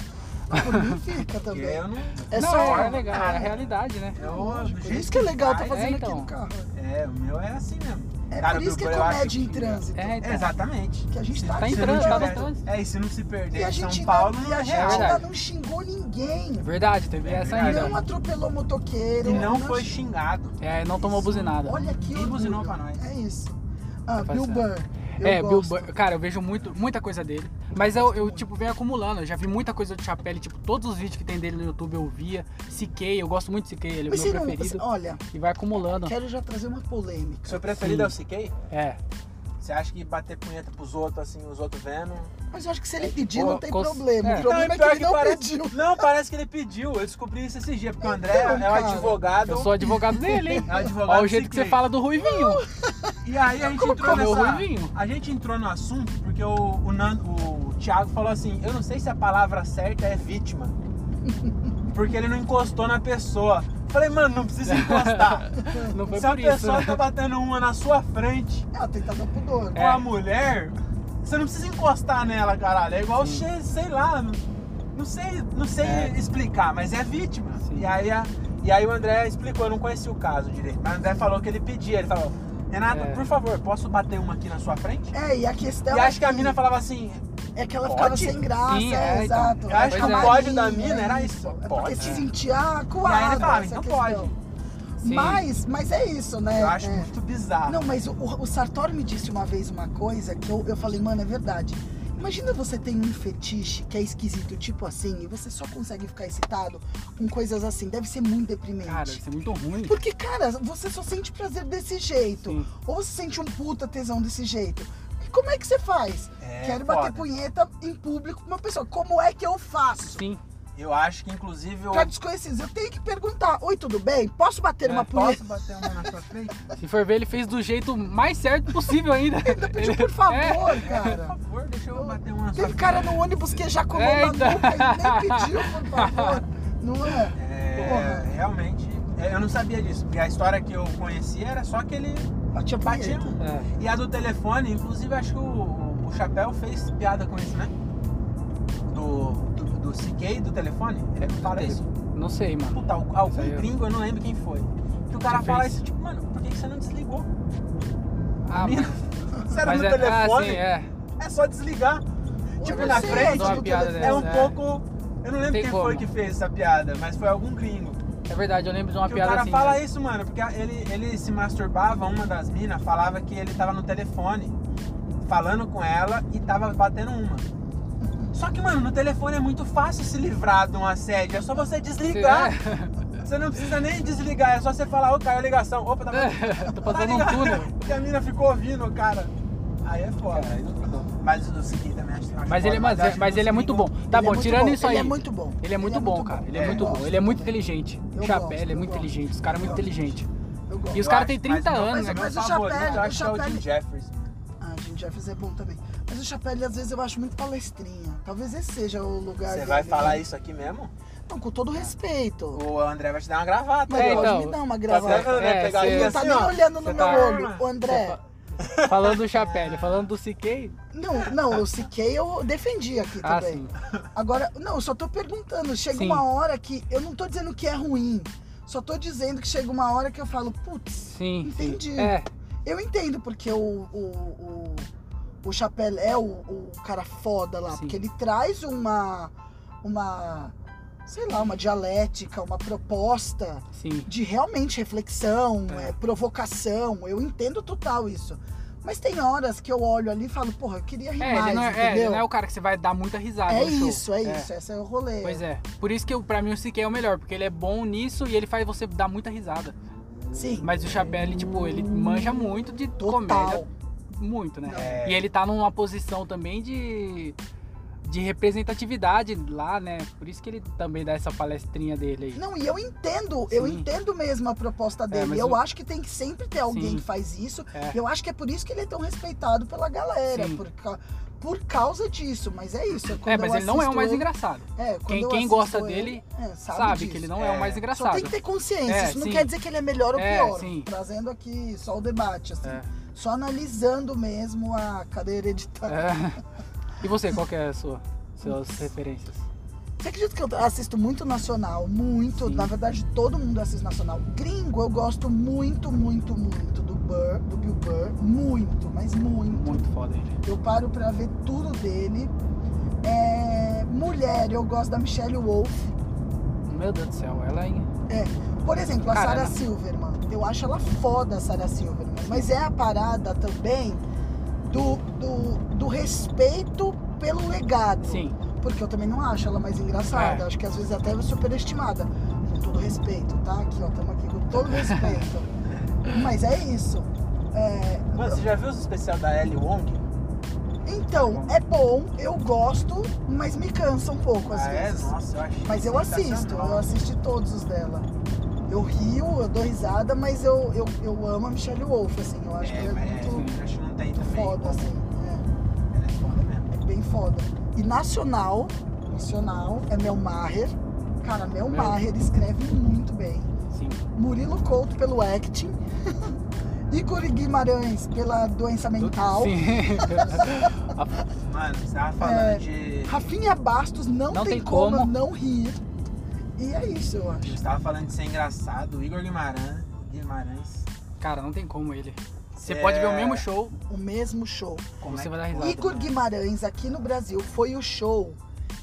Speaker 2: Ah, Por mim fica
Speaker 3: Porque
Speaker 2: também.
Speaker 3: eu não.
Speaker 2: É
Speaker 1: não,
Speaker 2: só.
Speaker 1: é, é legal, é a realidade, né?
Speaker 3: Eu, do
Speaker 2: Por
Speaker 3: jeito
Speaker 2: isso que é legal tá
Speaker 3: vai,
Speaker 2: fazendo
Speaker 1: é,
Speaker 2: aqui
Speaker 1: então.
Speaker 2: no carro.
Speaker 3: É, o meu é assim mesmo.
Speaker 2: É
Speaker 3: Cara,
Speaker 2: por isso que é
Speaker 3: eu acho
Speaker 2: comédia em
Speaker 3: que-
Speaker 2: trânsito.
Speaker 1: É, então.
Speaker 3: Exatamente.
Speaker 2: Que a gente
Speaker 3: Se-
Speaker 2: tá
Speaker 3: se
Speaker 1: em
Speaker 3: não
Speaker 1: trânsito, tá no
Speaker 3: tiver-
Speaker 1: trânsito.
Speaker 3: É, e se não se perder
Speaker 2: E a
Speaker 3: em São
Speaker 2: gente,
Speaker 3: Paulo,
Speaker 2: ainda,
Speaker 3: não
Speaker 2: e a
Speaker 3: é
Speaker 2: gente
Speaker 3: real.
Speaker 2: ainda
Speaker 1: verdade.
Speaker 2: não xingou ninguém.
Speaker 1: Verdade, teve essa
Speaker 3: verdade.
Speaker 1: ainda.
Speaker 2: Não atropelou motoqueiro.
Speaker 3: E não foi
Speaker 2: xingou.
Speaker 3: xingado.
Speaker 1: É, não tomou buzinada.
Speaker 2: Olha que
Speaker 3: Quem
Speaker 2: orgulho.
Speaker 3: buzinou pra nós?
Speaker 2: É isso. Ah,
Speaker 1: Tá
Speaker 2: Bill
Speaker 1: certo.
Speaker 2: Burr. Eu
Speaker 1: é, Bill
Speaker 2: gosto.
Speaker 1: Burr, cara, eu vejo muito, muita coisa dele. Mas eu, eu, tipo, venho acumulando. Eu já vi muita coisa do Chapelle, tipo, todos os vídeos que tem dele no YouTube eu via. Siquei, eu gosto muito de Siquei, ele é o
Speaker 2: Mas
Speaker 1: meu
Speaker 2: você não,
Speaker 1: preferido.
Speaker 2: você- olha,
Speaker 1: E vai acumulando.
Speaker 2: quero já trazer uma polêmica.
Speaker 3: Seu preferido é o CK?
Speaker 1: É.
Speaker 3: Você acha que bater punheta pros outros, assim, os outros vendo?
Speaker 2: Mas eu acho que se ele pedir,
Speaker 1: Pô,
Speaker 2: não tem
Speaker 1: É, cons-
Speaker 2: problema.
Speaker 1: é.
Speaker 2: O
Speaker 1: Não,
Speaker 2: problema
Speaker 3: e
Speaker 2: é que
Speaker 3: pior
Speaker 2: ele não
Speaker 3: parece...
Speaker 2: pediu.
Speaker 3: Não, parece que ele pediu. Eu descobri isso esses dias, porque o André
Speaker 2: Então,
Speaker 3: é o
Speaker 2: cara,
Speaker 3: advogado.
Speaker 1: Eu sou advogado dele, hein?
Speaker 3: É o advogado
Speaker 1: Olha o jeito que
Speaker 3: CK.
Speaker 1: você fala do Ruivinho.
Speaker 3: E aí a gente
Speaker 1: Como
Speaker 3: entrou
Speaker 1: comeu
Speaker 3: nessa.
Speaker 1: ruivinho?
Speaker 3: A gente entrou no assunto porque o, o, Nando- o Thiago falou assim: eu não sei se a palavra certa é vítima. Porque ele não encostou na pessoa. Falei, mano, não precisa encostar.
Speaker 1: Não foi
Speaker 3: se a
Speaker 1: por isso.
Speaker 3: pessoa
Speaker 1: né?
Speaker 3: tá batendo uma na sua frente
Speaker 2: É, tentando pudor.
Speaker 3: com
Speaker 1: É.
Speaker 3: a mulher, você não precisa encostar nela, caralho. É igual,
Speaker 1: Sim.
Speaker 3: che- sei lá, não- não sei, não sei
Speaker 1: É.
Speaker 3: explicar, mas é vítima.
Speaker 1: Sim.
Speaker 3: E aí, a- e aí o André explicou, eu não conhecia o caso direito, mas o André falou que ele pedia, ele falou, Renata,
Speaker 1: É.
Speaker 3: por favor, posso bater uma aqui na sua frente?
Speaker 2: É, e a questão
Speaker 3: e
Speaker 2: é
Speaker 3: acho que a mina falava assim,
Speaker 2: é que ela ficava
Speaker 3: Pode?
Speaker 2: sem graça,
Speaker 1: Sim,
Speaker 2: é,
Speaker 1: é, então.
Speaker 2: exato.
Speaker 3: eu acho que
Speaker 1: Pois
Speaker 3: o
Speaker 1: é.
Speaker 3: código da
Speaker 2: Amarguinha,
Speaker 3: mina era
Speaker 2: é
Speaker 3: isso,
Speaker 2: É porque
Speaker 3: pode.
Speaker 2: se
Speaker 1: É.
Speaker 2: sentia
Speaker 3: E aí ele
Speaker 2: acuado.
Speaker 3: falava,
Speaker 2: essa
Speaker 3: então
Speaker 2: questão.
Speaker 3: pode.
Speaker 1: Sim.
Speaker 2: Mas, mas é isso, né?
Speaker 3: Eu acho
Speaker 2: É.
Speaker 3: muito bizarro.
Speaker 2: Não, mas o, o Sartori me disse uma vez uma coisa que eu, eu falei, mano, é verdade. Imagina você tem um fetiche que é esquisito, tipo assim, e você só consegue ficar excitado com coisas assim. Deve ser muito deprimente.
Speaker 1: Cara, isso é muito ruim.
Speaker 2: Porque, cara, você só sente prazer desse jeito.
Speaker 1: Sim.
Speaker 2: Ou você sente um puta tesão desse jeito. E como é que você faz?
Speaker 3: É,
Speaker 2: Quero bater
Speaker 3: foda.
Speaker 2: punheta em público com uma pessoa. Como é que eu faço?
Speaker 1: Sim.
Speaker 3: Eu acho que inclusive eu
Speaker 2: Pra desconhecidos, eu tenho que perguntar: Oi, tudo bem? Posso bater
Speaker 3: É,
Speaker 2: uma punheta?
Speaker 3: posso bater uma na sua frente?
Speaker 1: Se for ver, ele fez do jeito mais certo possível ainda.
Speaker 2: Ainda pediu,
Speaker 1: Ele-
Speaker 2: Tipo, por favor,
Speaker 3: É. Por
Speaker 2: cara.
Speaker 3: favor, deixa eu bater uma na sua
Speaker 2: Teve
Speaker 3: frente.
Speaker 2: cara no ônibus que já colou
Speaker 1: É,
Speaker 2: na
Speaker 1: então.
Speaker 2: nuca e nem pediu, por favor. Não é?
Speaker 3: É,
Speaker 2: Porra.
Speaker 3: realmente, é, eu não sabia disso, porque a história que eu conhecia era só que ele
Speaker 2: Batia
Speaker 3: batia.
Speaker 2: punheta.
Speaker 1: É.
Speaker 3: E a do telefone, inclusive, acho que o, o Chapéu fez piada com isso, né? Do, do, do CK, do telefone, ele não fala isso.
Speaker 1: Não sei, mano.
Speaker 3: Puta, al- algum
Speaker 1: Saiu.
Speaker 3: gringo, eu não lembro quem foi. Que o cara
Speaker 1: Que
Speaker 3: fala
Speaker 1: fez?
Speaker 3: isso, tipo, mano, por que que você não desligou?
Speaker 1: Ah,
Speaker 3: Mina,
Speaker 1: mano.
Speaker 3: Você era
Speaker 1: Mas
Speaker 3: no
Speaker 1: é... Ah,
Speaker 3: telefone,
Speaker 1: sim,
Speaker 3: é.
Speaker 1: é.
Speaker 3: só desligar. tipo,
Speaker 2: Eu
Speaker 3: na
Speaker 2: sei,
Speaker 3: frente,
Speaker 2: eu
Speaker 1: mandou uma
Speaker 2: tô
Speaker 1: piada
Speaker 2: tentando-
Speaker 3: é um
Speaker 1: é.
Speaker 3: pouco... Eu não lembro
Speaker 1: Tem
Speaker 3: quem
Speaker 1: como.
Speaker 3: foi que fez essa piada, mas foi algum gringo.
Speaker 1: É verdade, eu lembro de uma
Speaker 3: Que o
Speaker 1: piada
Speaker 3: cara
Speaker 1: assim.
Speaker 3: fala
Speaker 1: né?
Speaker 3: isso, mano, porque ele, ele se masturbava, uma das minas falava que ele tava no telefone, falando com ela e tava batendo uma. Só que, mano, no telefone é muito fácil se livrar de um assédio, é só você desligar.
Speaker 1: Sim,
Speaker 3: Você não precisa nem desligar, é só você falar, ô, caiu a ligação, opa, tá,
Speaker 1: É, tô passando um
Speaker 3: ligado?
Speaker 1: túnel.
Speaker 3: E a mina ficou ouvindo, cara. Aí é foda. Mas o seguinte também acho acho
Speaker 1: Mas
Speaker 3: foda,
Speaker 1: ele, mas,
Speaker 3: acho que
Speaker 1: mas
Speaker 3: o
Speaker 1: ele é muito bom.
Speaker 3: Seguinte-
Speaker 1: Tá
Speaker 2: Ele é
Speaker 1: bom,
Speaker 2: muito
Speaker 1: tirando isso aí.
Speaker 2: Ele é muito bom.
Speaker 1: Ele é muito bom, cara. Ele é
Speaker 3: Eu
Speaker 1: muito bom.
Speaker 2: gosto,
Speaker 1: Ele é muito
Speaker 2: eu
Speaker 1: inteligente.
Speaker 2: Eu
Speaker 1: O Chapéu,
Speaker 2: gosto,
Speaker 1: ele é
Speaker 2: eu
Speaker 1: muito
Speaker 2: gosto.
Speaker 1: inteligente. Os caras é muito inteligente.
Speaker 2: Eu gosto.
Speaker 1: E os
Speaker 3: Eu
Speaker 1: caras têm
Speaker 3: acho-
Speaker 1: 30
Speaker 3: mas-
Speaker 1: anos,
Speaker 3: mas-
Speaker 1: né?
Speaker 2: mas
Speaker 3: Mas
Speaker 2: o
Speaker 3: o
Speaker 2: Chapelle-
Speaker 3: chapéu, eu acho
Speaker 2: o
Speaker 3: que é o
Speaker 2: Chapelle-
Speaker 3: Jim Jeffries.
Speaker 2: Ah, gente, Jefferson é bom também. Mas o chapéu, ele, às vezes, eu acho muito palestrinha. Talvez esse seja o lugar
Speaker 3: Você
Speaker 2: dele,
Speaker 3: vai falar
Speaker 2: né?
Speaker 3: isso aqui mesmo?
Speaker 2: Não, com todo respeito.
Speaker 3: O André vai te dar uma gravata.
Speaker 2: Mas
Speaker 1: É,
Speaker 3: né?
Speaker 1: então,
Speaker 2: pode me dar uma
Speaker 3: Tá vendo,
Speaker 2: gravata.
Speaker 1: certo.
Speaker 3: né?
Speaker 1: É,
Speaker 3: Pegar
Speaker 1: cê-
Speaker 2: Ele
Speaker 3: aqui
Speaker 2: não tá
Speaker 3: assim,
Speaker 2: nem
Speaker 3: ó.
Speaker 2: olhando
Speaker 1: Você
Speaker 2: no
Speaker 1: tá-
Speaker 2: meu olho. O André...
Speaker 3: tá
Speaker 1: Falando do Chapéu, falando do CK.
Speaker 2: Não, não, eu siquei, eu defendi aqui
Speaker 1: Ah,
Speaker 2: também.
Speaker 1: sim.
Speaker 2: Agora, não, eu só tô perguntando. Chega
Speaker 1: Sim.
Speaker 2: uma hora que. Eu não tô dizendo que é ruim. Só tô dizendo que chega uma hora que eu falo, putz,
Speaker 1: Sim, sim.
Speaker 2: Entendi.
Speaker 1: É,
Speaker 2: eu entendo porque o. o, o o Chapelle é o, o cara foda lá,
Speaker 1: Sim.
Speaker 2: porque ele traz uma. uma. sei lá, uma dialética, uma proposta
Speaker 1: sim.
Speaker 2: de realmente reflexão,
Speaker 1: É.
Speaker 2: é, provocação. Eu entendo total isso. Mas tem horas que eu olho ali e falo, porra, eu queria rir
Speaker 1: É,
Speaker 2: mais,
Speaker 1: ele não é, é,
Speaker 2: entendeu?
Speaker 1: ele não é o cara que você vai dar muita risada.
Speaker 2: É
Speaker 1: no show.
Speaker 2: isso, é isso. Esse é o rolê.
Speaker 1: Pois é. Por isso que eu, pra mim o Siquei é o melhor, porque ele é bom nisso e ele faz você dar muita risada.
Speaker 2: Sim.
Speaker 1: é. Mas o Chapéu, ele, tipo, ele manja muito de
Speaker 2: Total.
Speaker 1: comédia. Muito, né?
Speaker 3: É.
Speaker 1: E ele tá numa posição também de. De representatividade lá, né? Por isso que ele também dá essa palestrinha dele aí.
Speaker 2: Não, e eu entendo, eu
Speaker 1: Sim. É,
Speaker 2: entendo mesmo a proposta dele.
Speaker 1: mas
Speaker 2: eu
Speaker 1: o-
Speaker 2: acho que tem que sempre ter alguém
Speaker 1: Sim.
Speaker 2: que faz isso.
Speaker 1: É.
Speaker 2: Eu acho que é por isso que ele é tão respeitado pela galera,
Speaker 1: Sim.
Speaker 2: por, ca- por causa disso. Mas é isso.
Speaker 1: É,
Speaker 2: quando
Speaker 1: mas
Speaker 2: eu
Speaker 1: ele não é o
Speaker 2: assisto
Speaker 1: mais
Speaker 2: ele-
Speaker 1: engraçado.
Speaker 2: É, quando
Speaker 1: Quem,
Speaker 2: eu
Speaker 1: quem
Speaker 2: assisto
Speaker 1: gosta
Speaker 2: ele,
Speaker 1: dele
Speaker 2: é,
Speaker 1: sabe, que
Speaker 2: disso.
Speaker 1: ele não é,
Speaker 3: É.
Speaker 1: o mais
Speaker 2: Só
Speaker 1: engraçado.
Speaker 2: tem que ter consciência,
Speaker 1: É,
Speaker 2: isso não
Speaker 1: sim.
Speaker 2: quer dizer que ele é melhor ou
Speaker 1: É,
Speaker 2: pior.
Speaker 1: sim.
Speaker 2: Trazendo aqui só o debate, assim.
Speaker 1: É.
Speaker 2: Só analisando mesmo a cadeia hereditária.
Speaker 1: É. E você, qual que é a sua? Suas referências?
Speaker 2: Você acredita que eu assisto muito nacional? Muito.
Speaker 1: Sim.
Speaker 2: Na verdade, todo mundo assiste nacional. Gringo, eu gosto muito, muito, muito do Burr, do Bill Burr. Muito, mas muito.
Speaker 1: Muito foda ele.
Speaker 2: Eu paro pra ver tudo dele. É, Mulher, eu gosto da Michelle Wolf.
Speaker 1: Meu Deus do céu, ela é.
Speaker 2: Por exemplo, a
Speaker 1: Cara,
Speaker 2: Sarah
Speaker 1: não.
Speaker 2: Silverman. Eu acho ela foda, a Sarah Silverman. Mas é a parada também do, do, do respeito pelo legado.
Speaker 1: Sim,
Speaker 2: Porque eu também não acho ela mais engraçada.
Speaker 1: É.
Speaker 2: Acho que às vezes até é superestimada. Com todo respeito, tá? Aqui, ó, estamos aqui com todo respeito. Mas é isso. É,
Speaker 3: Mano, você já viu os especial da Ellie Wong?
Speaker 2: então, é bom, eu gosto, mas me cansa um pouco às
Speaker 3: Ah, é?
Speaker 2: vezes.
Speaker 3: Nossa, eu acho. tá
Speaker 2: Mas eu assisto, eu assisti todos os dela. Eu rio, eu dou risada, mas eu, eu, eu amo a Michelle Wolf, assim. Eu acho que
Speaker 3: É,
Speaker 2: ela
Speaker 3: mas
Speaker 2: é
Speaker 3: é,
Speaker 2: muito
Speaker 3: eu acho que não tem também.
Speaker 2: foda, assim. É,
Speaker 3: Ela é foda mesmo.
Speaker 2: é bem foda. E nacional, nacional, é Mel Maher. Cara, Mel
Speaker 1: Mel.
Speaker 2: Maher escreve muito bem.
Speaker 1: Sim.
Speaker 2: Murilo Couto pelo acting. Igor Guimarães pela doença mental.
Speaker 1: Sim.
Speaker 3: Mano, você tava falando
Speaker 2: É,
Speaker 3: de.
Speaker 2: Rafinha Bastos não,
Speaker 1: Não
Speaker 2: tem,
Speaker 1: tem
Speaker 2: como, eu
Speaker 1: como.
Speaker 2: não rir. E é isso, eu
Speaker 3: A
Speaker 2: acho.
Speaker 3: gente tava falando de ser engraçado. O Igor Guimarães. Guimarães.
Speaker 1: Cara, não tem como ele. Você
Speaker 3: É.
Speaker 1: pode ver o mesmo show.
Speaker 2: O mesmo show.
Speaker 3: como
Speaker 1: Você
Speaker 3: é
Speaker 1: vai dar
Speaker 3: que
Speaker 1: risada.
Speaker 3: pode,
Speaker 2: Igor
Speaker 3: né?
Speaker 2: Guimarães aqui no Brasil foi o show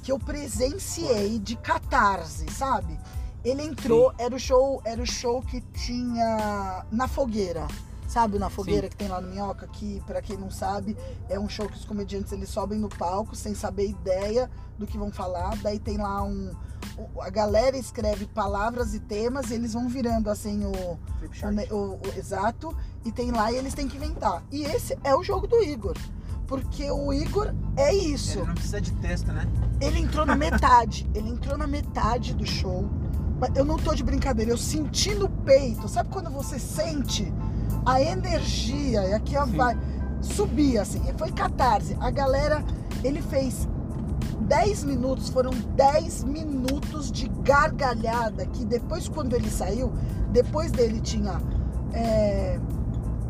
Speaker 2: que eu presenciei de catarse, sabe? Ele entrou, era o show, era o show que tinha na fogueira. Sabe o na fogueira que tem lá no Minhoca, que pra quem não sabe, é um show que os comediantes eles sobem no palco sem saber ideia do que vão falar, daí tem lá um o- a galera escreve palavras e temas e eles vão virando assim o,
Speaker 3: Flip
Speaker 2: o ne-
Speaker 3: chart.
Speaker 2: o- o- exato, e tem lá e eles têm que inventar. E esse é o jogo do Igor. Porque o Igor é isso.
Speaker 3: Ele não precisa de texto, né?
Speaker 2: Ele entrou na metade. Ele entrou na metade do show. Mas eu não tô de brincadeira, eu senti no peito. Sabe quando você sente a energia? E aqui ó,
Speaker 1: Sim.
Speaker 2: vai. Subir assim. Foi catarse. A galera, ele fez 10 minutos, foram 10 minutos de gargalhada. Que depois, quando ele saiu, depois dele tinha. é,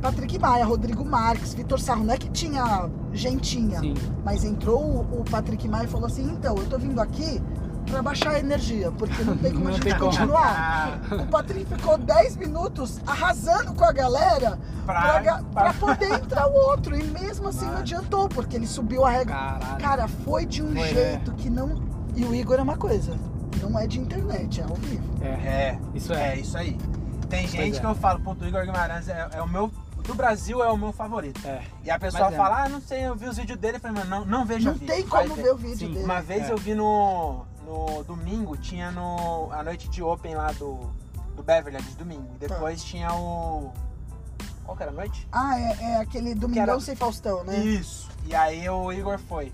Speaker 2: Patrick Maia, Rodrigo Marques, Vitor Sarro, não é que tinha gentinha.
Speaker 1: Sim.
Speaker 2: Mas entrou o- o Patrick Maia e falou assim: então, eu tô vindo aqui pra baixar a energia, porque não tem como a
Speaker 1: Não
Speaker 2: gente
Speaker 1: tem como.
Speaker 2: continuar. O Patrick ficou 10 minutos arrasando com a galera pra, ga- pra poder entrar o outro. E mesmo assim não
Speaker 3: Mano.
Speaker 2: adiantou, porque ele subiu a regra.
Speaker 1: Caralho.
Speaker 2: Cara, foi de um
Speaker 1: Foi, né?
Speaker 2: jeito que não. E o Igor é uma coisa, não é de internet, é ao vivo.
Speaker 1: É,
Speaker 3: É,
Speaker 1: isso
Speaker 3: é
Speaker 1: é.
Speaker 3: isso aí. Tem gente
Speaker 1: é.
Speaker 3: que eu falo, pô, o Igor Guimarães é, é o meu. Do Brasil é o meu favorito.
Speaker 1: É.
Speaker 3: E a pessoa
Speaker 1: Mas é.
Speaker 3: fala, ah, não sei, eu vi os vídeos dele. Eu falei, mano, não, não vejo
Speaker 2: Não tem como ver o vídeo
Speaker 1: sim,
Speaker 2: dele.
Speaker 3: Uma vez
Speaker 1: É.
Speaker 3: eu vi no, no domingo, tinha no a noite de Open lá do, do Beverly, de domingo. Depois tinha o. Qual que era a noite?
Speaker 2: Ah, é, é aquele Domingão
Speaker 3: era-
Speaker 2: Sem Faustão, né?
Speaker 3: Isso. E aí o Igor foi.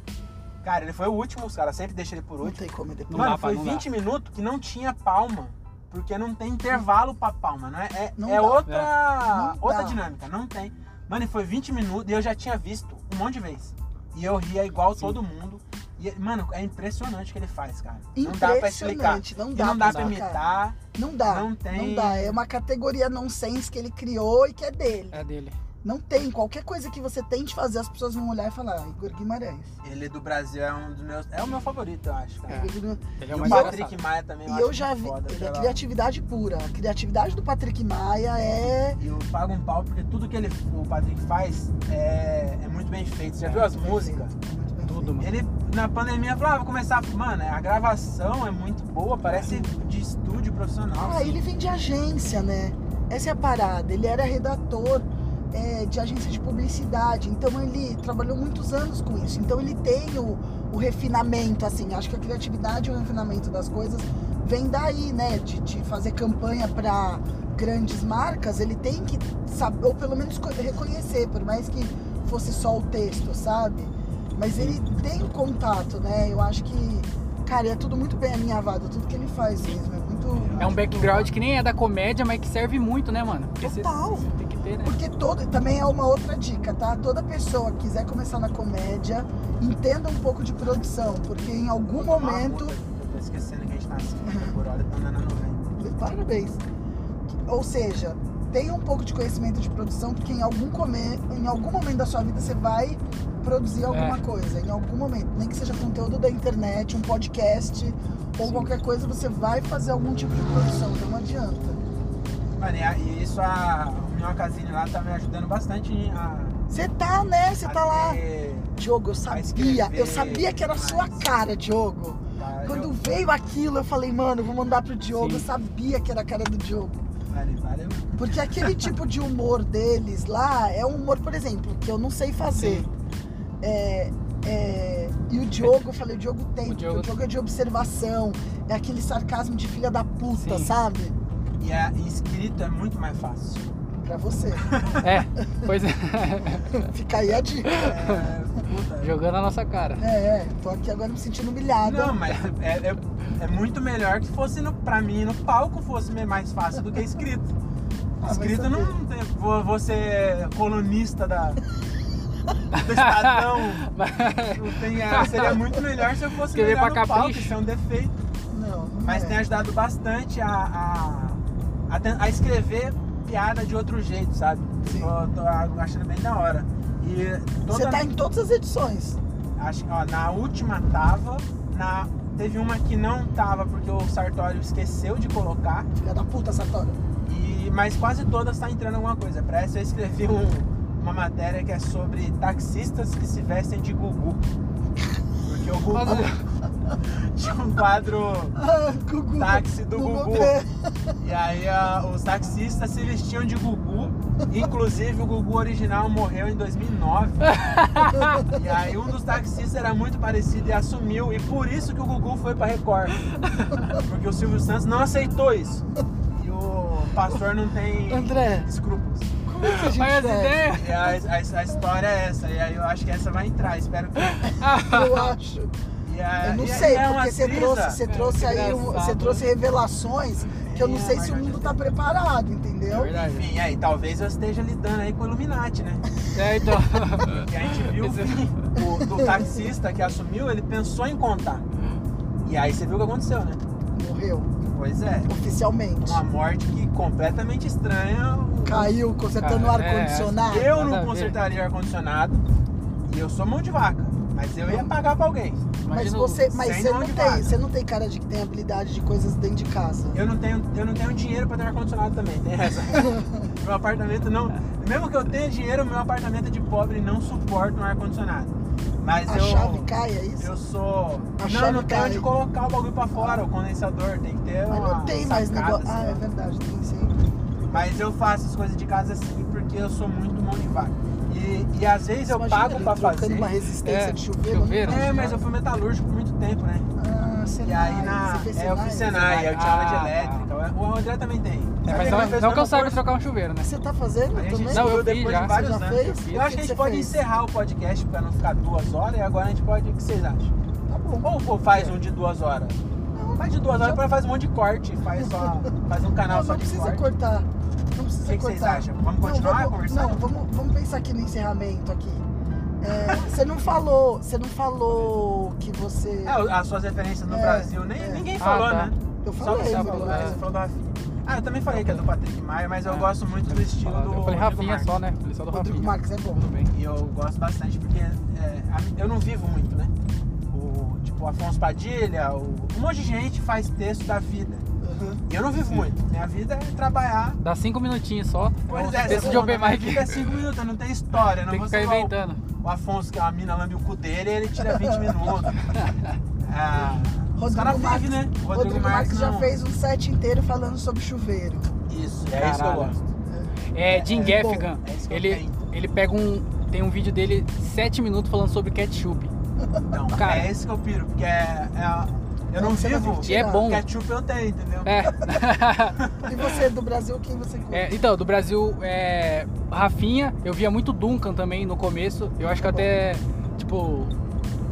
Speaker 3: Cara, ele foi o último, os caras sempre deixam ele por
Speaker 2: Não
Speaker 3: último.
Speaker 2: tem como é depois.
Speaker 1: Não
Speaker 3: Mano,
Speaker 1: dá pra-
Speaker 3: foi
Speaker 1: não dá.
Speaker 3: 20 minutos que não tinha palma. Porque não tem intervalo pra palma, não é? É,
Speaker 2: Não
Speaker 3: é
Speaker 2: dá. É.
Speaker 3: outra,
Speaker 2: Não
Speaker 3: outra
Speaker 2: dá.
Speaker 3: dinâmica, não tem. Mano, e foi 20 minutos e eu já tinha visto um monte de vezes. E eu ria igual todo mundo. E, mano, é impressionante o que ele faz, cara. Não dá pra explicar.
Speaker 2: Impressionante, não
Speaker 3: E
Speaker 2: dá,
Speaker 3: não dá pra
Speaker 2: explicar.
Speaker 3: imitar,
Speaker 2: Não dá.
Speaker 3: não tem.
Speaker 2: Não dá, é uma categoria nonsense que ele criou e que é dele.
Speaker 1: É dele.
Speaker 2: Não tem. Qualquer coisa que você tente fazer, as pessoas vão olhar e falar, "Ah, Igor Guimarães.
Speaker 3: Ele do Brasil é um dos meus. É o meu favorito, eu acho, cara.
Speaker 2: Igor Guimarães.
Speaker 1: Ele é
Speaker 3: E
Speaker 1: o
Speaker 3: o
Speaker 1: mais
Speaker 3: Patrick
Speaker 1: engraçado.
Speaker 3: Maia também.
Speaker 2: E
Speaker 3: acho
Speaker 2: eu já
Speaker 3: muito
Speaker 2: vi.
Speaker 3: foda
Speaker 2: Ele é
Speaker 3: pela-
Speaker 2: criatividade pura. A criatividade do Patrick Maia é.
Speaker 3: E eu pago um pau porque tudo que ele, o Patrick faz é, é muito bem feito. Você já viu as músicas?
Speaker 2: Muito bem
Speaker 1: Tudo, mano.
Speaker 3: Ele, na pandemia, falava, ah, vou começar. a- Mano, a gravação é muito boa, parece de estúdio profissional.
Speaker 2: Ah,
Speaker 3: assim.
Speaker 2: ele vem de agência, né? Essa é a parada. Ele era redator é, de agência de publicidade, então ele trabalhou muitos anos com isso. Então ele tem o, o refinamento, assim. Acho que a criatividade e o refinamento das coisas vem daí, né? De, de fazer campanha para grandes marcas, ele tem que saber, ou pelo menos co- reconhecer, por mais que fosse só o texto, sabe? Mas ele tem o contato, né? Eu acho que, cara, é tudo muito bem alinhavado, tudo que ele faz mesmo. É muito.
Speaker 1: É um background que nem é da comédia, mas que serve muito, né, mano? Porque você
Speaker 2: Total.
Speaker 1: tem que ter, né?
Speaker 2: Porque todo, também é uma outra dica, tá? Toda pessoa que quiser começar na comédia, entenda um pouco de produção, porque em algum
Speaker 3: Tomar uma
Speaker 2: um momento.
Speaker 3: multa, Eu tô esquecendo que a gente tá assim, por hora, tá andando a 90.
Speaker 2: Parabéns. Ou seja, tenha um pouco de conhecimento de produção, porque em algum, come- em algum momento da sua vida você vai produzir alguma coisa, em algum momento. Nem que seja conteúdo da internet, um podcast ou
Speaker 1: Sim.
Speaker 2: qualquer coisa, você vai fazer algum tipo de produção, não adianta.
Speaker 3: Mano, e a- e isso a o Minhocazine lá tá me ajudando bastante a.
Speaker 2: Você tá, né? Você
Speaker 3: a
Speaker 2: tá lá.
Speaker 3: ter-
Speaker 2: Diogo, eu sabia, eu
Speaker 3: escrever
Speaker 2: sabia que era a sua
Speaker 3: mais.
Speaker 2: cara, Diogo.
Speaker 3: tá-
Speaker 2: Quando
Speaker 3: eu-
Speaker 2: veio aquilo, eu falei, mano, eu vou mandar pro Diogo. Eu
Speaker 1: Sim.
Speaker 2: sabia que era a cara do Diogo.
Speaker 3: Mano, valeu.
Speaker 2: Porque aquele tipo de humor deles lá é um humor, por exemplo, que eu não sei fazer. É, é, e o Diogo, eu falei, o Diogo tem,
Speaker 1: O
Speaker 2: porque
Speaker 1: Diogo-
Speaker 2: o Diogo é de observação, é aquele sarcasmo de filha da puta,
Speaker 1: Sim.
Speaker 2: sabe?
Speaker 3: E a e escrito é muito mais fácil.
Speaker 2: Pra você.
Speaker 1: É, pois é.
Speaker 2: Fica aí a dica.
Speaker 3: É, puta.
Speaker 1: Jogando a nossa cara.
Speaker 2: É, é, tô aqui agora me sentindo humilhada.
Speaker 3: Não, mas é, é- é muito melhor que fosse no, pra mim no palco fosse me- mais fácil do que escrito.
Speaker 2: Ah, vai
Speaker 3: escrito
Speaker 2: saber.
Speaker 3: não tem. vo- Você é colunista da. Do Estadão. Não tem- é, seria muito melhor se eu fosse
Speaker 1: Escrever
Speaker 3: melhor
Speaker 1: pra
Speaker 3: no palco,
Speaker 1: capricho.
Speaker 3: isso é um defeito.
Speaker 2: Não, não
Speaker 3: Mas
Speaker 2: é.
Speaker 3: tem ajudado bastante a, a, a ten- a escrever piada de outro jeito, sabe?
Speaker 2: Sim.
Speaker 3: Tô, tô achando bem da hora. E toda,
Speaker 2: Você tá em todas as edições.
Speaker 3: acho, que, ó, na última tava, na, teve uma que não tava porque o Sartório esqueceu de colocar,
Speaker 2: Filha da puta, Sartório.
Speaker 3: e, mas quase todas tá entrando alguma coisa. Pra essa eu escrevi um- uma matéria que é sobre taxistas que se vestem de Gugu. Porque o Gugu tinha um quadro
Speaker 2: Ah, Gugu.
Speaker 3: Táxi do Gugu.
Speaker 2: Pé.
Speaker 3: E aí a- os taxistas se vestiam de Gugu. Inclusive o Gugu original morreu em 2009. e aí um dos taxistas era muito parecido e assumiu. E por isso que o Gugu foi pra Record. Porque o Silvio Santos não aceitou isso. E o pastor não tem
Speaker 2: André.
Speaker 3: escrúpulos.
Speaker 2: Como é que a gente
Speaker 1: Olha as
Speaker 2: desce?
Speaker 1: ideias.
Speaker 3: E a, a- a história é essa. E aí eu acho que essa vai entrar, espero que.
Speaker 2: Eu acho.
Speaker 3: E a-
Speaker 2: Eu não
Speaker 3: e a-
Speaker 2: sei,
Speaker 3: e é uma
Speaker 2: porque você
Speaker 3: brisa. né?
Speaker 2: trouxe, você
Speaker 1: Cara,
Speaker 2: trouxe
Speaker 1: que
Speaker 2: aí, um-
Speaker 1: engraçado.
Speaker 2: você trouxe revelações que eu não
Speaker 3: É,
Speaker 2: sei se o
Speaker 3: mas
Speaker 2: mundo
Speaker 3: eu-
Speaker 2: tá preparado, entendeu?
Speaker 1: Verdade.
Speaker 3: Enfim, aí talvez eu esteja lidando aí com o Illuminati, né?
Speaker 1: É, então.
Speaker 3: E a gente viu o fim do, do taxista que assumiu, ele pensou em contar. E aí você viu o que aconteceu, né?
Speaker 2: Morreu,
Speaker 3: Pois é,
Speaker 2: oficialmente.
Speaker 3: uma morte que completamente estranha. O-
Speaker 2: Caiu, consertando o
Speaker 1: Cara, é,
Speaker 2: ar-condicionado.
Speaker 3: Eu
Speaker 1: Nada a
Speaker 3: não
Speaker 1: ver.
Speaker 3: consertaria ar-condicionado e eu sou mão de vaca, mas eu ia pagar pra alguém.
Speaker 2: Mas
Speaker 1: Imagina o- É,
Speaker 2: você, mas
Speaker 3: sem
Speaker 2: você
Speaker 3: mão
Speaker 2: não
Speaker 3: de
Speaker 2: tem,
Speaker 3: vaca.
Speaker 2: você não tem cara de que tem habilidade de coisas dentro de casa.
Speaker 3: Eu não tenho, eu não tenho dinheiro pra ter ar-condicionado também, tem essa. meu apartamento não. Mesmo que eu tenha dinheiro, meu apartamento é de pobre e não suporta um ar-condicionado. Mas
Speaker 2: A
Speaker 3: eu.
Speaker 2: chave cai, é isso?
Speaker 3: um Eu sou.
Speaker 2: A
Speaker 3: não,
Speaker 2: chave
Speaker 3: não tem
Speaker 2: cai.
Speaker 3: onde colocar o bagulho pra fora, o condensador. Tem que ter.
Speaker 2: Mas
Speaker 3: uma
Speaker 2: não tem mais
Speaker 3: sacada, assim,
Speaker 2: negócio.
Speaker 3: sei
Speaker 2: Ah,
Speaker 3: lá.
Speaker 2: é verdade, tem sim.
Speaker 3: Mas eu faço as coisas de casa assim porque eu sou muito mão de vaca. E, e às vezes eu
Speaker 2: Imagina
Speaker 3: pago
Speaker 2: ele
Speaker 3: pra
Speaker 2: trocando
Speaker 3: fazer.
Speaker 2: uma resistência
Speaker 1: É,
Speaker 2: de chuveiro.
Speaker 1: chuveiro.
Speaker 3: É, mas eu fui metalúrgico por muito tempo, né?
Speaker 2: Ah, Senai,
Speaker 3: E aí na.
Speaker 2: você fez
Speaker 3: É, eu
Speaker 2: Senai?
Speaker 3: fiz Senai, eu tinha aula de
Speaker 1: Ah, tá.
Speaker 3: elétrica. O André também tem.
Speaker 1: É, mas
Speaker 3: Ele
Speaker 1: não,
Speaker 3: fez a
Speaker 1: não que eu
Speaker 3: mesma
Speaker 1: saiba
Speaker 3: coisa.
Speaker 1: trocar um chuveiro, né?
Speaker 2: Você tá fazendo
Speaker 3: A gente
Speaker 2: também?
Speaker 1: Não, eu
Speaker 3: depois
Speaker 1: fiz
Speaker 3: de
Speaker 1: já.
Speaker 3: vários
Speaker 2: Você já
Speaker 3: anos.
Speaker 2: fez?
Speaker 3: Eu
Speaker 2: O
Speaker 3: acho que a
Speaker 2: que
Speaker 3: gente
Speaker 2: você
Speaker 3: pode
Speaker 2: fez?
Speaker 3: encerrar o podcast pra não ficar duas horas e agora a gente pode. O que vocês acham?
Speaker 2: Tá bom.
Speaker 3: Ou pô, faz um de duas horas? Faz de duas horas, depois faz um monte de corte, faz, só, faz um
Speaker 2: Não,
Speaker 3: canal só
Speaker 2: não
Speaker 3: de
Speaker 2: precisa
Speaker 3: corte.
Speaker 2: cortar. Não precisa
Speaker 3: O que que
Speaker 2: cortar.
Speaker 3: vocês acham? Vamos continuar
Speaker 2: não, vamos,
Speaker 3: conversando?
Speaker 2: não, vamos, vamos pensar aqui no encerramento aqui. É, você não falou, você não falou que você.
Speaker 3: É, as suas referências no
Speaker 2: É,
Speaker 3: Brasil, nem,
Speaker 2: é.
Speaker 3: ninguém
Speaker 1: Ah,
Speaker 3: falou,
Speaker 1: tá.
Speaker 3: né?
Speaker 2: eu
Speaker 3: Só
Speaker 2: falei, é
Speaker 3: você
Speaker 1: Só
Speaker 3: falou,
Speaker 2: Bruno.
Speaker 3: né? Você falou da Rafinha. Ah, eu também falei que é do Patrick Maia, mas eu
Speaker 1: É.
Speaker 3: gosto muito do estilo
Speaker 2: é
Speaker 3: do.
Speaker 1: Eu falei
Speaker 3: Rodrigo
Speaker 1: Rafinha
Speaker 3: Marques.
Speaker 1: só, né? Falei só do
Speaker 2: Rodrigo
Speaker 1: Rafinha.
Speaker 2: Marques é bom.
Speaker 1: Tudo bem.
Speaker 3: E eu gosto bastante porque é, a- eu não vivo muito, né? O, tipo, o Afonso Padilha, o, um monte de gente faz texto da vida. E eu não vivo muito. Minha vida é trabalhar.
Speaker 1: Dá cinco minutinhos só.
Speaker 3: Pois
Speaker 1: Esse
Speaker 3: é,
Speaker 1: texto
Speaker 3: essa
Speaker 1: de um Open
Speaker 3: porra da minha
Speaker 1: Mic.
Speaker 3: vida é 5 minutos, não tem história, não
Speaker 1: Tem que
Speaker 3: vou
Speaker 1: ficar
Speaker 3: ser igual o-
Speaker 1: inventando.
Speaker 3: O Afonso, que é uma mina lambe o cu dele, ele tira 20 minutos. Ah, os caras vivem, né?
Speaker 2: Rodrigo, Marques já
Speaker 3: não-
Speaker 2: fez um set inteiro falando sobre chuveiro.
Speaker 3: Isso, é isso que eu
Speaker 1: Caralho.
Speaker 3: gosto.
Speaker 1: É, Jim
Speaker 2: é
Speaker 1: Gaffigan.
Speaker 3: bom, é isso que eu
Speaker 1: ele,
Speaker 3: tenho.
Speaker 1: ele pega um. Tem um vídeo dele, sete minutos, falando sobre ketchup.
Speaker 3: Então,
Speaker 1: Cara.
Speaker 3: é esse que eu piro, porque é. é- eu não
Speaker 2: Você vai
Speaker 3: vivo.
Speaker 2: curtir.
Speaker 1: E é bom.
Speaker 3: Ketchup eu tenho, entendeu?
Speaker 1: É.
Speaker 2: E você do Brasil, quem você curte?
Speaker 1: É, então, do Brasil, é, Rafinha, eu via muito Duncan também no começo. Eu acho que até, tipo,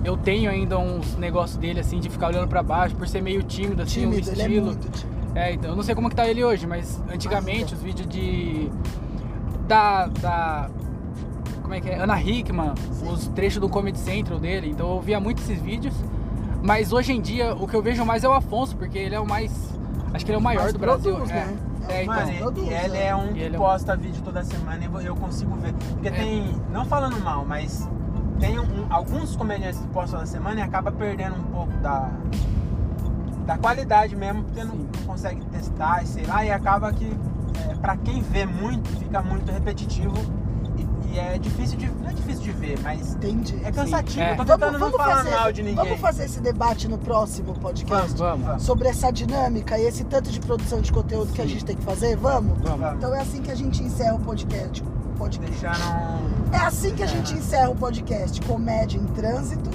Speaker 1: eu tenho ainda uns negócios dele, assim, de ficar olhando pra baixo, por ser meio tímido, assim, o
Speaker 2: tímido, ele é
Speaker 1: estilo.
Speaker 2: muito tímido.
Speaker 1: É, então, eu não sei como que tá ele hoje, mas antigamente
Speaker 2: Ainda.
Speaker 1: os vídeos de. Da. da como é que é? Ana Hickman,
Speaker 2: Sim.
Speaker 1: os trechos do Comedy Central dele, então eu via muito esses vídeos. Mas hoje em dia o que eu vejo mais é o Afonso, porque ele é o mais. Acho que ele é o maior
Speaker 2: Mais
Speaker 1: do Brasil.
Speaker 2: produz,
Speaker 1: é.
Speaker 2: né?
Speaker 1: É, então.
Speaker 3: Mano, e-
Speaker 2: produz,
Speaker 3: e
Speaker 2: né?
Speaker 3: ele é um
Speaker 1: E
Speaker 3: que
Speaker 1: ele é um-
Speaker 3: posta vídeo toda semana e eu- eu consigo ver. Porque
Speaker 1: É.
Speaker 3: tem. Não falando mal, mas tem um- alguns comediantes que postam toda semana e acaba perdendo um pouco da. Da qualidade mesmo, porque não,
Speaker 1: Sim.
Speaker 3: não consegue testar e sei lá, e acaba que é, para quem vê muito, fica muito repetitivo e, e é difícil de. Não é difícil de ver, mas
Speaker 2: Entendi.
Speaker 3: é cansativo.
Speaker 1: é.
Speaker 3: Eu tô tentando
Speaker 2: Vamos,
Speaker 3: não
Speaker 2: vamos
Speaker 3: falar
Speaker 2: fazer,
Speaker 3: mal de ninguém.
Speaker 2: vamos fazer esse debate no próximo podcast.
Speaker 3: Vamos,
Speaker 1: Vamos, vamos.
Speaker 2: sobre essa dinâmica e esse tanto de produção de conteúdo que a
Speaker 1: Sim.
Speaker 2: gente tem que fazer, vamos?
Speaker 1: Vamos.
Speaker 2: Então é assim que a gente encerra o podcast. podcast.
Speaker 3: Deixar um.
Speaker 2: É assim que a gente encerra o podcast Comédia em Trânsito.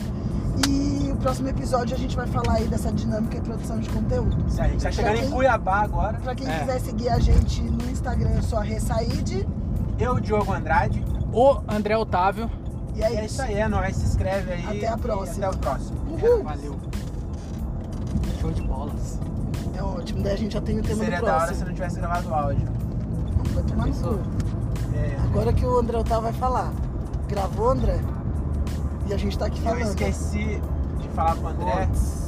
Speaker 2: E o próximo episódio a gente vai falar aí dessa dinâmica e produção de conteúdo.
Speaker 3: Se a gente tá chegando em
Speaker 2: quem-
Speaker 3: Cuiabá agora.
Speaker 2: Pra quem
Speaker 1: É.
Speaker 2: quiser seguir a gente no Instagram, eu sou a Ressaíde.
Speaker 3: Eu, Diogo Andrade.
Speaker 1: O André Otávio.
Speaker 2: E é,
Speaker 3: E é isso aí, é nóis. Se inscreve aí.
Speaker 2: Até a
Speaker 3: e
Speaker 2: próxima.
Speaker 3: Até o próximo.
Speaker 2: Uhul.
Speaker 1: Valeu. Show de bolas.
Speaker 2: É ótimo. Daí a gente já tem o tema
Speaker 3: Seria
Speaker 2: do
Speaker 3: da hora se
Speaker 2: próximo.
Speaker 3: não tivesse gravado o áudio.
Speaker 2: Vai tomar no
Speaker 1: Pensou?
Speaker 2: cu.
Speaker 3: É,
Speaker 2: Agora que o André Otávio vai falar. Gravou, André? E a gente tá aqui
Speaker 3: eu
Speaker 2: falando.
Speaker 3: esqueci de falar pro André.
Speaker 1: Putz.